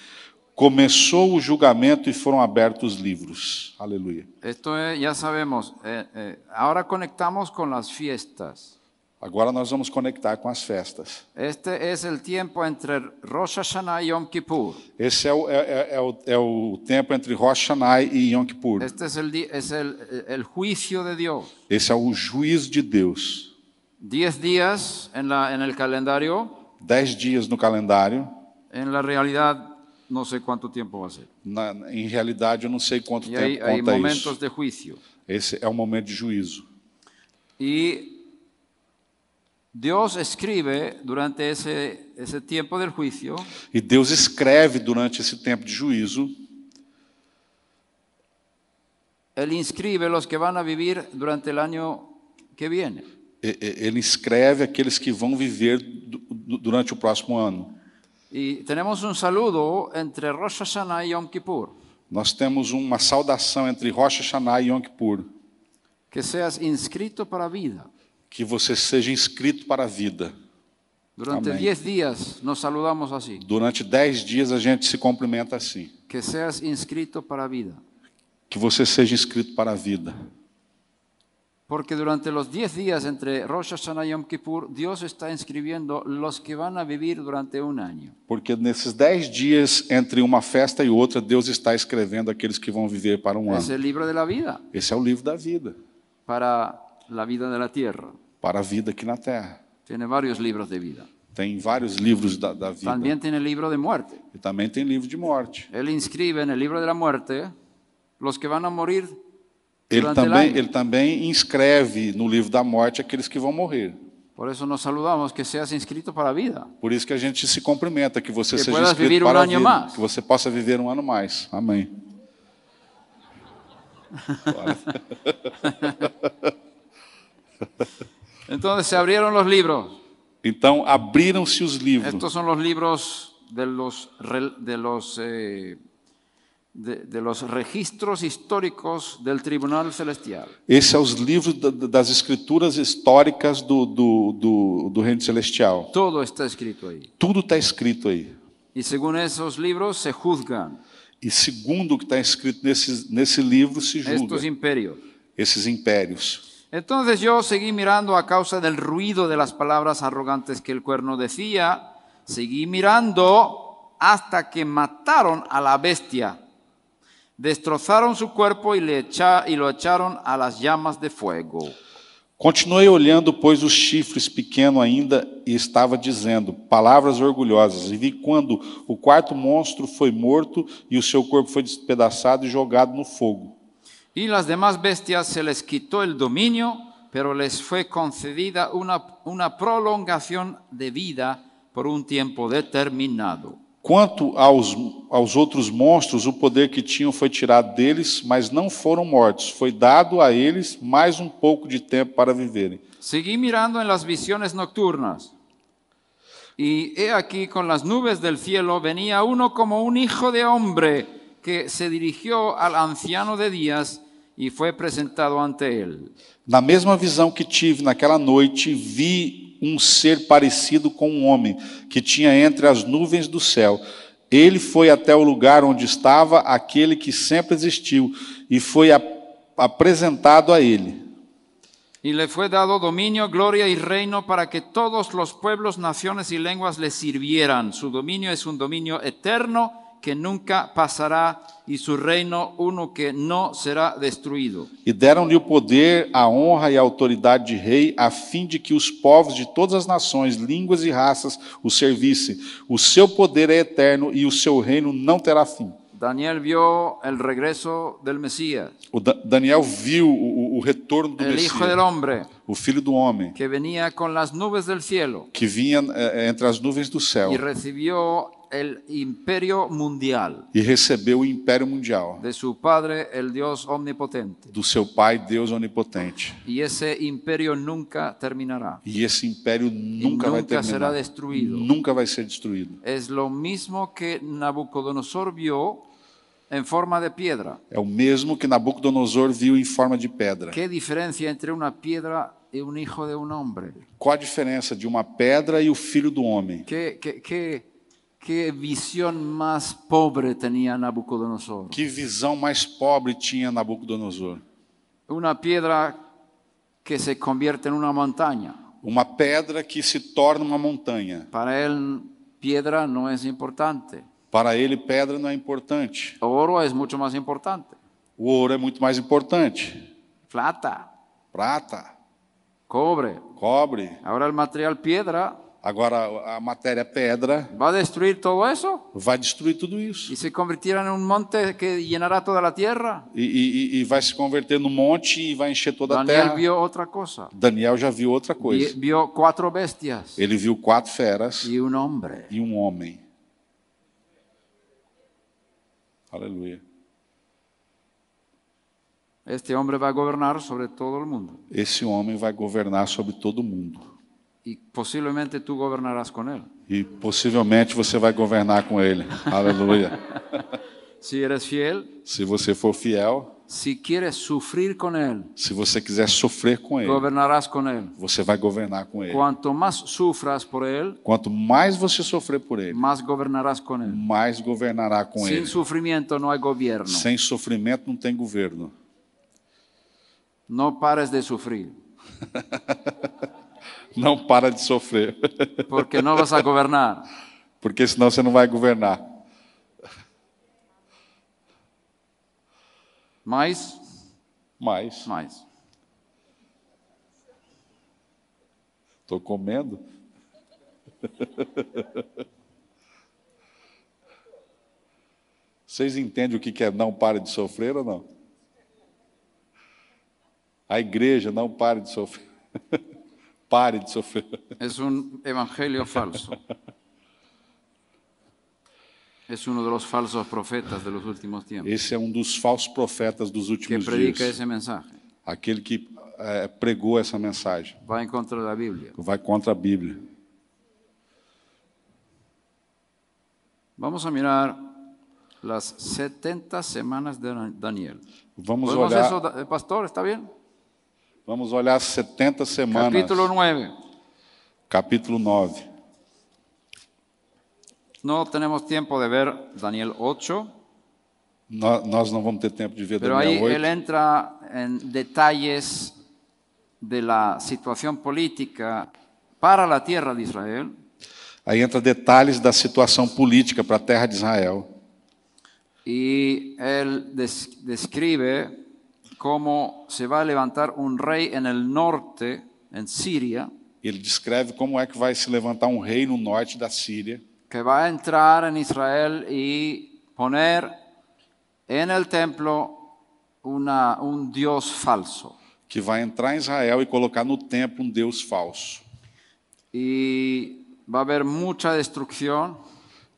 Speaker 2: Começou o julgamento e foram abertos os livros. Aleluia.
Speaker 1: Esto es- ya sabemos. eh, eh, ahora conectamos con las fiestas.
Speaker 2: Agora nós vamos conectar com as festas.
Speaker 1: Este es el tiempo entre Rosh Hashanah y Yom Kippur.
Speaker 2: Esse é o, é- é- é o- é o tempo entre Rosh Hashanah e Yom Kippur.
Speaker 1: Este es el, di- es el- el juicio de Dios.
Speaker 2: Esse é o juízo de Deus.
Speaker 1: Diez días en, la- en el calendario,
Speaker 2: Dez dias no calendário.
Speaker 1: en la realidad no sé cuánto tiempo va a ser.
Speaker 2: Na- em realidade, eu não sei quanto
Speaker 1: Y
Speaker 2: tempo
Speaker 1: hay, hay
Speaker 2: conta
Speaker 1: momentos
Speaker 2: isso.
Speaker 1: de juicio.
Speaker 2: Esse é o momento de juízo.
Speaker 1: Y Dios escribe durante ese, esse tiempo del juicio
Speaker 2: E Deus escreve durante esse tempo de juízo,
Speaker 1: Él inscribe los que van a vivir durante el año que viene.
Speaker 2: e- e- ele escreve aqueles que vão viver du- du- durante o próximo ano.
Speaker 1: Y tenemos un saludo entre Rosh Hashanah y Yom Kippur.
Speaker 2: Nós temos uma saudação entre Rosh Hashanah e Yom Kippur,
Speaker 1: Que seas inscrito para vida.
Speaker 2: que você seja inscrito para a vida.
Speaker 1: Durante
Speaker 2: Amén.
Speaker 1: 10 días nos saludamos así.
Speaker 2: Durante dez dias a gente se cumprimenta assim,
Speaker 1: Que seas inscrito para vida.
Speaker 2: que você seja inscrito para a vida.
Speaker 1: Porque durante los 10 días entre Rosh Hashanah y Yom Kippur, Dios está inscribiendo los que van a vivir durante un año.
Speaker 2: Porque nesses dez dias entre uma festa e outra, Deus está escrevendo aqueles que vão viver para um
Speaker 1: Es
Speaker 2: ano.
Speaker 1: el libro de la vida
Speaker 2: Esse é o livro da vida,
Speaker 1: para la vida de la tierra.
Speaker 2: para a vida aqui na Terra.
Speaker 1: Tiene varios libros de vida.
Speaker 2: Tem vários livros da, da vida.
Speaker 1: También tiene el libro de muerte.
Speaker 2: E também tem livro de morte.
Speaker 1: Él inscribe en el libro de la muerte los que van a morir
Speaker 2: Ele
Speaker 1: durante el
Speaker 2: também,
Speaker 1: año.
Speaker 2: ele também inscreve no livro da morte aqueles que vão morrer.
Speaker 1: Por eso nos saludamos, que seas inscrito para vida.
Speaker 2: Por isso que a gente se cumprimenta, que você
Speaker 1: Que
Speaker 2: seja
Speaker 1: puedas
Speaker 2: inscrito
Speaker 1: viver um
Speaker 2: para a
Speaker 1: ano
Speaker 2: vida,
Speaker 1: mais.
Speaker 2: que você possa viver um ano mais. Amém.
Speaker 1: Entonces se abrieron los libros.
Speaker 2: Então abriram-se os livros.
Speaker 1: Estos son los libros de los, rel- de los, eh, de, de los registros históricos del Tribunal Celestial.
Speaker 2: Esses são é os livros da- da- das escrituras históricas do, do, do, do reino celestial.
Speaker 1: Todo está escrito ahí.
Speaker 2: Tudo está escrito aí.
Speaker 1: Y según esos libros se juzgan
Speaker 2: E segundo o que está escrito nesse, nesse livro, se julga
Speaker 1: estos imperios.
Speaker 2: esses impérios.
Speaker 1: Entonces yo seguí mirando a causa del ruido de las palabras arrogantes que el cuerno decía. Seguí mirando hasta que mataron a la bestia. Destrozaron su cuerpo y, le echa- y lo echaron a las llamas de fuego.
Speaker 2: Continuei olhando, pois, os chifres pequeno ainda, e estava dizendo palavras orgulhosas. E vi quando o quarto monstro foi morto e o seu corpo foi despedaçado e jogado no fogo.
Speaker 1: Y las demás bestias se les quitó el dominio, pero les fue concedida una, una prolongación de vida por un tiempo determinado.
Speaker 2: Quanto aos, aos outros monstros, o poder que tinham foi tirado deles, mas não foram mortos. Foi dado a eles mais um pouco de tempo para viverem.
Speaker 1: Seguí mirando en las visiones nocturnas. Y he aquí con las nubes del cielo venía uno como un hijo de hombre que se dirigió al anciano de días y fue presentado ante él.
Speaker 2: Na mesma visão que tive naquela noite, vi um ser parecido com um homem que tinha entre as nuvens do céu. Ele foi até o lugar onde estava aquele que sempre existiu e foi ap- apresentado a ele.
Speaker 1: Y le fue dado dominio, gloria y reino para que todos los pueblos, naciones y lenguas le sirvieran. Su dominio es un dominio eterno que nunca pasará y su reino uno que no será destruido.
Speaker 2: E deram-lhe o poder, a honra e a autoridade de rei, a fim de que os povos de todas as nações, línguas e raças o servissem. O seu poder é eterno e o seu reino não terá fim.
Speaker 1: Daniel vio el regreso del Mesías,
Speaker 2: O Da- Daniel viu o, o- o retorno do
Speaker 1: el Hijo del
Speaker 2: Messias,
Speaker 1: Hombre,
Speaker 2: o Filho do Homem,
Speaker 1: que venía con las nubes del cielo
Speaker 2: que vinha eh, entre as nuvens do céu
Speaker 1: y recibió el imperio mundial
Speaker 2: e recebeu o império mundial
Speaker 1: de su Padre, el Dios Omnipotente.
Speaker 2: do seu Pai, Deus Onipotente.
Speaker 1: Y ese imperio nunca terminará.
Speaker 2: E esse império nunca, vai
Speaker 1: nunca
Speaker 2: terminar.
Speaker 1: será destruído.
Speaker 2: Nunca vai ser destruído.
Speaker 1: es lo mismo que Nabucodonosor vio en forma de piedra.
Speaker 2: É o mesmo que Nabucodonosor viu em forma de pedra.
Speaker 1: ¿Qué diferencia entre una piedra y un hijo de un hombre?
Speaker 2: Qual a diferença de uma pedra e o filho do homem?
Speaker 1: ¿Qué, qué, qué- qué visión más pobre tenía Nabucodonosor?
Speaker 2: Que visão mais pobre tinha Nabucodonosor?
Speaker 1: Una piedra que se convierte en una montaña.
Speaker 2: Uma pedra que se torna uma montanha.
Speaker 1: Para él piedra no es importante.
Speaker 2: Para ele, pedra não é importante.
Speaker 1: Oro es mucho más importante.
Speaker 2: O ouro é muito mais importante.
Speaker 1: Plata,
Speaker 2: Prata,
Speaker 1: cobre.
Speaker 2: cobre.
Speaker 1: Ahora el material piedra
Speaker 2: Agora, a matéria pedra
Speaker 1: va a destruir todo eso.
Speaker 2: vai destruir tudo isso.
Speaker 1: y se convertirá en un monte que llenará toda la tierra.
Speaker 2: E, e- e- e vai se converter num monte e vai encher toda Pues a
Speaker 1: Daniel
Speaker 2: terra.
Speaker 1: vio otra cosa.
Speaker 2: Daniel já viu outra
Speaker 1: Vi-
Speaker 2: coisa.
Speaker 1: Vio cuatro bestias
Speaker 2: Ele viu quatro feras
Speaker 1: y un hombre.
Speaker 2: e um homem. Aleluia.
Speaker 1: Este hombre va a gobernar sobre todo el mundo
Speaker 2: Esse homem vai governar sobre todo mundo.
Speaker 1: y posiblemente tú gobernarás con él.
Speaker 2: E possivelmente você vai governar com ele. Aleluia.
Speaker 1: Si eres fiel,
Speaker 2: se você for fiel,
Speaker 1: si quieres sufrir con él,
Speaker 2: se você quiser sofrer com ele,
Speaker 1: gobernarás con él.
Speaker 2: você vai governar com ele.
Speaker 1: Cuanto más sufras por él,
Speaker 2: Quanto mais você sofrer por ele,
Speaker 1: más gobernarás con él.
Speaker 2: mais governará com
Speaker 1: Sin
Speaker 2: ele.
Speaker 1: sufrimiento no hay gobierno.
Speaker 2: Sem sofrimento não tem governo.
Speaker 1: No pares de sufrir,
Speaker 2: Não para de sofrer,
Speaker 1: porque no vas a gobernar.
Speaker 2: porque senão você não vai governar.
Speaker 1: Más,
Speaker 2: Mas
Speaker 1: más.
Speaker 2: estou comendo. Vocês entendem o que que é não pare de sofrer ou não? A igreja não pare de sofrer. pare de sofrer.
Speaker 1: Es un evangelio falso. Es uno de los falsos profetas de los últimos tiempos
Speaker 2: Esse é um dos falsos profetas dos
Speaker 1: que
Speaker 2: últimos
Speaker 1: predica
Speaker 2: dias.
Speaker 1: ese mensaje.
Speaker 2: Aquele que eh, pregou essa mensagem.
Speaker 1: Va en contra de la Biblia.
Speaker 2: Vai contra a Bíblia.
Speaker 1: Vamos a mirar las 70 semanas de Dan- Daniel.
Speaker 2: Vamos
Speaker 1: ¿Podemos eso,
Speaker 2: olhar,
Speaker 1: da- eh, pastor? ¿Está bien?
Speaker 2: vamos olhar as 70 semanas.
Speaker 1: Capítulo 9.
Speaker 2: capítulo 9.
Speaker 1: No tenemos tiempo de ver Daniel 8,
Speaker 2: Nó- Nós não vamos ter tempo de ver
Speaker 1: pero ahí
Speaker 2: Daniel 8.
Speaker 1: él entra en detalles de la situación política para la tierra de Israel.
Speaker 2: Aí entra detalhes da situação política para a terra de Israel.
Speaker 1: Y él des- describe cómo se va a levantar un rey en el norte, en Siria,
Speaker 2: Ele descreve como é que vai se levantar um rei no norte da Síria,
Speaker 1: que va a entrar en Israel y poner en el templo una- un dios falso.
Speaker 2: que vai entrar em Israel e colocar no templo um Deus falso.
Speaker 1: Y va a haber mucha destrucción,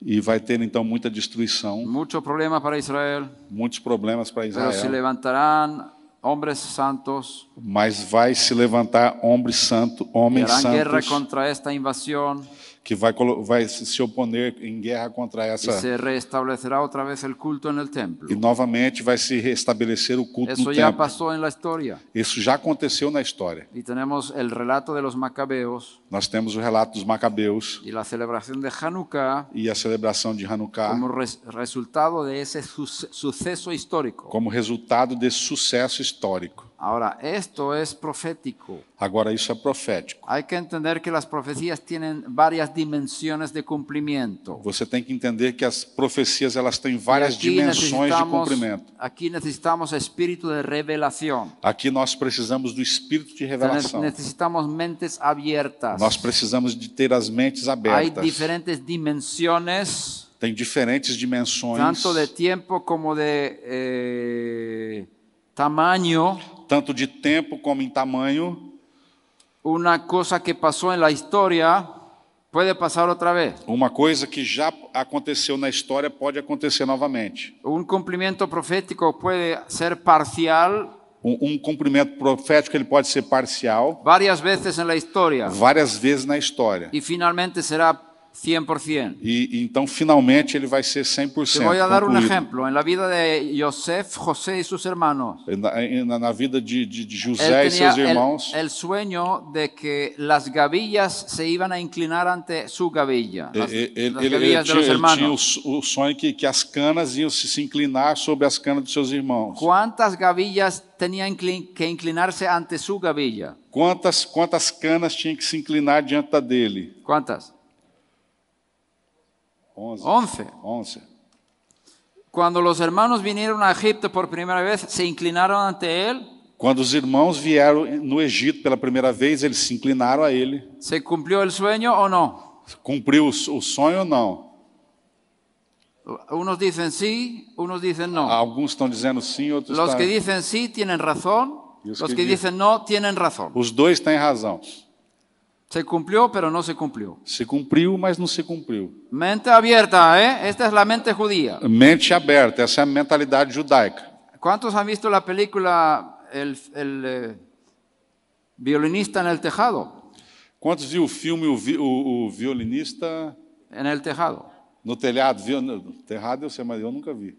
Speaker 2: E vai ter então muita destruição,
Speaker 1: mucho problema para Israel,
Speaker 2: muitos problemas para
Speaker 1: pero se
Speaker 2: Israel,
Speaker 1: levantarán hombres santos,
Speaker 2: mas vai se levantar homens santo,
Speaker 1: que
Speaker 2: homens
Speaker 1: harán guerra
Speaker 2: santos
Speaker 1: contra esta invasión.
Speaker 2: que vai, colo- vai se se oponer em guerra contra
Speaker 1: y
Speaker 2: essa.
Speaker 1: se restablecerá otra vez el culto en el
Speaker 2: E
Speaker 1: templo.
Speaker 2: novamente vai se restabelecer o culto
Speaker 1: Eso
Speaker 2: no
Speaker 1: ya
Speaker 2: templo.
Speaker 1: pasó en la historia.
Speaker 2: Isso já aconteceu na história.
Speaker 1: Y tenemos el relato de los macabeos
Speaker 2: Nós temos o relato dos Macabeus
Speaker 1: y la celebración de Hanukkah
Speaker 2: e a celebração de Hanukkah
Speaker 1: como res- resultado de ese suce- suceso histórico.
Speaker 2: como resultado desse sucesso histórico.
Speaker 1: Ahora, esto es profético.
Speaker 2: Agora, isso é profético.
Speaker 1: Hay que entender que las profecías tienen varias dimensiones de cumplimiento.
Speaker 2: Você tem que entender que as profecias elas têm
Speaker 1: Y
Speaker 2: várias
Speaker 1: Aquí
Speaker 2: dimensões de
Speaker 1: necesitamos,
Speaker 2: cumprimento.
Speaker 1: aquí necesitamos espíritu de revelación.
Speaker 2: Aqui nós precisamos do espírito de revelação.
Speaker 1: Necesitamos mentes abiertas.
Speaker 2: Nós precisamos de ter as mentes
Speaker 1: Hay
Speaker 2: abertas.
Speaker 1: diferentes dimensiones,
Speaker 2: Tem diferentes dimensões,
Speaker 1: tanto de tiempo como de eh, tamaño.
Speaker 2: tanto de tempo como em tamanho.
Speaker 1: Una cosa que pasó en la historia puede pasar otra vez.
Speaker 2: Uma coisa que já aconteceu na história pode acontecer novamente.
Speaker 1: Un cumplimiento profético puede ser parcial
Speaker 2: Um, um cumprimento profético ele pode ser parcial,
Speaker 1: varias veces en la historia
Speaker 2: várias vezes na história.
Speaker 1: y finalmente será 100%.
Speaker 2: E, e então finalmente ele vai ser 100%
Speaker 1: Te voy a dar un
Speaker 2: concluído.
Speaker 1: ejemplo. En la vida de Yosef, José y sus hermanos,
Speaker 2: Na, em- na- na vida de, de, de
Speaker 1: él
Speaker 2: José e
Speaker 1: tenía
Speaker 2: seus
Speaker 1: el,
Speaker 2: irmãos,
Speaker 1: el sueño de que las gavillas se iban a inclinar ante su gavilla. Las,
Speaker 2: ele, ele-
Speaker 1: las
Speaker 2: ele- ele
Speaker 1: gavillas de
Speaker 2: tinha,
Speaker 1: los
Speaker 2: ele tinha o,
Speaker 1: hermanos.
Speaker 2: so- o sonho que, que as canas iam se, se inclinar sobre as canas dos seus irmãos.
Speaker 1: ¿Cuántas gavillas tenían inclin- que inclinarse ante su gavilla?
Speaker 2: Quantas, quantas canas tinha que se inclinar diante da dele?
Speaker 1: ¿Cuántas?
Speaker 2: Onze.
Speaker 1: Once.
Speaker 2: Onze.
Speaker 1: Cuando los hermanos vinieron a Egipto por primera vez, se inclinaron ante él.
Speaker 2: Quando os irmãos vieram no Egito pela primeira vez, eles se inclinaram a ele.
Speaker 1: ¿Se cumplió el sueño o no?
Speaker 2: Cumpriu o, s- o sonho ou não?
Speaker 1: Unos dicen sí, unos dicen no.
Speaker 2: Alguns estão dizendo sim, outros tá-
Speaker 1: Los
Speaker 2: estão...
Speaker 1: que dicen sí tienen razón,
Speaker 2: Los
Speaker 1: los
Speaker 2: que
Speaker 1: que
Speaker 2: di-
Speaker 1: dicen no tienen razón.
Speaker 2: Os dois têm razão.
Speaker 1: Se cumplió, pero no se cumplió.
Speaker 2: Se cumpriu, mas não se cumpriu.
Speaker 1: Mente abierta, ¿eh? Esta es la mente judía.
Speaker 2: Mente aberta, essa é a mentalidade judaica.
Speaker 1: ¿Cuántos han visto la película El, el, eh, violinista en el tejado?
Speaker 2: Quantos viu o filme o, Vi- o- o Violinista
Speaker 1: En el tejado.
Speaker 2: no Telhado? Viu? No, Telhado eu sei, mas eu nunca vi.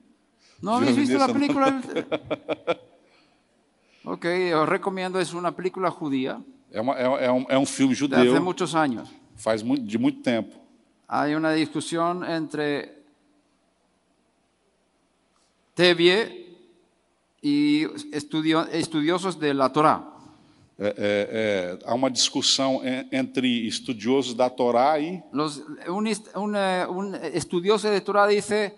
Speaker 1: ¿No habéis visto
Speaker 2: Violinista,
Speaker 1: la
Speaker 2: no.
Speaker 1: película? El- Ok, os recomiendo, es una película judía
Speaker 2: É, uma- é- é um, é um filme
Speaker 1: de hace
Speaker 2: judeu,
Speaker 1: muchos años.
Speaker 2: faz muito, de muito tempo.
Speaker 1: Hay una discusión entre Tevye y estudio- estudiosos de la Torá.
Speaker 2: É, é, é, há uma discussão en- entre estudiosos da Torá e
Speaker 1: Los- un, est- un, eh, un estudioso de Torá dice,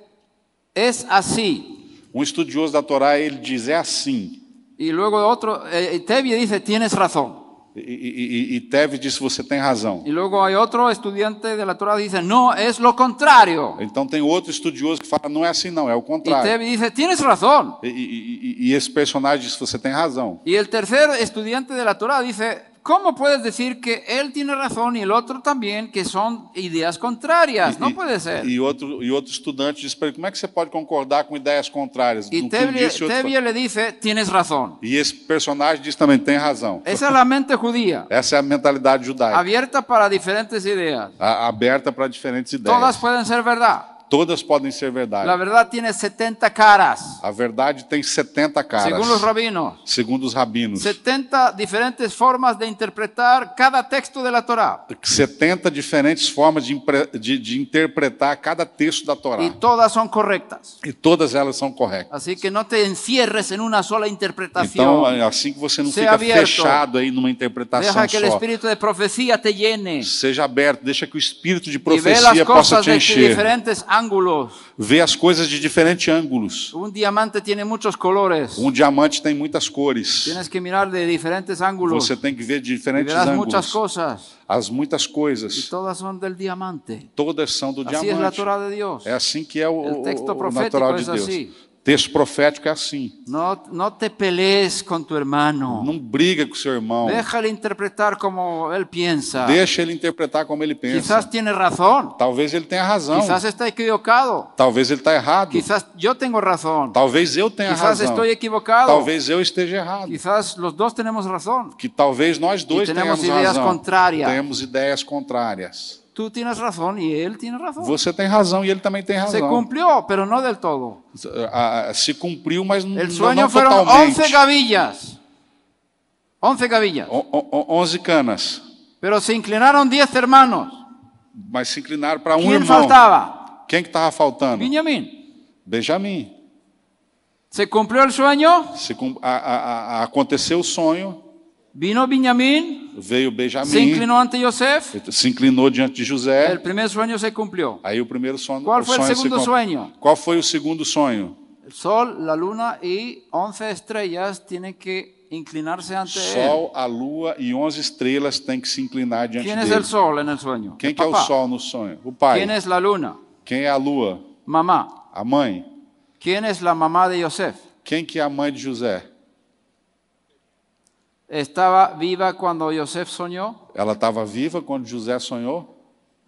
Speaker 1: es así.
Speaker 2: um estudioso da Torá ele diz é assim.
Speaker 1: Y luego otro, eh, Tevye dice, tienes razón.
Speaker 2: E, e, e- e Teve disse você tem razão.
Speaker 1: Y luego hay otro estudiante de la Torá dice, no, es lo contrario.
Speaker 2: Então tem outro estudioso que fala não é assim não, é o
Speaker 1: Y
Speaker 2: contrário.
Speaker 1: Tevye dice, tienes razão.
Speaker 2: E, e- e- e esse personagem diz você tem razão.
Speaker 1: Y el tercer estudiante de la Torá dice, ¿cómo puedes decir que él tiene razón y el otro también, que son ideas contrarias? No puede ser.
Speaker 2: E, e outro, e outro estudante diz para ele, como é que você pode concordar com ideias contrárias?
Speaker 1: Y
Speaker 2: No que um
Speaker 1: Tevye
Speaker 2: disse, e outro
Speaker 1: Tevye
Speaker 2: falou.
Speaker 1: le dice, tienes razón.
Speaker 2: E esse personagem diz também, tem razão.
Speaker 1: Esa es la mente judía,
Speaker 2: Essa é a mentalidade judaica,
Speaker 1: abierta para diferentes ideas.
Speaker 2: a- aberta para diferentes ideias.
Speaker 1: Todas
Speaker 2: Todas,
Speaker 1: pueden ser verdad.
Speaker 2: podem ser verdade.
Speaker 1: La verdad tiene 70 caras,
Speaker 2: A verdade tem 70 caras,
Speaker 1: según los rabinos.
Speaker 2: segundo os rabinos.
Speaker 1: 70 diferentes formas de interpretar cada texto de la Torá.
Speaker 2: 70 diferentes formas de, impre- de- de interpretar cada texto da Torá.
Speaker 1: Y todas son correctas.
Speaker 2: E todas elas são corretas.
Speaker 1: Así que no te encierres en una sola interpretación.
Speaker 2: Então, é assim que você não
Speaker 1: Ser
Speaker 2: fica
Speaker 1: aberto.
Speaker 2: fechado aí numa interpretação
Speaker 1: Deja que el
Speaker 2: só.
Speaker 1: espíritu de profecía te llene
Speaker 2: Seja aberto, deixa que o espírito de
Speaker 1: y ve las
Speaker 2: profecia possa
Speaker 1: cosas
Speaker 2: te
Speaker 1: de
Speaker 2: encher.
Speaker 1: diferentes ángulos.
Speaker 2: Vê as coisas de diferentes ângulos.
Speaker 1: Un diamante tiene muchos colores.
Speaker 2: Um diamante tem muitas cores.
Speaker 1: Tienes que mirar de diferentes ángulos
Speaker 2: Você tem que ver de
Speaker 1: y
Speaker 2: diferentes
Speaker 1: verás Então, muchas
Speaker 2: ângulos.
Speaker 1: cosas
Speaker 2: As muitas
Speaker 1: y
Speaker 2: coisas,
Speaker 1: todas son del diamante.
Speaker 2: todas são do
Speaker 1: Así es la
Speaker 2: diamante.
Speaker 1: Torah de Dios.
Speaker 2: É assim que é o,
Speaker 1: é O texto
Speaker 2: o- o
Speaker 1: profético
Speaker 2: natural de
Speaker 1: é
Speaker 2: Deus.
Speaker 1: assim.
Speaker 2: Texto profético é assim.
Speaker 1: No, no te pelees con tu hermano.
Speaker 2: Não briga com seu irmão.
Speaker 1: Déjale interpretar como él piensa.
Speaker 2: Deixa ele interpretar como ele pensa.
Speaker 1: Quizás tiene razón.
Speaker 2: Talvez ele tenha razão.
Speaker 1: Quizás está equivocado.
Speaker 2: Talvez ele está errado.
Speaker 1: Quizás yo tengo razón.
Speaker 2: Talvez eu tenha
Speaker 1: Quizás
Speaker 2: razão.
Speaker 1: estoy equivocado.
Speaker 2: Talvez eu esteja errado.
Speaker 1: Quizás los dos tenemos razón.
Speaker 2: que talvez nós dois
Speaker 1: E temos
Speaker 2: tenhamos
Speaker 1: ideias
Speaker 2: razão.
Speaker 1: contrárias.
Speaker 2: Temos ideias contrárias.
Speaker 1: Tú tienes razón y él tiene razón.
Speaker 2: Você tem razão e ele também tem
Speaker 1: Se
Speaker 2: razão.
Speaker 1: cumplió, pero no del todo.
Speaker 2: Ah, ah, Se cumpriu, mas n-
Speaker 1: El
Speaker 2: não,
Speaker 1: sueño
Speaker 2: não
Speaker 1: fueron 11
Speaker 2: totalmente.
Speaker 1: gavillas. 11 gavillas.
Speaker 2: O- o- o- Onze canas.
Speaker 1: Pero se inclinaron 10 hermanos.
Speaker 2: Mas se inclinaram para um
Speaker 1: ¿Quién
Speaker 2: irmão.
Speaker 1: faltaba?
Speaker 2: Quem que estava faltando?
Speaker 1: Benjamín.
Speaker 2: Benjamim.
Speaker 1: Se cumplió el sueño,
Speaker 2: Se cum- a- a- a- aconteceu o sonho,
Speaker 1: vino Benjamín,
Speaker 2: veio Benjamim,
Speaker 1: se inclinó ante Joseph.
Speaker 2: se inclinou diante de José.
Speaker 1: El primer sueño se cumplió.
Speaker 2: Aí o primeiro sonho.
Speaker 1: Qual
Speaker 2: o
Speaker 1: foi o
Speaker 2: sonho
Speaker 1: segundo
Speaker 2: se com-
Speaker 1: sonho?
Speaker 2: Qual foi o segundo sonho?
Speaker 1: El sol, la luna y 11 estrellas tienen que inclinarse ante él.
Speaker 2: Sol, a lua e onze estrelas têm que se inclinar diante
Speaker 1: ¿Quién es
Speaker 2: dele.
Speaker 1: el sol en el sueño?
Speaker 2: Quem que é o
Speaker 1: é Papá.
Speaker 2: sol no sonho? O pai.
Speaker 1: ¿Quién es la luna?
Speaker 2: Quem é a lua?
Speaker 1: Mamá.
Speaker 2: A mãe.
Speaker 1: ¿Quién es la mamá de Joseph?
Speaker 2: Quem que é a mãe de José?
Speaker 1: Estaba viva cuando Joseph soñó.
Speaker 2: Ela estava viva quando José sonhou?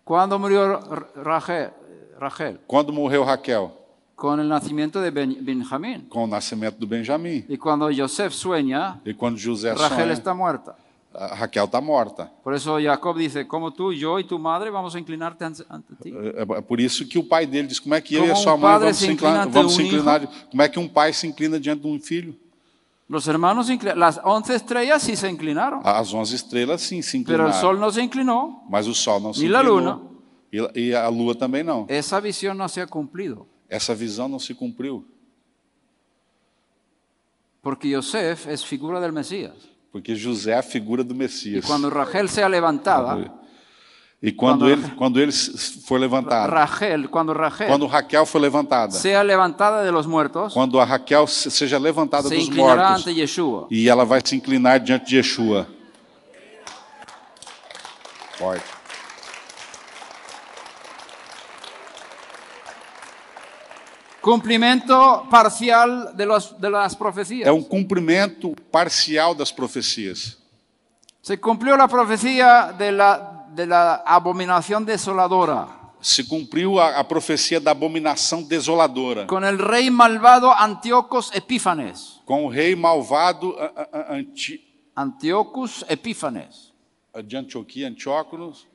Speaker 1: ¿Cuándo murió Ra- Rachel? Rachel?
Speaker 2: Quando morreu Raquel?
Speaker 1: Con el nacimiento de Ben- Benjamín.
Speaker 2: Com o nascimento do Benjamim.
Speaker 1: Y cuando Joseph sueña,
Speaker 2: E quando José
Speaker 1: Rachel
Speaker 2: sonha,
Speaker 1: está muerta.
Speaker 2: a- Raquel está morta.
Speaker 1: Por eso Jacob dice, como tú, yo y tu madre vamos a inclinarte ante, ante ti.
Speaker 2: É é por isso que o pai dele diz: como é que eu e
Speaker 1: Como
Speaker 2: a
Speaker 1: um
Speaker 2: sua mãe
Speaker 1: padre
Speaker 2: vamos
Speaker 1: se
Speaker 2: se inclinar?
Speaker 1: inclina
Speaker 2: vamos se
Speaker 1: ante um
Speaker 2: inclinar de- como é que um pai se inclina diante de um filho?
Speaker 1: Los hermanos, inclin- las once estrellas sí se inclinaron,
Speaker 2: As onze estrelas sim se
Speaker 1: pero
Speaker 2: inclinaram,
Speaker 1: el sol no se inclinó.
Speaker 2: mas o sol não se
Speaker 1: Ni la
Speaker 2: inclinou.
Speaker 1: luna.
Speaker 2: E, e a lua também não.
Speaker 1: Esa visión no se ha cumplido,
Speaker 2: Essa visão não se cumpriu,
Speaker 1: porque Yosef es figura del Mesías.
Speaker 2: porque José é a figura do
Speaker 1: Y
Speaker 2: Messias.
Speaker 1: cuando Rachel sea levantada,
Speaker 2: E quando,
Speaker 1: Quando-
Speaker 2: ele, quando ele s- foi levantado,
Speaker 1: Rachel, cuando Rachel
Speaker 2: quando Raquel foi levantada,
Speaker 1: sea levantada de los muertos,
Speaker 2: quando a Raquel se- seja levantada
Speaker 1: se
Speaker 2: dos
Speaker 1: inclinará
Speaker 2: mortos,
Speaker 1: ante Yeshua.
Speaker 2: e ela vai se inclinar diante de Yeshua. Pode.
Speaker 1: Cumplimiento parcial de, los- de las profecías.
Speaker 2: É um cumprimento parcial das profecias.
Speaker 1: Se cumplió la profecía de la, de la abominación desoladora,
Speaker 2: Se cumpriu a, a profecia da abominação desoladora,
Speaker 1: con el rey malvado Antíocos Epífanes.
Speaker 2: com o rei malvado a- a- a- anti,
Speaker 1: Antíocus Epífanes.
Speaker 2: a- de Antioquia, Antióconos,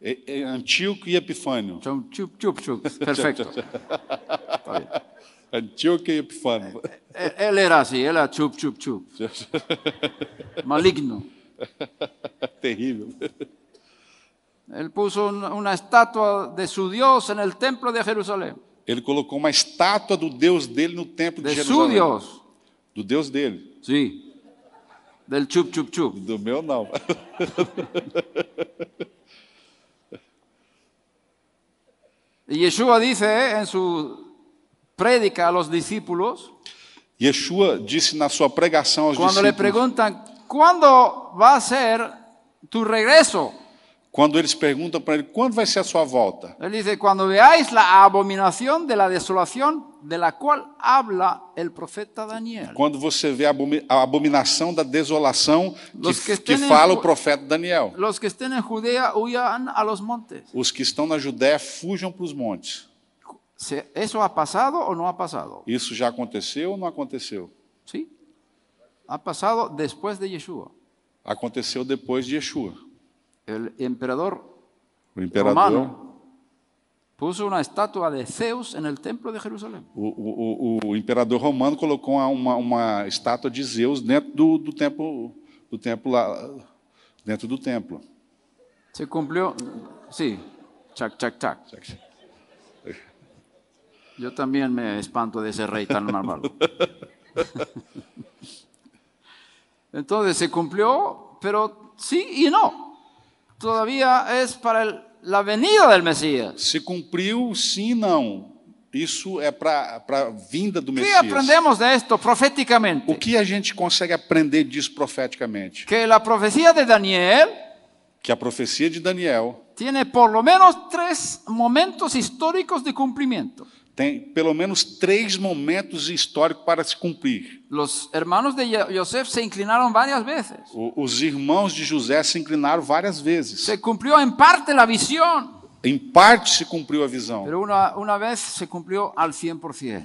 Speaker 2: E- e- Antíoco e Epifânio.
Speaker 1: Son chup, chup, chup. Perfecto.
Speaker 2: Antíoco e Epifânio.
Speaker 1: Él Eh, él era así, él era chup, chup, chup. Maligno.
Speaker 2: É, Terrível.
Speaker 1: Él puso un- una estatua de su Dios en el templo de Jerusalén.
Speaker 2: Ele colocou uma estátua do Deus dele no templo de,
Speaker 1: De su
Speaker 2: Jerusalém.
Speaker 1: Dios.
Speaker 2: Do Deus dele.
Speaker 1: Sí. Del chup, chup, chup.
Speaker 2: Do meu, não.
Speaker 1: Y Yeshua dice en su prédica a los discípulos,
Speaker 2: Yeshua disse na sua pregação aos
Speaker 1: cuando le
Speaker 2: discípulos,
Speaker 1: preguntan, ¿cuándo va a ser tu regreso?
Speaker 2: quando eles perguntam para ele, quando vai ser a sua volta?
Speaker 1: Él dice, cuando veáis la abominación de la desolación de la cual habla el profeta Daniel.
Speaker 2: Quando você vê a abomi- a abominação da desolação
Speaker 1: Los
Speaker 2: que,
Speaker 1: que
Speaker 2: que
Speaker 1: têm-
Speaker 2: fala o profeta Daniel.
Speaker 1: Los que estén en Judea huyan a los montes.
Speaker 2: Os que estão na Judéia fujam para os montes.
Speaker 1: Se- ¿Eso ha pasado o no ha pasado?
Speaker 2: Isso já aconteceu ou não aconteceu?
Speaker 1: Sí. Ha pasado después de Yeshua.
Speaker 2: Aconteceu depois de Yeshua.
Speaker 1: El emperador
Speaker 2: O imperador,
Speaker 1: romano puso una estatua de Zeus en el templo de Jerusalém.
Speaker 2: o, o- o- o imperador romano colocou uma, uma estátua de Zeus dentro do, do templo, do templo lá, dentro do templo.
Speaker 1: Se cumplió. Sí. Chac, chac, chac. Yo también me espanto de ese rey tan malvado. Entonces se cumplió, pero sí y no. Todavía es para el- la venida del Mesías.
Speaker 2: Se cumpriu, sim, não. Isso é para a vinda do
Speaker 1: ¿Qué
Speaker 2: Messias.
Speaker 1: aprendemos de esto
Speaker 2: O
Speaker 1: proféticamente?
Speaker 2: que a gente consegue aprender disso profeticamente?
Speaker 1: Que la profecía de Daniel
Speaker 2: Que a profecia de Daniel
Speaker 1: tiene por lo menos tres momentos históricos de cumplimiento.
Speaker 2: tem pelo menos três momentos históricos para se cumprir.
Speaker 1: Los hermanos de Yo- Yosef se inclinaron varias veces.
Speaker 2: O- os irmãos de José se inclinaram várias vezes.
Speaker 1: Se cumplió en parte la visión,
Speaker 2: Em parte se cumpriu a visão,
Speaker 1: pero una, una vez se cumplió al 100%.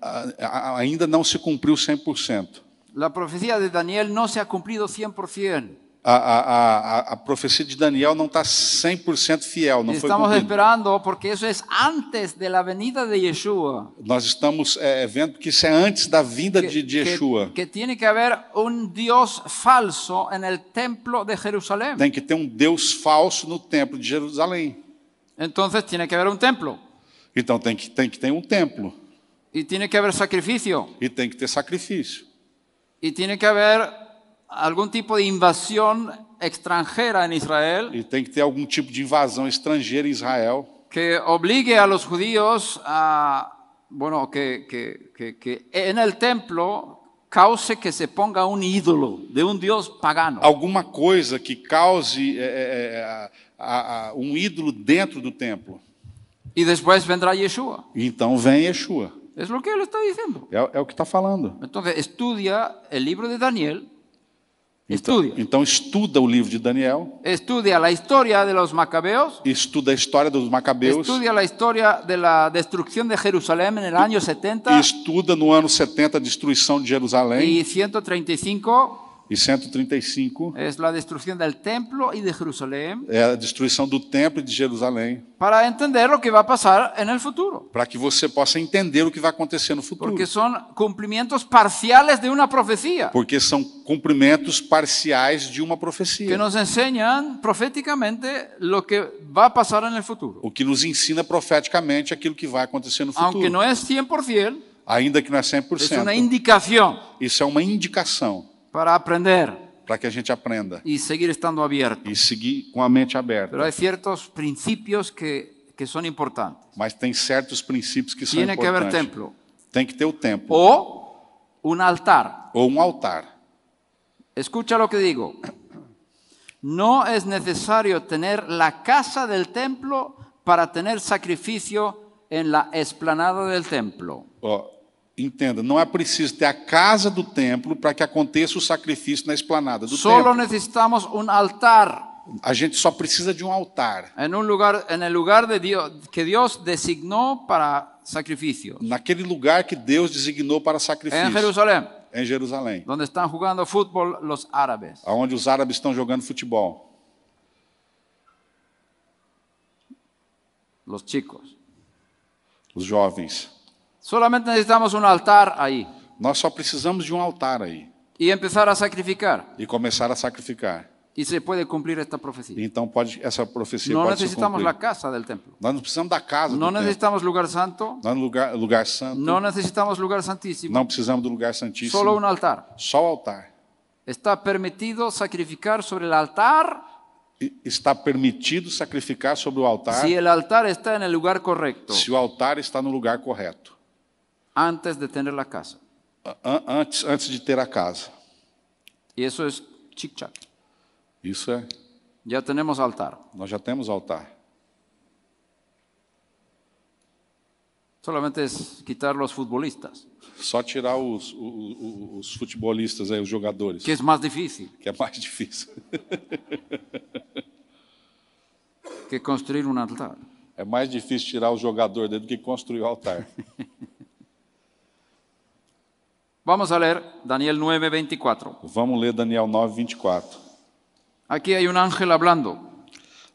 Speaker 2: A- a- ainda não se cumpriu 100%.
Speaker 1: La profecía de Daniel no se ha cumplido 100%.
Speaker 2: a, a, a, a profecia de Daniel não tá está 100% fiel, não
Speaker 1: Y
Speaker 2: foi
Speaker 1: estamos
Speaker 2: cumprida.
Speaker 1: esperando porque eso es antes de la venida de Yeshua.
Speaker 2: Nós estamos é, vendo que isso é antes da vinda de,
Speaker 1: Que,
Speaker 2: de
Speaker 1: que-
Speaker 2: Yeshua.
Speaker 1: que tiene que haber un Dios falso en el templo de Jerusalén.
Speaker 2: Tem que ter um Deus falso no templo de Jerusalém.
Speaker 1: Entonces tiene que haber un templo
Speaker 2: Então tem que, tem que ter um templo
Speaker 1: y tiene que haber sacrificio
Speaker 2: e tem que ter sacrifício.
Speaker 1: y tiene que haber algún tipo de invasión extranjera en Israel
Speaker 2: E tem que ter algum tipo de invasão estrangeira em Israel
Speaker 1: que obligue a los judíos a, bueno, que, que- que- que en el templo cause que se ponga un ídolo de un dios pagano.
Speaker 2: alguma coisa que cause é, é, é, a- a- a- um ídolo dentro do templo.
Speaker 1: Y después vendrá Yeshua.
Speaker 2: Então vem Yeshua.
Speaker 1: Es lo que él está diciendo.
Speaker 2: É, é o que está falando.
Speaker 1: Entonces estudia el libro de Daniel,
Speaker 2: Então,
Speaker 1: estudia,
Speaker 2: então estuda o livro de Daniel,
Speaker 1: estudia la historia de los macabeos,
Speaker 2: estuda a história dos macabeus,
Speaker 1: estudia la historia de la destrucción de Jerusalén en el año 70
Speaker 2: e estuda no ano 70 a destruição de Jerusalém
Speaker 1: y 135
Speaker 2: e 135
Speaker 1: es la destrucción del templo y de Jerusalén
Speaker 2: é a destruição do templo de Jerusalém,
Speaker 1: para entender lo que va a pasar en el futuro.
Speaker 2: para que você possa entender o que vai acontecer no futuro.
Speaker 1: Porque son cumplimientos parciales de una profecía
Speaker 2: Porque são cumprimentos parciais de uma
Speaker 1: que
Speaker 2: profecia.
Speaker 1: nos enseñan proféticamente lo que va a pasar en el futuro.
Speaker 2: O que nos ensina profeticamente aquilo que vai acontecer no futuro.
Speaker 1: Aunque no es 100%,
Speaker 2: Ainda que não é
Speaker 1: es una
Speaker 2: 100%.
Speaker 1: indicación
Speaker 2: Isso é uma indicação
Speaker 1: para aprender
Speaker 2: para que a gente aprenda
Speaker 1: y seguir estando abierto.
Speaker 2: e seguir com a mente aberta.
Speaker 1: Pero hay ciertos principios que, que son importantes.
Speaker 2: Mas tem certos princípios que são
Speaker 1: Tiene que haber
Speaker 2: importantes.
Speaker 1: templo
Speaker 2: Tem que ter o templo
Speaker 1: o un altar.
Speaker 2: ou um altar.
Speaker 1: Escucha lo que digo. No es necesario tener la casa del templo para tener sacrificio en la esplanada del templo.
Speaker 2: Ó, entenda, não é preciso ter a casa do templo para que aconteça o sacrifício na esplanada do
Speaker 1: Solo
Speaker 2: templo.
Speaker 1: necesitamos un altar
Speaker 2: A gente só precisa de um altar.
Speaker 1: en un lugar en el lugar de Dios que Dios designó para sacrificio.
Speaker 2: Naquele lugar que Deus designou para
Speaker 1: En
Speaker 2: sacrifício,
Speaker 1: Jerusalén,
Speaker 2: É, em Jerusalén,
Speaker 1: donde están jugando fútbol los árabes.
Speaker 2: onde os árabes estão jogando futebol,
Speaker 1: los chicos.
Speaker 2: os jovens.
Speaker 1: Solamente necesitamos un altar ahí
Speaker 2: Nós só precisamos de um altar aí
Speaker 1: y empezar a sacrificar.
Speaker 2: e começar a sacrificar.
Speaker 1: Y se puede cumplir esta profecía.
Speaker 2: Então pode essa profecia
Speaker 1: No
Speaker 2: pode se
Speaker 1: necesitamos
Speaker 2: cumprir.
Speaker 1: la casa del templo.
Speaker 2: Nós não precisamos da casa
Speaker 1: No
Speaker 2: do templo.
Speaker 1: necesitamos lugar santo.
Speaker 2: Nós no lugar, lugar santo.
Speaker 1: No necesitamos lugar santísimo.
Speaker 2: Não precisamos do lugar santíssimo.
Speaker 1: Solo un altar.
Speaker 2: Só o altar.
Speaker 1: Está permitido sacrificar sobre el altar
Speaker 2: E- Está permitido sacrificar sobre o altar
Speaker 1: si el altar está en el lugar correcto
Speaker 2: se o altar está no lugar correto.
Speaker 1: antes de tener la casa.
Speaker 2: A- an- Antes, antes de ter a casa.
Speaker 1: Y eso es chic-chac.
Speaker 2: Isso é.
Speaker 1: Ya tenemos altar.
Speaker 2: Nós já temos altar.
Speaker 1: Solamente es quitar los futbolistas,
Speaker 2: Só tirar os, o- o- os futebolistas aí, os jogadores,
Speaker 1: que es más difícil
Speaker 2: que é mais difícil.
Speaker 1: que construir un altar.
Speaker 2: É mais difícil tirar o jogador dele do que construir o altar.
Speaker 1: Vamos a leer Daniel 9, 24.
Speaker 2: Vamos ler Daniel 9, 24.
Speaker 1: Aquí hay un ángel hablando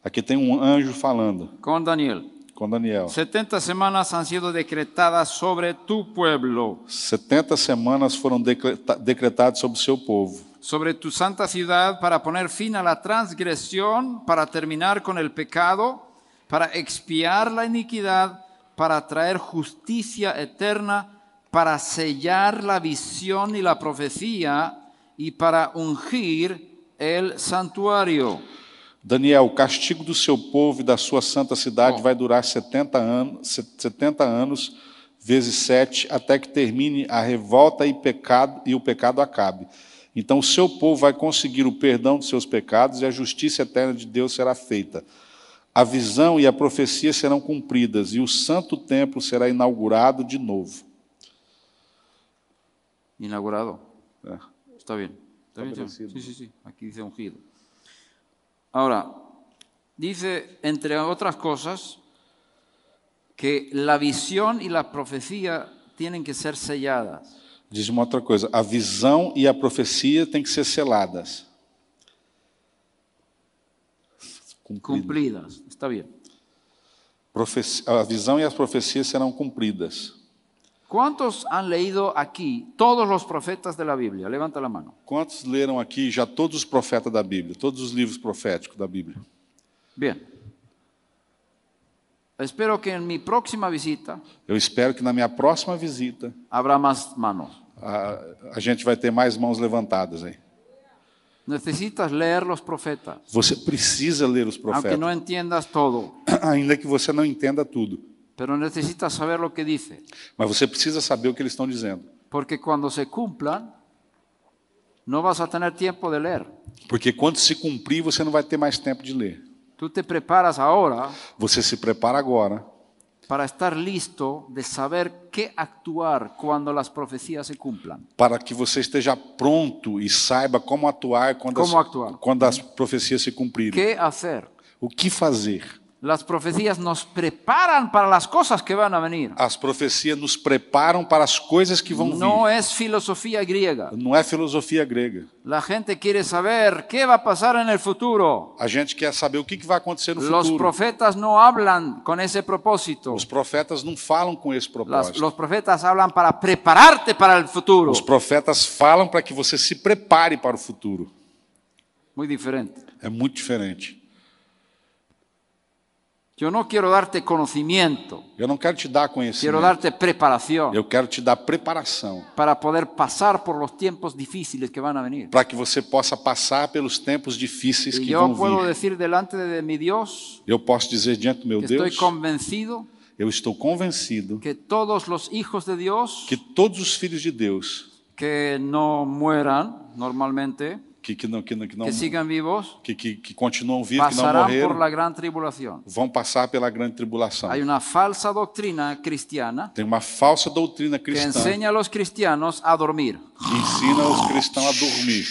Speaker 2: Aqui tem um anjo falando
Speaker 1: con Daniel.
Speaker 2: com Daniel.
Speaker 1: 70 semanas han sido decretadas sobre tu pueblo,
Speaker 2: 70 semanas foram decreta- decretadas sobre o seu povo,
Speaker 1: sobre tu santa ciudad, para poner fin a la transgresión, para terminar con el pecado, para expiar la iniquidad, para traer justicia eterna, para sellar la visión y la profecía y para ungir el santuario.
Speaker 2: Daniel, o castigo do seu povo e da sua santa cidade vai durar 70 anos, se- 70 anos vezes 7, até que termine a revolta e, pecado, e o pecado acabe. Então o seu povo vai conseguir o perdão dos seus pecados e a justiça eterna de Deus será feita. A visão e a profecia serão cumpridas e o santo templo será inaugurado de novo.
Speaker 1: Inaugurado.
Speaker 2: É.
Speaker 1: Está bien. ¿Está bien, señor?
Speaker 2: Establecido.
Speaker 1: Sí, sí, sí. Aquí dice ungido. Ahora, dice, entre otras cosas, que la visión y la profecía tienen que ser selladas.
Speaker 2: Diz uma outra coisa: a visão e a profecia têm que ser seladas. Cumprida.
Speaker 1: cumplidas. Está bien.
Speaker 2: Profe- A visão e as profecias serão cumpridas.
Speaker 1: ¿Cuántos han leído aquí todos los profetas de la Biblia? Levanta la mano.
Speaker 2: Quantos leram aqui já todos os profetas da Bíblia, todos os livros proféticos da Bíblia?
Speaker 1: Bien. Espero que en mi próxima visita
Speaker 2: Eu espero que na minha próxima visita
Speaker 1: habrá más manos.
Speaker 2: a, a gente vai ter mais mãos levantadas aí.
Speaker 1: Necesitas leer los profetas,
Speaker 2: Você precisa ler os
Speaker 1: aunque
Speaker 2: profetas,
Speaker 1: no entiendas todo,
Speaker 2: ainda que você não entenda tudo,
Speaker 1: pero necesitas saber lo que dice,
Speaker 2: mas você precisa saber o que eles estão dizendo,
Speaker 1: porque cuando se cumplan no vas a tener tiempo de leer.
Speaker 2: porque quando se cumprir você não vai ter mais tempo de ler.
Speaker 1: Tú te preparas ahora
Speaker 2: Você se prepara agora
Speaker 1: para estar listo de saber qué actuar cuando las profecías se cumplan.
Speaker 2: para que você esteja pronto e saiba como atuar quando,
Speaker 1: Como
Speaker 2: as,
Speaker 1: atuar.
Speaker 2: quando as profecias se cumprirem.
Speaker 1: ¿Qué hacer?
Speaker 2: O que fazer?
Speaker 1: Las profecías nos preparan para las cosas que van a venir.
Speaker 2: As profecias nos preparam para as coisas que vão
Speaker 1: No es filosofía griega.
Speaker 2: vir. Não é filosofia grega.
Speaker 1: La gente quiere saber qué va a pasar en el futuro.
Speaker 2: A gente quer saber o que que vai acontecer no
Speaker 1: Los
Speaker 2: futuro.
Speaker 1: profetas no hablan con esse propósito.
Speaker 2: Os profetas não falam com esse
Speaker 1: Las-
Speaker 2: propósito.
Speaker 1: los profetas hablan para prepararte para el futuro.
Speaker 2: Os profetas falam para que você se prepare para o futuro.
Speaker 1: Muy diferente.
Speaker 2: É muito diferente.
Speaker 1: Yo no quiero darte conocimiento,
Speaker 2: Eu não quero te dar
Speaker 1: quiero
Speaker 2: conhecimento.
Speaker 1: darte preparación
Speaker 2: Eu quero te dar preparação
Speaker 1: para poder pasar por los tiempos difíciles que van a venir.
Speaker 2: para que você possa passar pelos tempos difíceis
Speaker 1: Y
Speaker 2: que
Speaker 1: yo
Speaker 2: vão
Speaker 1: puedo
Speaker 2: vir.
Speaker 1: decir delante de mi Dios
Speaker 2: Eu posso dizer diante do meu
Speaker 1: que estoy
Speaker 2: Deus,
Speaker 1: convencido
Speaker 2: eu estou convencido
Speaker 1: que todos los hijos de Dios
Speaker 2: que todos os filhos de Deus
Speaker 1: que no mueran normalmente,
Speaker 2: que, que não que não que não
Speaker 1: que sigan vivos,
Speaker 2: que, que, que continuam vivos, que não
Speaker 1: pasarán por
Speaker 2: morreram,
Speaker 1: la gran tribulación.
Speaker 2: vão passar pela grande tribulação.
Speaker 1: Hay una falsa doctrina cristiana
Speaker 2: Tem uma falsa doutrina
Speaker 1: que
Speaker 2: cristã que
Speaker 1: enseña a los cristianos a dormir.
Speaker 2: ensina os cristãos a dormir.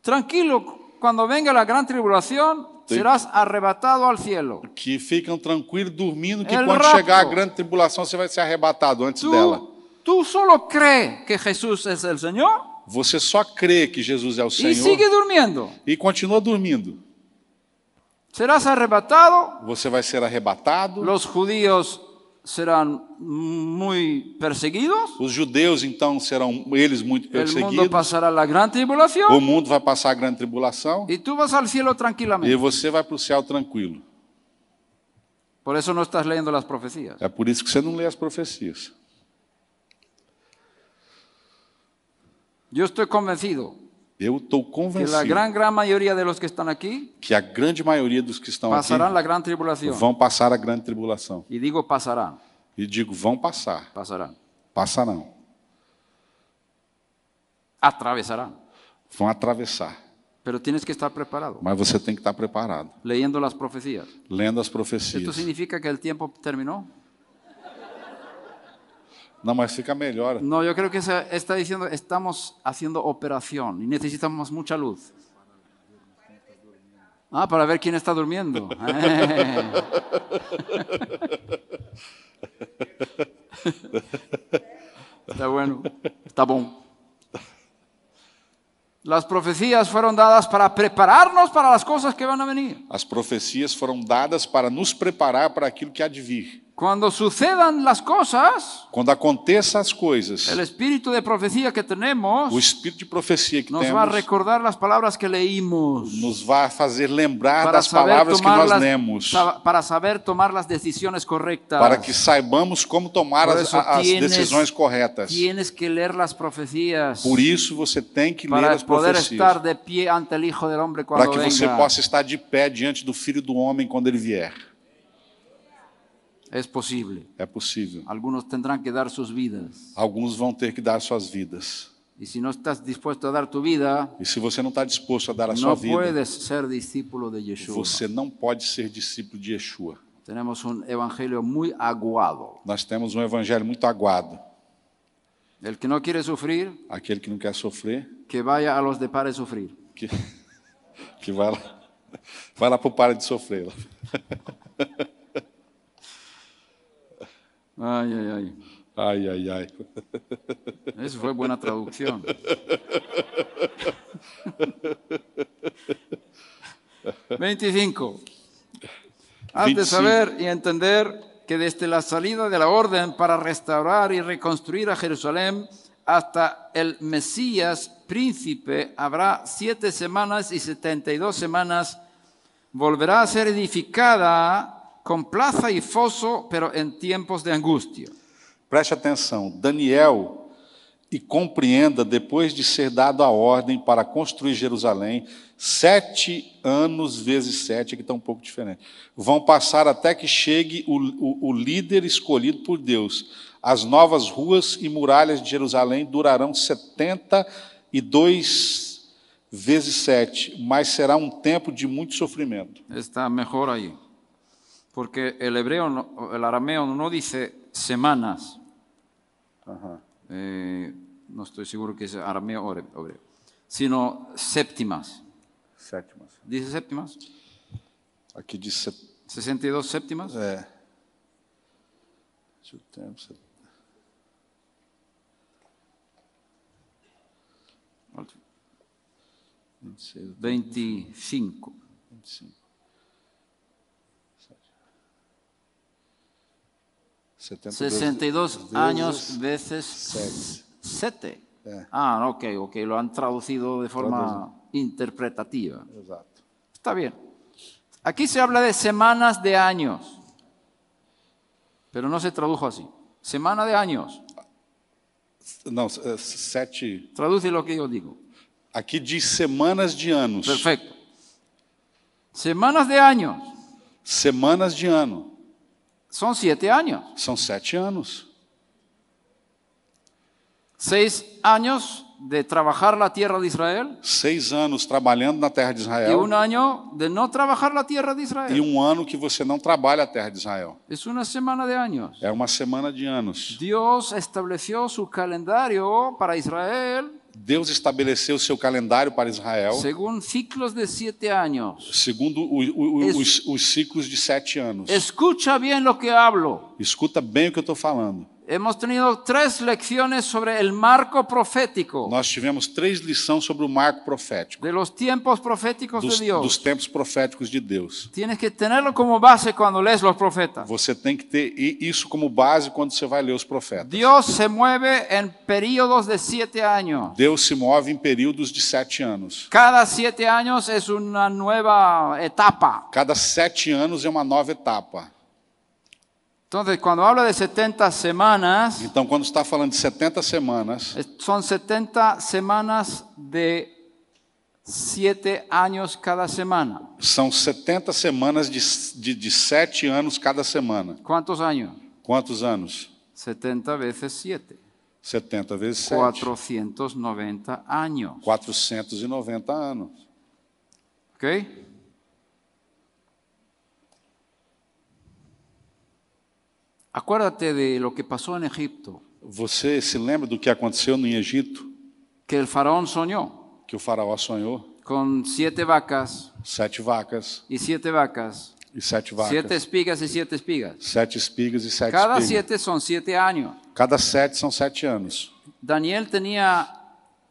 Speaker 1: Tranquilo, cuando venga la gran tribulación,
Speaker 2: Sí.
Speaker 1: serás arrebatado al cielo.
Speaker 2: que ficam tranquilos dormindo, que
Speaker 1: El
Speaker 2: quando
Speaker 1: rapto.
Speaker 2: chegar a grande tribulação você vai ser arrebatado antes dela.
Speaker 1: Tú, tú solo cree que Jesús es el Señor
Speaker 2: Você só crê que Jesus é o
Speaker 1: y
Speaker 2: Senhor
Speaker 1: sigue durmiendo.
Speaker 2: e continua dormindo.
Speaker 1: Serás arrebatado,
Speaker 2: Você vai ser arrebatado.
Speaker 1: los judíos serán muy perseguidos,
Speaker 2: Os judeus então serão eles muito
Speaker 1: el mundo
Speaker 2: perseguidos.
Speaker 1: pasará la gran
Speaker 2: O
Speaker 1: tribulación
Speaker 2: mundo vai passar a grande tribulação
Speaker 1: y tú vas al cielo
Speaker 2: e
Speaker 1: tranquilamente.
Speaker 2: você vai para o céu tranquilo.
Speaker 1: Por eso no estás leyendo las profecías.
Speaker 2: É por isso que você não lê as profecias.
Speaker 1: Yo estoy convencido
Speaker 2: Eu estou
Speaker 1: que la
Speaker 2: convencido
Speaker 1: gran gran mayoría de los que están aquí
Speaker 2: que a grande maioria dos que estão aqui
Speaker 1: pasarán la gran tribulación.
Speaker 2: vão passar a grande tribulação.
Speaker 1: Y digo pasarán,
Speaker 2: E digo, vão passar.
Speaker 1: pasarán,
Speaker 2: Passarão.
Speaker 1: atravesarán.
Speaker 2: Vão atravessar.
Speaker 1: Pero tienes que estar preparado,
Speaker 2: Mas você tem que estar preparado,
Speaker 1: leyendo las profecías.
Speaker 2: lendo as
Speaker 1: ¿Esto
Speaker 2: profecias.
Speaker 1: significa que el tiempo terminó?
Speaker 2: Não, mas fica melhor.
Speaker 1: No, yo creo que se está diciendo, estamos haciendo operación y necesitamos mucha luz. Ah, para ver quién está durmiendo. está bueno, está bueno. Las profecías fueron dadas para prepararnos para las cosas que van a venir.
Speaker 2: As profecias foram dadas para nos preparar para aquilo que há de vir.
Speaker 1: Cuando sucedan las cosas,
Speaker 2: Quando aconteçam as coisas,
Speaker 1: el espíritu de profecía que tenemos
Speaker 2: o espírito de profecia que
Speaker 1: Nos va a
Speaker 2: temos
Speaker 1: recordar las palabras que leímos
Speaker 2: nos vai fazer lembrar
Speaker 1: para
Speaker 2: das
Speaker 1: saber,
Speaker 2: palavras que nós
Speaker 1: tomar las,
Speaker 2: lemos,
Speaker 1: sa- para saber tomar las decisiones correctas.
Speaker 2: para que saibamos como tomar
Speaker 1: Por
Speaker 2: as,
Speaker 1: isso
Speaker 2: as
Speaker 1: tienes-
Speaker 2: decisões corretas.
Speaker 1: Tienes que leer las profecías
Speaker 2: Por isso você tem que ler
Speaker 1: para
Speaker 2: as
Speaker 1: poder estar
Speaker 2: profecias,
Speaker 1: de pie ante el Hijo del Hombre
Speaker 2: para
Speaker 1: cuando
Speaker 2: que você
Speaker 1: venga.
Speaker 2: possa estar de pé diante do Filho do Homem quando ele vier.
Speaker 1: Es posible.
Speaker 2: É possível.
Speaker 1: Algunos tendrán que dar sus vidas.
Speaker 2: Alguns vão ter que dar suas vidas.
Speaker 1: Y si no estás dispuesto a dar tu vida,
Speaker 2: E se você não está disposto a dar a sua
Speaker 1: no
Speaker 2: vida,
Speaker 1: puedes ser discípulo de Yeshua.
Speaker 2: Você não pode ser discípulo de Yeshua.
Speaker 1: Tenemos un evangelio muy aguado.
Speaker 2: Nós temos um evangelho muito aguado.
Speaker 1: El que no quiere sufrir,
Speaker 2: Aquele que não quer sofrer,
Speaker 1: que vaya a los de pares sufrir.
Speaker 2: que, que vai lá, vai lá para o para de sofrer. lá.
Speaker 1: Ay, ay, ay.
Speaker 2: Ai, ai, ai.
Speaker 1: Eso fue buena traducción. 25. Has
Speaker 2: 25.
Speaker 1: de saber y entender que desde la salida de la orden para restaurar y reconstruir a Jerusalén hasta el Mesías príncipe habrá siete semanas y setenta y dos semanas. Volverá a ser edificada con plaza y foso, pero en tiempos de angustia.
Speaker 2: Preste atenção, Daniel, e compreenda, depois de ser dado a ordem para construir Jerusalém, sete anos vezes sete, que está um pouco diferente, vão passar até que chegue o, o- o líder escolhido por Deus. As novas ruas e muralhas de Jerusalém durarão 72 vezes sete, mas será um tempo de muito sofrimento.
Speaker 1: Está mejor ahí. Porque el hebreo, no- el arameo no dice semanas. Eh, no estoy seguro que es arameo o hebre- o hebreo. Sino séptimas.
Speaker 2: Sétimas.
Speaker 1: ¿Dice séptimas?
Speaker 2: Aqui diz set-
Speaker 1: 62 séptimas.
Speaker 2: É. Deixa eu tempo, set- vinte e seis,
Speaker 1: 25.
Speaker 2: vinte e cinco. Sete. Setenta e dois
Speaker 1: 62 años veces
Speaker 2: sete.
Speaker 1: 7.
Speaker 2: É.
Speaker 1: Ah, ok, ok. Lo han traducido de forma interpretativa.
Speaker 2: Exato.
Speaker 1: Está bien. Aquí se habla de semanas de años, pero no se tradujo así. Semana de años.
Speaker 2: Não, é, sete.
Speaker 1: Traduce lo que yo digo.
Speaker 2: Aqui diz semanas de anos.
Speaker 1: Perfecto. Semanas de años
Speaker 2: Semanas de ano.
Speaker 1: son siete años.
Speaker 2: São sete anos.
Speaker 1: Seis años de trabajar la tierra de Israel
Speaker 2: Seis anos trabalhando na terra de
Speaker 1: y
Speaker 2: Israel.
Speaker 1: un año de no trabajar la tierra de
Speaker 2: E
Speaker 1: Israel.
Speaker 2: um ano que você não trabalha a terra de Israel.
Speaker 1: Es una semana de años.
Speaker 2: É uma semana de anos.
Speaker 1: Dios estableció su calendario para Israel
Speaker 2: Deus estabeleceu seu calendário para Israel
Speaker 1: según ciclos de siete anos.
Speaker 2: segundo o- o- o-
Speaker 1: Es-
Speaker 2: os, os ciclos de sete anos.
Speaker 1: Escucha bien lo que hablo.
Speaker 2: Escuta bem o que eu estou falando.
Speaker 1: Hemos tenido tres lecciones sobre el marco profético
Speaker 2: Nós tivemos três lições sobre o marco profético,
Speaker 1: de los tiempos proféticos
Speaker 2: dos,
Speaker 1: de
Speaker 2: dos
Speaker 1: Dios.
Speaker 2: tempos proféticos de Deus.
Speaker 1: Tienes que tenerlo como base cuando lees los profetas.
Speaker 2: Você tem que ter i- isso como base quando você vai ler os profetas.
Speaker 1: Dios se mueve en períodos de siete años.
Speaker 2: Deus se move em períodos de sete anos.
Speaker 1: Cada siete años es una nueva etapa.
Speaker 2: Cada sete anos é uma nova etapa.
Speaker 1: Entonces, cuando habla de 70 semanas,
Speaker 2: Então, quando está falando de 70 semanas,
Speaker 1: es- son 70 semanas de siete años cada semana.
Speaker 2: são 70 semanas de, s- de, de sete anos cada semana.
Speaker 1: ¿Cuántos años?
Speaker 2: Quantos anos?
Speaker 1: 70 veces 7.
Speaker 2: 70 vezes 7.
Speaker 1: 490 años.
Speaker 2: 490 anos.
Speaker 1: ¿Ok? Acuérdate de lo que pasó en Egipto,
Speaker 2: Você se lembra do que aconteceu no Egito?
Speaker 1: que el faraón soñó
Speaker 2: Que o faraó sonhou
Speaker 1: con siete vacas
Speaker 2: sete vacas
Speaker 1: y siete vacas,
Speaker 2: e sete vacas.
Speaker 1: siete espigas y siete espigas.
Speaker 2: Sete espigas e sete
Speaker 1: Cada
Speaker 2: espigas.
Speaker 1: siete son siete años.
Speaker 2: Cada sete são sete anos.
Speaker 1: Daniel tenía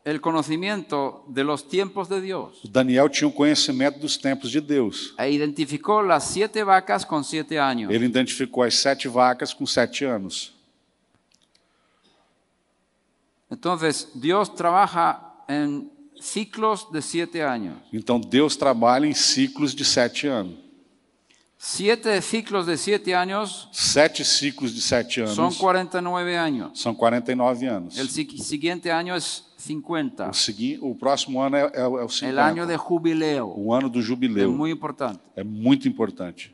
Speaker 1: el conocimiento de los tiempos de Dios
Speaker 2: O Daniel tinha o conhecimento dos tempos de Deus.
Speaker 1: e identificó las siete vacas con siete años.
Speaker 2: Ele identificou as sete vacas com sete anos.
Speaker 1: Entonces, Dios trabaja en ciclos de siete años.
Speaker 2: Então Deus trabalha em ciclos de sete anos.
Speaker 1: Siete ciclos de siete años
Speaker 2: Sete ciclos de sete anos
Speaker 1: son 49 años.
Speaker 2: são 49 años.
Speaker 1: El si- siguiente año es 50.
Speaker 2: O, segui... o próximo ano é, é, o- é o 50.
Speaker 1: El año de jubileo.
Speaker 2: O ano do
Speaker 1: Es
Speaker 2: jubileu.
Speaker 1: muy importante.
Speaker 2: É muito importante.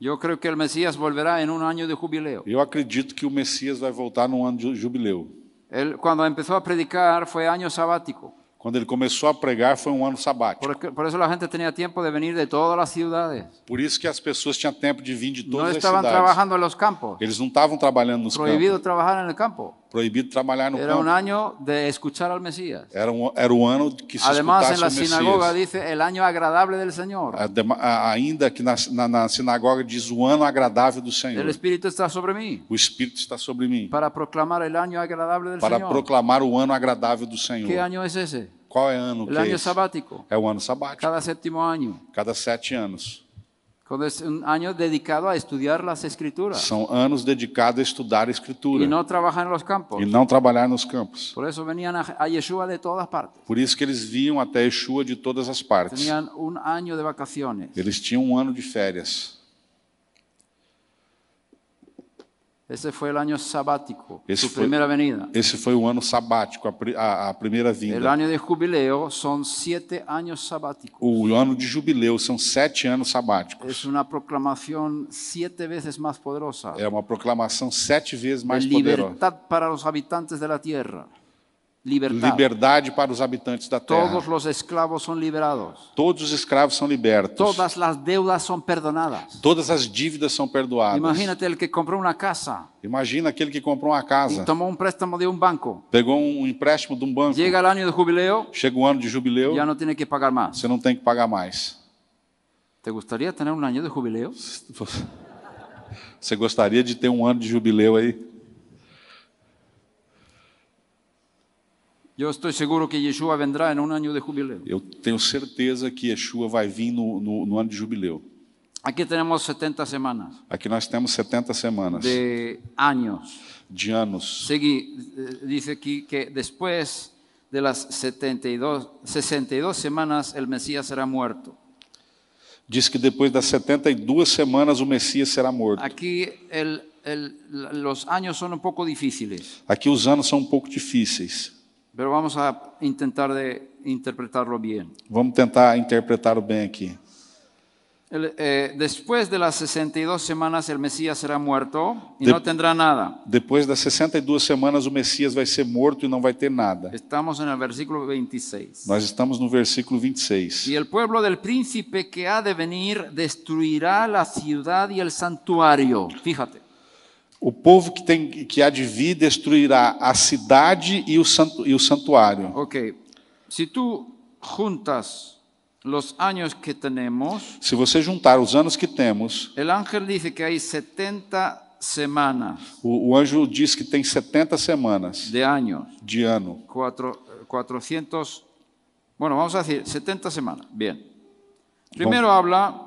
Speaker 1: Yo creo que el Mesías volverá en un año de jubileo.
Speaker 2: Eu acredito que o Messias vai voltar num ano de jubileu.
Speaker 1: Él, cuando empezó a predicar fue año sabático.
Speaker 2: Quando ele começou a pregar foi um ano sabático.
Speaker 1: Por, por eso la gente tenía tiempo de venir de todas las ciudades.
Speaker 2: Por isso que as pessoas tinham tempo de vir de
Speaker 1: No
Speaker 2: todas as
Speaker 1: estaban
Speaker 2: cidades.
Speaker 1: trabajando en los campos.
Speaker 2: Eles não estavam trabalhando nos
Speaker 1: Prohibido
Speaker 2: campos.
Speaker 1: trabajar en el campo.
Speaker 2: Proibido trabalhar no
Speaker 1: Era
Speaker 2: campo.
Speaker 1: un año de escuchar al Mesías.
Speaker 2: Era, um, era o ano que se
Speaker 1: Además, en la
Speaker 2: escutasse o
Speaker 1: sinagoga
Speaker 2: Messias.
Speaker 1: dice el año agradable del Señor.
Speaker 2: Adema- a- Ainda que na, na, na sinagoga diz o ano agradável do
Speaker 1: El
Speaker 2: Senhor.
Speaker 1: Espíritu está sobre mí
Speaker 2: O Espírito está sobre mim
Speaker 1: para proclamar el año agradable del
Speaker 2: para
Speaker 1: Señor.
Speaker 2: proclamar o ano agradável do
Speaker 1: ¿Qué
Speaker 2: Senhor.
Speaker 1: año es ese?
Speaker 2: Qual é ano
Speaker 1: El
Speaker 2: que é
Speaker 1: año
Speaker 2: esse?
Speaker 1: sabático,
Speaker 2: É o ano sabático,
Speaker 1: cada séptimo año.
Speaker 2: cada sete anos.
Speaker 1: Cuando es un año dedicado a estudiar las escrituras
Speaker 2: São anos dedicados a estudar a Escritura
Speaker 1: y no trabajar en los campos.
Speaker 2: e não trabalhar nos campos.
Speaker 1: Por eso venían a, a Yeshua de todas partes.
Speaker 2: Por isso que eles vinham até Yeshua de todas as partes.
Speaker 1: Tenían un año de vacaciones.
Speaker 2: Eles tinham um ano de férias.
Speaker 1: Ese fue el año sabático,
Speaker 2: Ese
Speaker 1: su
Speaker 2: fue-
Speaker 1: primera venida.
Speaker 2: Esse foi o ano sabático, a, pri- a- a primeira
Speaker 1: El
Speaker 2: vinda.
Speaker 1: año de jubileo son siete años sabáticos.
Speaker 2: O ano de jubileu são sete anos sabáticos.
Speaker 1: Es una proclamación siete veces más poderosa.
Speaker 2: É uma proclamação sete vezes
Speaker 1: de
Speaker 2: mais poderosa.
Speaker 1: É libertad para los habitantes de la tierra. Libertad.
Speaker 2: Liberdade para os habitantes da terra.
Speaker 1: Todos los esclavos son liberados.
Speaker 2: Todos os escravos são libertos.
Speaker 1: Todas las deudas son perdonadas.
Speaker 2: Todas as dívidas são perdoadas.
Speaker 1: Imagínate el que compró una casa
Speaker 2: Imagina aquele que comprou uma
Speaker 1: y
Speaker 2: casa,
Speaker 1: tomó un préstamo de un banco.
Speaker 2: pegou um empréstimo de um banco,
Speaker 1: Llega el año de jubileo,
Speaker 2: chega o ano de jubileu,
Speaker 1: ya no tiene que pagar más.
Speaker 2: você não tem que pagar mais.
Speaker 1: ¿Te gustaría tener un año de jubileo?
Speaker 2: Você gostaria de ter um ano de jubileu aí?
Speaker 1: Yo estoy seguro que Yeshua vendrá en un año de jubileo.
Speaker 2: Eu tenho certeza que Yeshua vai vir no, no- no ano de jubileu.
Speaker 1: Aquí tenemos 70 semanas
Speaker 2: Aqui nós temos 70 semanas de,
Speaker 1: de años.
Speaker 2: anos.
Speaker 1: Seguí, eh, dice aquí que después de las 72, 62 semanas el Mesías será muerto.
Speaker 2: Diz que depois das 72 semanas o Messias será morto.
Speaker 1: Aquí el- el- los años son un poco difíciles,
Speaker 2: Aqui os anos são um pouco difíceis.
Speaker 1: pero vamos a intentar de interpretarlo bien.
Speaker 2: Vamos tentar interpretar bem aqui.
Speaker 1: El, eh, después de las 62 semanas el Mesías será muerto y
Speaker 2: De-
Speaker 1: no tendrá nada.
Speaker 2: Depois das 62 semanas, o Messias vai ser morto e não vai ter nada.
Speaker 1: Estamos en el versículo 26.
Speaker 2: Nós estamos no versículo 26.
Speaker 1: Y el pueblo del príncipe que ha de venir destruirá la ciudad y el santuario. Fíjate,
Speaker 2: O povo que, tem, que há de vir destruirá a cidade e o, santu, e o santuário.
Speaker 1: ok, si tú juntas los años que tenemos,
Speaker 2: Se você juntar os anos que temos,
Speaker 1: el ángel dice que hay 70 semanas
Speaker 2: o, o anjo diz que tem 70 semanas
Speaker 1: de años,
Speaker 2: de ano.
Speaker 1: cuatro- eh, 400, bueno, vamos a decir 70 semanas, bien. Primero habla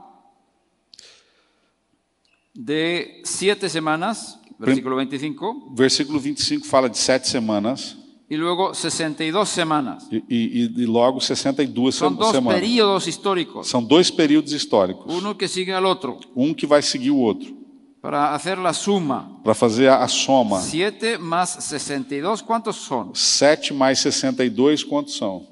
Speaker 1: de siete semanas, versículo 25.
Speaker 2: O versículo 25 fala de sete semanas
Speaker 1: y luego 62 semanas.
Speaker 2: e, e, e logo 62
Speaker 1: Son dos
Speaker 2: semanas.
Speaker 1: periodos históricos,
Speaker 2: São dois períodos históricos.
Speaker 1: uno que sigue al otro,
Speaker 2: Um que vai seguir o outro.
Speaker 1: para hacer la suma.
Speaker 2: Para fazer a, a soma,
Speaker 1: 7 más 62, ¿cuántos son?
Speaker 2: 7 mais 62, quantos são?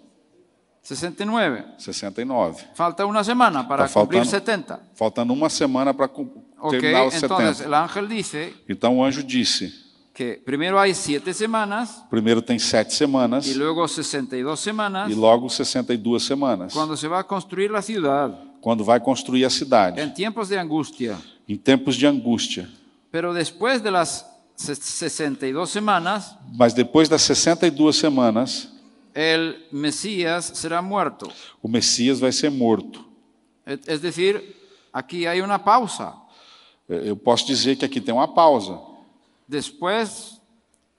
Speaker 1: 69.
Speaker 2: 69.
Speaker 1: Falta una semana para
Speaker 2: Está faltando.
Speaker 1: cumplir 70.
Speaker 2: Faltando uma semana para
Speaker 1: Ok,
Speaker 2: terminar os
Speaker 1: entonces
Speaker 2: 70.
Speaker 1: el ángel dice
Speaker 2: Então o anjo disse:
Speaker 1: que primero hay 7 semanas
Speaker 2: primeiro tem sete semanas
Speaker 1: y
Speaker 2: e
Speaker 1: luego 62 semanas
Speaker 2: logo 62 semanas, quando,
Speaker 1: cuando se va a construir la ciudad
Speaker 2: vai construir a cidade,
Speaker 1: en tiempos de angustia.
Speaker 2: em tempos de angústia.
Speaker 1: Pero después de las ses- 62 semanas,
Speaker 2: Mas depois das 62 semanas,
Speaker 1: el Mesías será muerto.
Speaker 2: o Messias vai ser morto.
Speaker 1: Es es decir, aquí hay una pausa.
Speaker 2: Eh, Eu posso dizer que aqui tem uma pausa.
Speaker 1: Después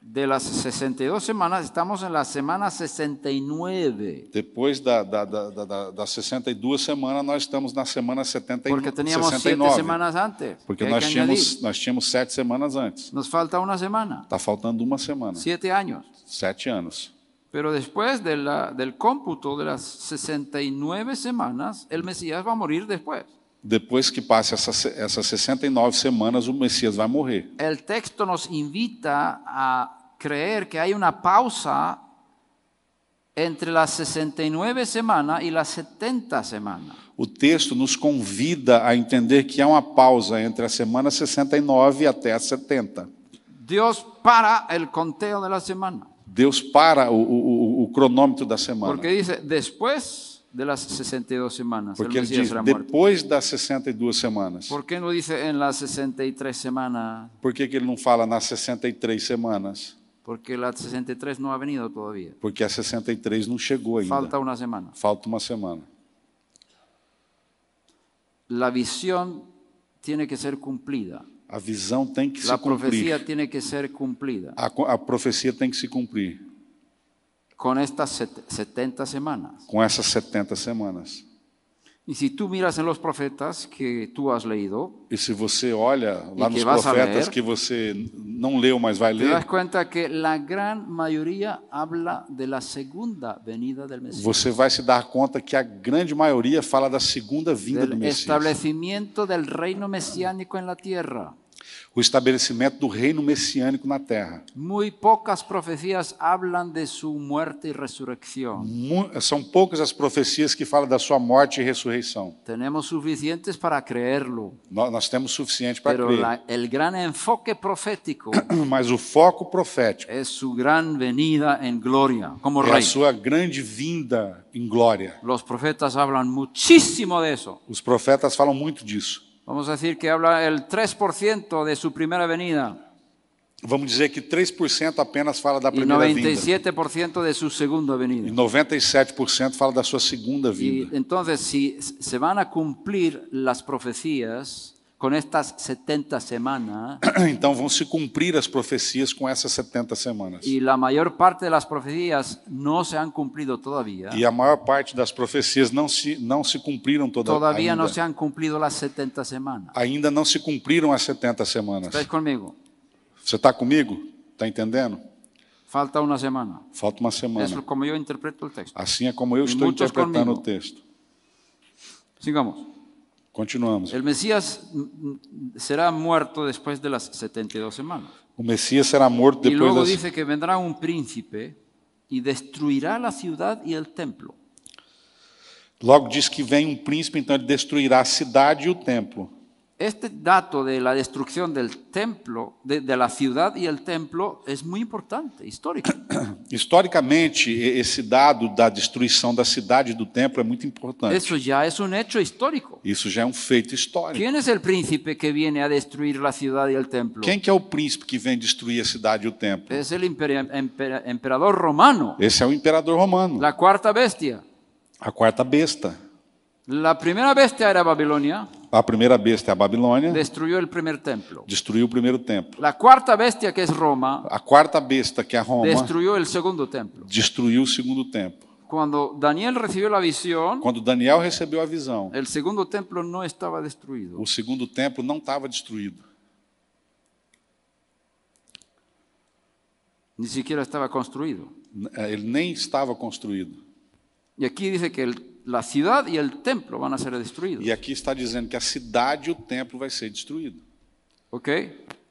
Speaker 1: de las 62 semanas, estamos en la semana 69,
Speaker 2: Depois da, da, da, da- da, das 62 semanas, nós estamos na semana 70,
Speaker 1: porque é teníamos siete
Speaker 2: 69.
Speaker 1: semanas antes. que
Speaker 2: porque
Speaker 1: é hay
Speaker 2: nós
Speaker 1: que
Speaker 2: tínhamos,
Speaker 1: añadir.
Speaker 2: nós tínhamos sete semanas antes.
Speaker 1: Nos falta una semana,
Speaker 2: Está faltando uma semana,
Speaker 1: siete años.
Speaker 2: sete anos.
Speaker 1: Pero después de la- del cómputo de las 69 semanas, el Mesías va a morir después.
Speaker 2: Depois que passe essas essas 69 semanas, o Messias vai morrer.
Speaker 1: El texto nos invita a creer que hay una pausa entre las 69 semanas y las 70 semanas.
Speaker 2: O texto nos convida a entender que há uma pausa entre a semana 69 até a 70.
Speaker 1: Dios para el conteo de la semana,
Speaker 2: Deus para o, o, o- o cronômetro da semana.
Speaker 1: porque dice después de las 62 semanas
Speaker 2: Porque
Speaker 1: el
Speaker 2: ele
Speaker 1: Mesías
Speaker 2: diz
Speaker 1: será muerto.
Speaker 2: depois das 62 semanas.
Speaker 1: ¿Por qué no dice en las 63 semanas?
Speaker 2: Por que, que ele não fala nas 63 semanas?
Speaker 1: Porque las 63 no ha venido todavía.
Speaker 2: Porque a 63 não chegou ainda.
Speaker 1: Falta una semana.
Speaker 2: Falta uma semana.
Speaker 1: La visión tiene que ser cumplida.
Speaker 2: A visão tem que
Speaker 1: La
Speaker 2: se cumprir.
Speaker 1: profecía tiene que ser cumplida.
Speaker 2: A, co- a profecia tem que se cumprir.
Speaker 1: con estas set- 70 semanas.
Speaker 2: com essas 70 semanas.
Speaker 1: Y si tú miras en los profetas que tú has leído,
Speaker 2: E se você olha lá
Speaker 1: E
Speaker 2: nos
Speaker 1: que vas a
Speaker 2: profetas
Speaker 1: ler.
Speaker 2: que você não leu, mas vai
Speaker 1: te das
Speaker 2: ler,
Speaker 1: cuenta que la gran mayoría habla de la segunda venida del Mesías,
Speaker 2: você vai se dar conta que a grande maioria fala da segunda vinda do
Speaker 1: del
Speaker 2: Messias,
Speaker 1: establecimiento del reino mesiánico en la tierra.
Speaker 2: o estabelecimento do reino messiânico na terra.
Speaker 1: Muy pocas profecías hablan de su muerte y resurrección.
Speaker 2: Mu- São poucas as profecias que falam da sua morte e ressurreição.
Speaker 1: Tenemos suficientes para creerlo,
Speaker 2: Nó- Nós temos suficiente para
Speaker 1: pero
Speaker 2: crer.
Speaker 1: la- el gran enfoque profético
Speaker 2: Mas o foco profético
Speaker 1: es su gran venida en gloria como
Speaker 2: é a
Speaker 1: rey.
Speaker 2: sua grande vinda em glória.
Speaker 1: Los profetas hablan muchísimo de eso.
Speaker 2: Os profetas falam muito disso.
Speaker 1: Vamos a decir que habla el 3% de su primera venida
Speaker 2: Vamos dizer que 3% apenas fala da
Speaker 1: y
Speaker 2: primeira vinda.
Speaker 1: 97% de su segunda
Speaker 2: E
Speaker 1: venida.
Speaker 2: 97% fala da sua segunda vinda.
Speaker 1: Y entonces, si se van a cumplir las profecías con estas 70 semanas,
Speaker 2: Então vão se cumprir as profecias com essas 70 semanas.
Speaker 1: y la mayor parte de las profecías no se han cumplido todavía,
Speaker 2: E a maior parte das profecias não se, não se cumpriram toda,
Speaker 1: todavía
Speaker 2: ainda.
Speaker 1: no se han cumplido las 70 semanas.
Speaker 2: Ainda não se cumpriram as 70 semanas.
Speaker 1: ¿Estáis conmigo?
Speaker 2: Você está comigo? Está entendendo?
Speaker 1: Falta una semana.
Speaker 2: Falta uma
Speaker 1: Es
Speaker 2: semana.
Speaker 1: como yo interpreto el texto.
Speaker 2: Assim é como eu estou
Speaker 1: muitos
Speaker 2: interpretando
Speaker 1: comigo.
Speaker 2: o texto.
Speaker 1: Sigamos.
Speaker 2: Continuamos.
Speaker 1: El Mesías mm, mm, será muerto después de las 72 semanas.
Speaker 2: O Messias será morto
Speaker 1: Y
Speaker 2: depois
Speaker 1: luego
Speaker 2: das...
Speaker 1: dice que vendrá un príncipe y destruirá la ciudad y el templo.
Speaker 2: Logo diz que vem um príncipe, então ele destruirá a cidade e o templo.
Speaker 1: Este dato de la destrucción del templo, de, de la ciudad y el templo, es muy importante, histórico.
Speaker 2: Historicamente, e- esse dado da destruição da cidade e do templo é muito importante.
Speaker 1: Eso ya es un hecho histórico.
Speaker 2: Isso já é um feito histórico.
Speaker 1: ¿Quién es el príncipe que viene a destruir la ciudad y el templo?
Speaker 2: Quem que é o príncipe que vem destruir a cidade e o templo?
Speaker 1: Es el impera- empera- emperador romano,
Speaker 2: Esse é o imperador romano,
Speaker 1: la cuarta bestia.
Speaker 2: a quarta besta.
Speaker 1: La primera bestia era Babilonia,
Speaker 2: A primeira besta é a Babilônia,
Speaker 1: destruyó el primer templo.
Speaker 2: destruiu o primeiro templo.
Speaker 1: La cuarta bestia, que es Roma,
Speaker 2: A quarta besta, que é a Roma,
Speaker 1: destruyó el segundo templo.
Speaker 2: destruiu o segundo templo.
Speaker 1: Cuando Daniel recibiu la visión,
Speaker 2: Quando Daniel recebeu a visão,
Speaker 1: el segundo templo no estaba destruido.
Speaker 2: o segundo templo não estava destruído,
Speaker 1: Ni siquiera estaba construido.
Speaker 2: N- eh, ele nem estava construído.
Speaker 1: Y aquí dice que el- la ciudad y el templo van a ser destruidos.
Speaker 2: E aqui está dizendo que a cidade e o templo vai ser destruído.
Speaker 1: ¿Ok?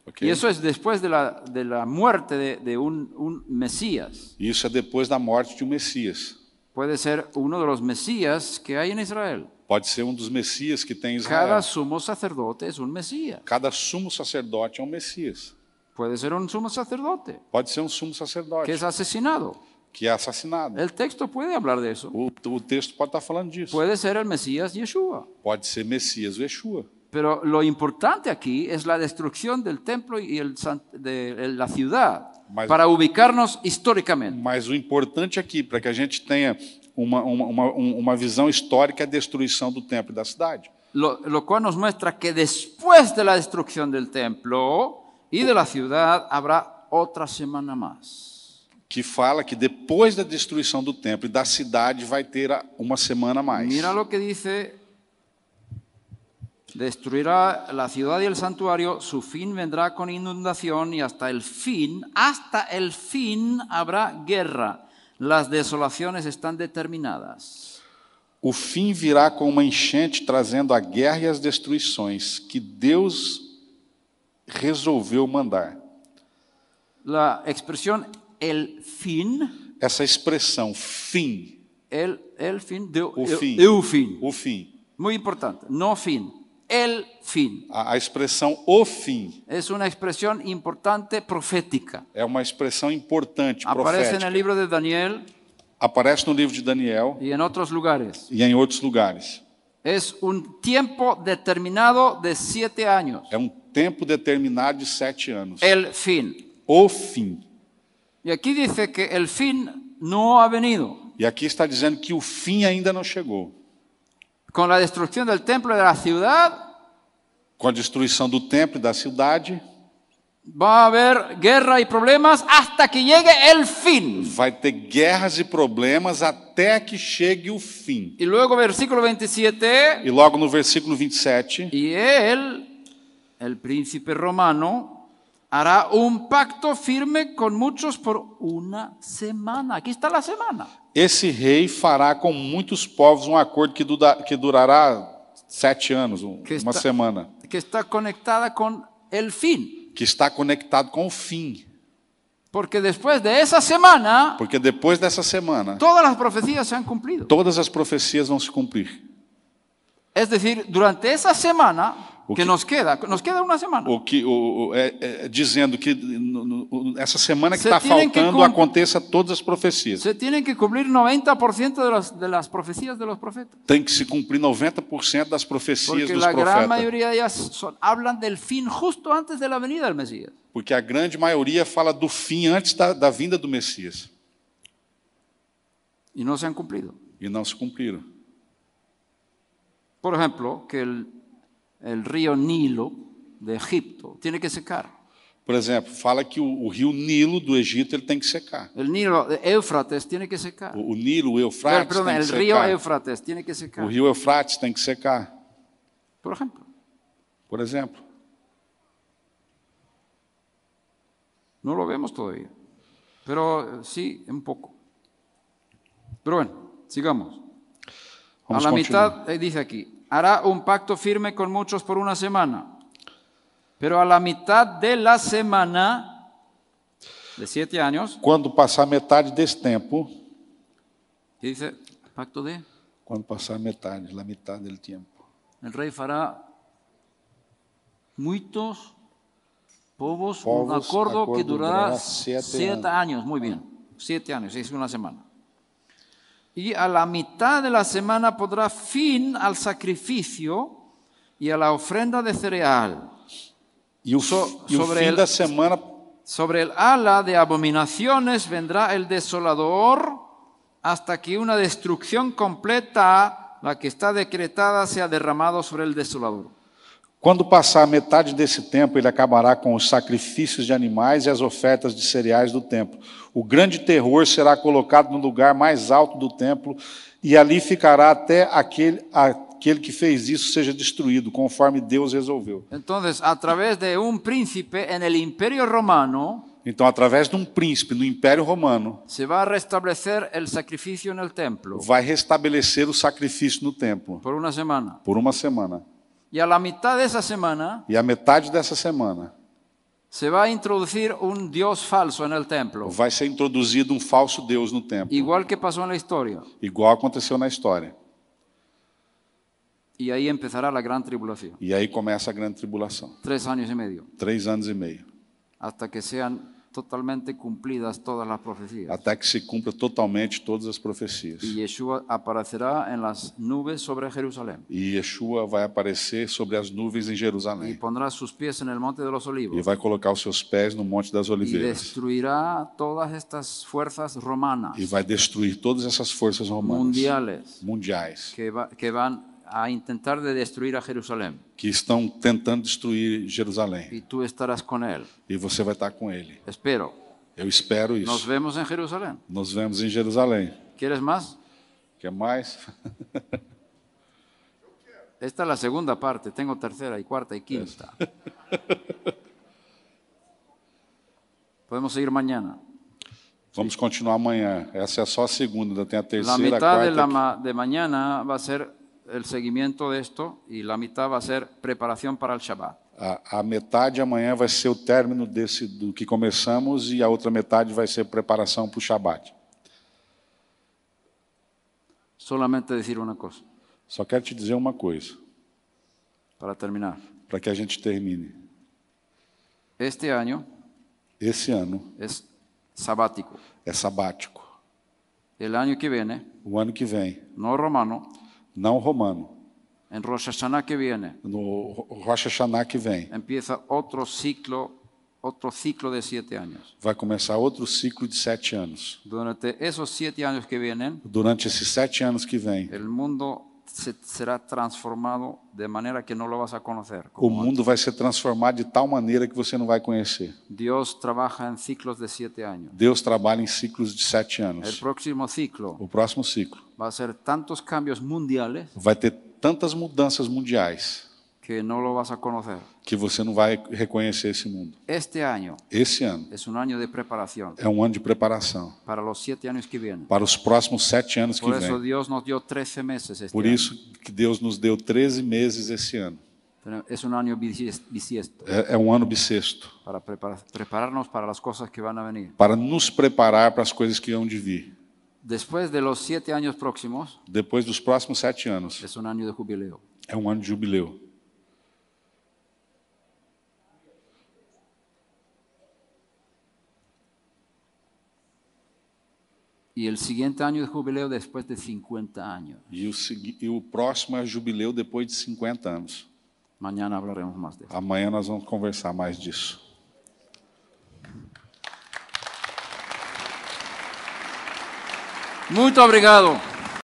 Speaker 2: Ok.
Speaker 1: Y eso es después de la, de la muerte de, de un, un Mesías.
Speaker 2: E Isso é depois da morte de um Messias.
Speaker 1: Puede ser uno de los Mesías que hay en Israel.
Speaker 2: Pode ser um dos Messias que tem em Israel.
Speaker 1: Cada sumo sacerdote es un Mesías.
Speaker 2: Cada sumo sacerdote é um Messias.
Speaker 1: Puede ser un sumo sacerdote
Speaker 2: Pode ser um sumo
Speaker 1: que
Speaker 2: sacerdote
Speaker 1: es asesinado.
Speaker 2: que é assassinado.
Speaker 1: El texto puede hablar de eso.
Speaker 2: O, o texto pode estar falando disso.
Speaker 1: Puede ser el Mesías Yeshua.
Speaker 2: Pode ser Messias, o Yeshua.
Speaker 1: Pero lo importante aquí es la destrucción del templo y el san- de de la ciudad
Speaker 2: Mas-
Speaker 1: para ubicarnos históricamente.
Speaker 2: Mas o importante aqui, para que a gente tenha uma, uma, uma, um- uma visão histórica, é a destruição do templo e da cidade.
Speaker 1: Lo, lo cual nos muestra que después de la destrucción del templo y de la ciudad habrá otra semana más.
Speaker 2: Que fala que depois da destruição do templo e da cidade vai ter a- uma semana a mais.
Speaker 1: Mira lo que dice. Destruirá la ciudad y el santuario, su fin vendrá con inundación y hasta el fin, hasta el fin habrá guerra. Las desolaciones están determinadas.
Speaker 2: O fim virá com uma enchente trazendo a guerra e as destruições que Deus resolveu mandar.
Speaker 1: La expresión el fin,
Speaker 2: Essa expressão, fim,
Speaker 1: el, el fin, de,
Speaker 2: o fim.
Speaker 1: eu fin,
Speaker 2: O fim.
Speaker 1: muy importante, no fin, el fin.
Speaker 2: A, a expressão o fim
Speaker 1: Es una expresión importante profética.
Speaker 2: é uma expressão importante,
Speaker 1: Aparece en
Speaker 2: profética.
Speaker 1: el libro de Daniel
Speaker 2: Aparece no livro de Daniel
Speaker 1: y en otros lugares.
Speaker 2: e em outros lugares.
Speaker 1: Es un tiempo determinado de siete años.
Speaker 2: É um tempo determinado de sete anos.
Speaker 1: El fin.
Speaker 2: O fim.
Speaker 1: Y aquí dice que el fin no ha venido.
Speaker 2: E aqui está dizendo que o fim ainda não chegou.
Speaker 1: Con la destrucción del templo y de la ciudad,
Speaker 2: Com a destruição do templo e da cidade,
Speaker 1: Va a haber guerra y problemas hasta que llegue el fin.
Speaker 2: Vai ter guerras e problemas até que chegue o fim.
Speaker 1: Y luego versículo 27,
Speaker 2: E logo no versículo 27,
Speaker 1: y él, el príncipe romano, hará un pacto firme con muchos por una semana. Aquí está la semana.
Speaker 2: esse rei fará com muitos povos um acordo que, duda- que durará sete anos, um-
Speaker 1: Que
Speaker 2: uma
Speaker 1: está-
Speaker 2: semana,
Speaker 1: que está conectada con el fin.
Speaker 2: que está conectado com o fim.
Speaker 1: Porque después de esa semana,
Speaker 2: Porque depois dessa semana,
Speaker 1: todas las profecías se han cumplido.
Speaker 2: todas as profecias vão se cumprir.
Speaker 1: Es decir, durante esa semana
Speaker 2: O
Speaker 1: que
Speaker 2: que-
Speaker 1: nos queda, nos queda una semana,
Speaker 2: O que, o, o- é- é- dizendo que no- no- essa semana que
Speaker 1: Você
Speaker 2: está
Speaker 1: tem que
Speaker 2: faltando
Speaker 1: cum-
Speaker 2: aconteça todas as profecias.
Speaker 1: se tienen que cumplir 90% de las, de las profecías de los profetas.
Speaker 2: Tem que se cumprir 90% das profecias
Speaker 1: Porque
Speaker 2: dos
Speaker 1: la gran
Speaker 2: profetas.
Speaker 1: mayoría de ellas son- hablan del fin justo antes de la venida del Mesías.
Speaker 2: Porque a grande maioria fala do fim antes da, da vinda do Messias.
Speaker 1: Y no se han cumplido.
Speaker 2: E não se cumpriram.
Speaker 1: Por ejemplo, que el, el río Nilo de Egipto tiene que secar.
Speaker 2: Por exemplo, fala que o, o rio Nilo do Egito ele tem que secar.
Speaker 1: El Nilo de Éufrates tiene que secar.
Speaker 2: O, o Nilo, o
Speaker 1: Pero,
Speaker 2: Eufrates,
Speaker 1: perdón,
Speaker 2: tem que
Speaker 1: el río
Speaker 2: secar.
Speaker 1: Éufrates tiene que
Speaker 2: O
Speaker 1: secar,
Speaker 2: rio Eufrates tem que secar,
Speaker 1: por ejemplo.
Speaker 2: por exemplo.
Speaker 1: No lo vemos todavía, pero eh, sí un poco. Pero bueno, sigamos. A
Speaker 2: Vamos
Speaker 1: la
Speaker 2: continuar.
Speaker 1: mitad, eh, dice aquí, hará un pacto firme con muchos por una semana, pero a la mitad de la semana, de siete años,
Speaker 2: Quando passar metade desse tempo,
Speaker 1: que dice, pacto de,
Speaker 2: quando passar metade, la metade do tempo,
Speaker 1: el rey fará muchos povos, un
Speaker 2: Povos,
Speaker 1: acuerdo, que
Speaker 2: acuerdo
Speaker 1: durará
Speaker 2: durará
Speaker 1: siete,
Speaker 2: siete
Speaker 1: años. muy bien, siete años, es una semana. Y a la mitad de la semana podrá fin al sacrificio y a la ofrenda de cereal.
Speaker 2: e o,
Speaker 1: So-
Speaker 2: e o
Speaker 1: sobre
Speaker 2: fim
Speaker 1: el-
Speaker 2: da semana
Speaker 1: Sobre el ala de abominaciones vendrá el desolador hasta que una destrucción completa, la que está decretada, sea derramado sobre el desolador.
Speaker 2: Quando passar metade desse tempo, ele acabará com os sacrifícios de animais e as ofertas de cereais do templo. O grande terror será colocado no lugar mais alto do templo, e ali ficará até aquele, aquele que fez isso seja destruído, conforme Deus resolveu.
Speaker 1: Entonces, a través de un príncipe en el imperio romano,
Speaker 2: Então, através de um príncipe no Império Romano,
Speaker 1: se va a restablecer el sacrificio en el templo
Speaker 2: vai restabelecer o sacrifício no templo
Speaker 1: por una semana.
Speaker 2: por uma semana.
Speaker 1: Y a la mitad de esa semana,
Speaker 2: E a metade dessa semana
Speaker 1: se va a introducir un dios falso en el templo,
Speaker 2: vai ser introduzido um falso Deus no templo,
Speaker 1: igual que pasó en la historia.
Speaker 2: igual aconteceu na história.
Speaker 1: Y ahí empezará la gran tribulación.
Speaker 2: E aí começa a grande tribulação.
Speaker 1: Tres años y medio,
Speaker 2: três anos e meio,
Speaker 1: hasta que sean totalmente cumplidas todas las profecías.
Speaker 2: até que se cumpra totalmente todas as profecias.
Speaker 1: Y Yeshua aparecerá en las nubes sobre Jerusalén
Speaker 2: E Yeshua vai aparecer sobre as nuvens em
Speaker 1: y
Speaker 2: Jerusalém
Speaker 1: pondrá sus pies en el monte de los olivos.
Speaker 2: e vai colocar os seus pés no Monte das
Speaker 1: y
Speaker 2: Oliveiras
Speaker 1: destruirá todas estas fuerzas romanas,
Speaker 2: e vai destruir todas essas forças romanas
Speaker 1: mundiales,
Speaker 2: mundiais
Speaker 1: que, va- que van a intentar de destruir a Jerusalém.
Speaker 2: que estão tentando destruir Jerusalém.
Speaker 1: Y tú estarás con él.
Speaker 2: E você vai estar com ele.
Speaker 1: Espero.
Speaker 2: Eu espero
Speaker 1: Nos
Speaker 2: isso.
Speaker 1: vemos en Jerusalén.
Speaker 2: Nos vemos em Jerusalém.
Speaker 1: ¿Quieres más?
Speaker 2: Quer mais?
Speaker 1: Esta es la segunda parte. Tengo tercera y cuarta y quinta. Podemos seguir mañana.
Speaker 2: Vamos continuar amanhã. Essa é só a segunda, ainda tem a
Speaker 1: La
Speaker 2: terceira, a
Speaker 1: mitad de, la
Speaker 2: quarta.
Speaker 1: ma- de mañana va a ser el seguimiento de esto y la mitad va a ser preparación para el Shabbat.
Speaker 2: A, a metade amanhã vai ser o término desse do que começamos e a outra metade vai ser preparação para o Shabat.
Speaker 1: Solamente decir una cosa
Speaker 2: Só quero te dizer uma coisa,
Speaker 1: para terminar.
Speaker 2: para que a gente termine.
Speaker 1: Este año
Speaker 2: Esse ano
Speaker 1: es sabático.
Speaker 2: é sabático.
Speaker 1: El año que viene,
Speaker 2: O ano que vem,
Speaker 1: no romano,
Speaker 2: não romano,
Speaker 1: en Rosh Hashanah que viene,
Speaker 2: no Ro- Rosh Hashanah que vem,
Speaker 1: empieza otro ciclo, otro ciclo de siete años.
Speaker 2: vai começar outro ciclo de sete anos.
Speaker 1: Durante esos siete años que vienen,
Speaker 2: Durante esses sete anos que vêm,
Speaker 1: el mundo se- será transformado de manera que no lo vas a conocer.
Speaker 2: O
Speaker 1: como
Speaker 2: mundo vai ser transformado de tal maneira que você não vai conhecer.
Speaker 1: Dios trabaja en ciclos de siete años.
Speaker 2: Deus trabalha em ciclos de sete
Speaker 1: El
Speaker 2: anos.
Speaker 1: próximo ciclo
Speaker 2: O próximo ciclo
Speaker 1: va a ser tantos cambios mundiales
Speaker 2: vai ter tantas mudanças mundiais
Speaker 1: que no lo vas a conocer.
Speaker 2: que você não vai reconhecer esse mundo.
Speaker 1: Este año
Speaker 2: Esse ano
Speaker 1: es un año de preparación
Speaker 2: é um ano de preparação
Speaker 1: para los siete años que vienen.
Speaker 2: para os próximos sete anos que
Speaker 1: Por eso
Speaker 2: vêm.
Speaker 1: Dios nos dio 13 meses este
Speaker 2: Por
Speaker 1: año.
Speaker 2: isso que Deus nos deu 13 meses esse ano.
Speaker 1: Pero Es un año bisies- bisiesto
Speaker 2: É, é um ano bissexto
Speaker 1: para prepara- prepararnos para las cosas que van a venir.
Speaker 2: para nos preparar para as coisas que hão de vir.
Speaker 1: Después de los siete años próximos,
Speaker 2: Depois dos próximos sete anos
Speaker 1: es un año de jubileo.
Speaker 2: é um ano de jubileu.
Speaker 1: Y el siguiente año de jubileo después de 50 años.
Speaker 2: E o, segui- e o próximo é jubileu depois de 50 anos.
Speaker 1: Mañana hablaremos más de eso.
Speaker 2: Amanhã nós vamos conversar mais disso.
Speaker 1: Muito obrigado.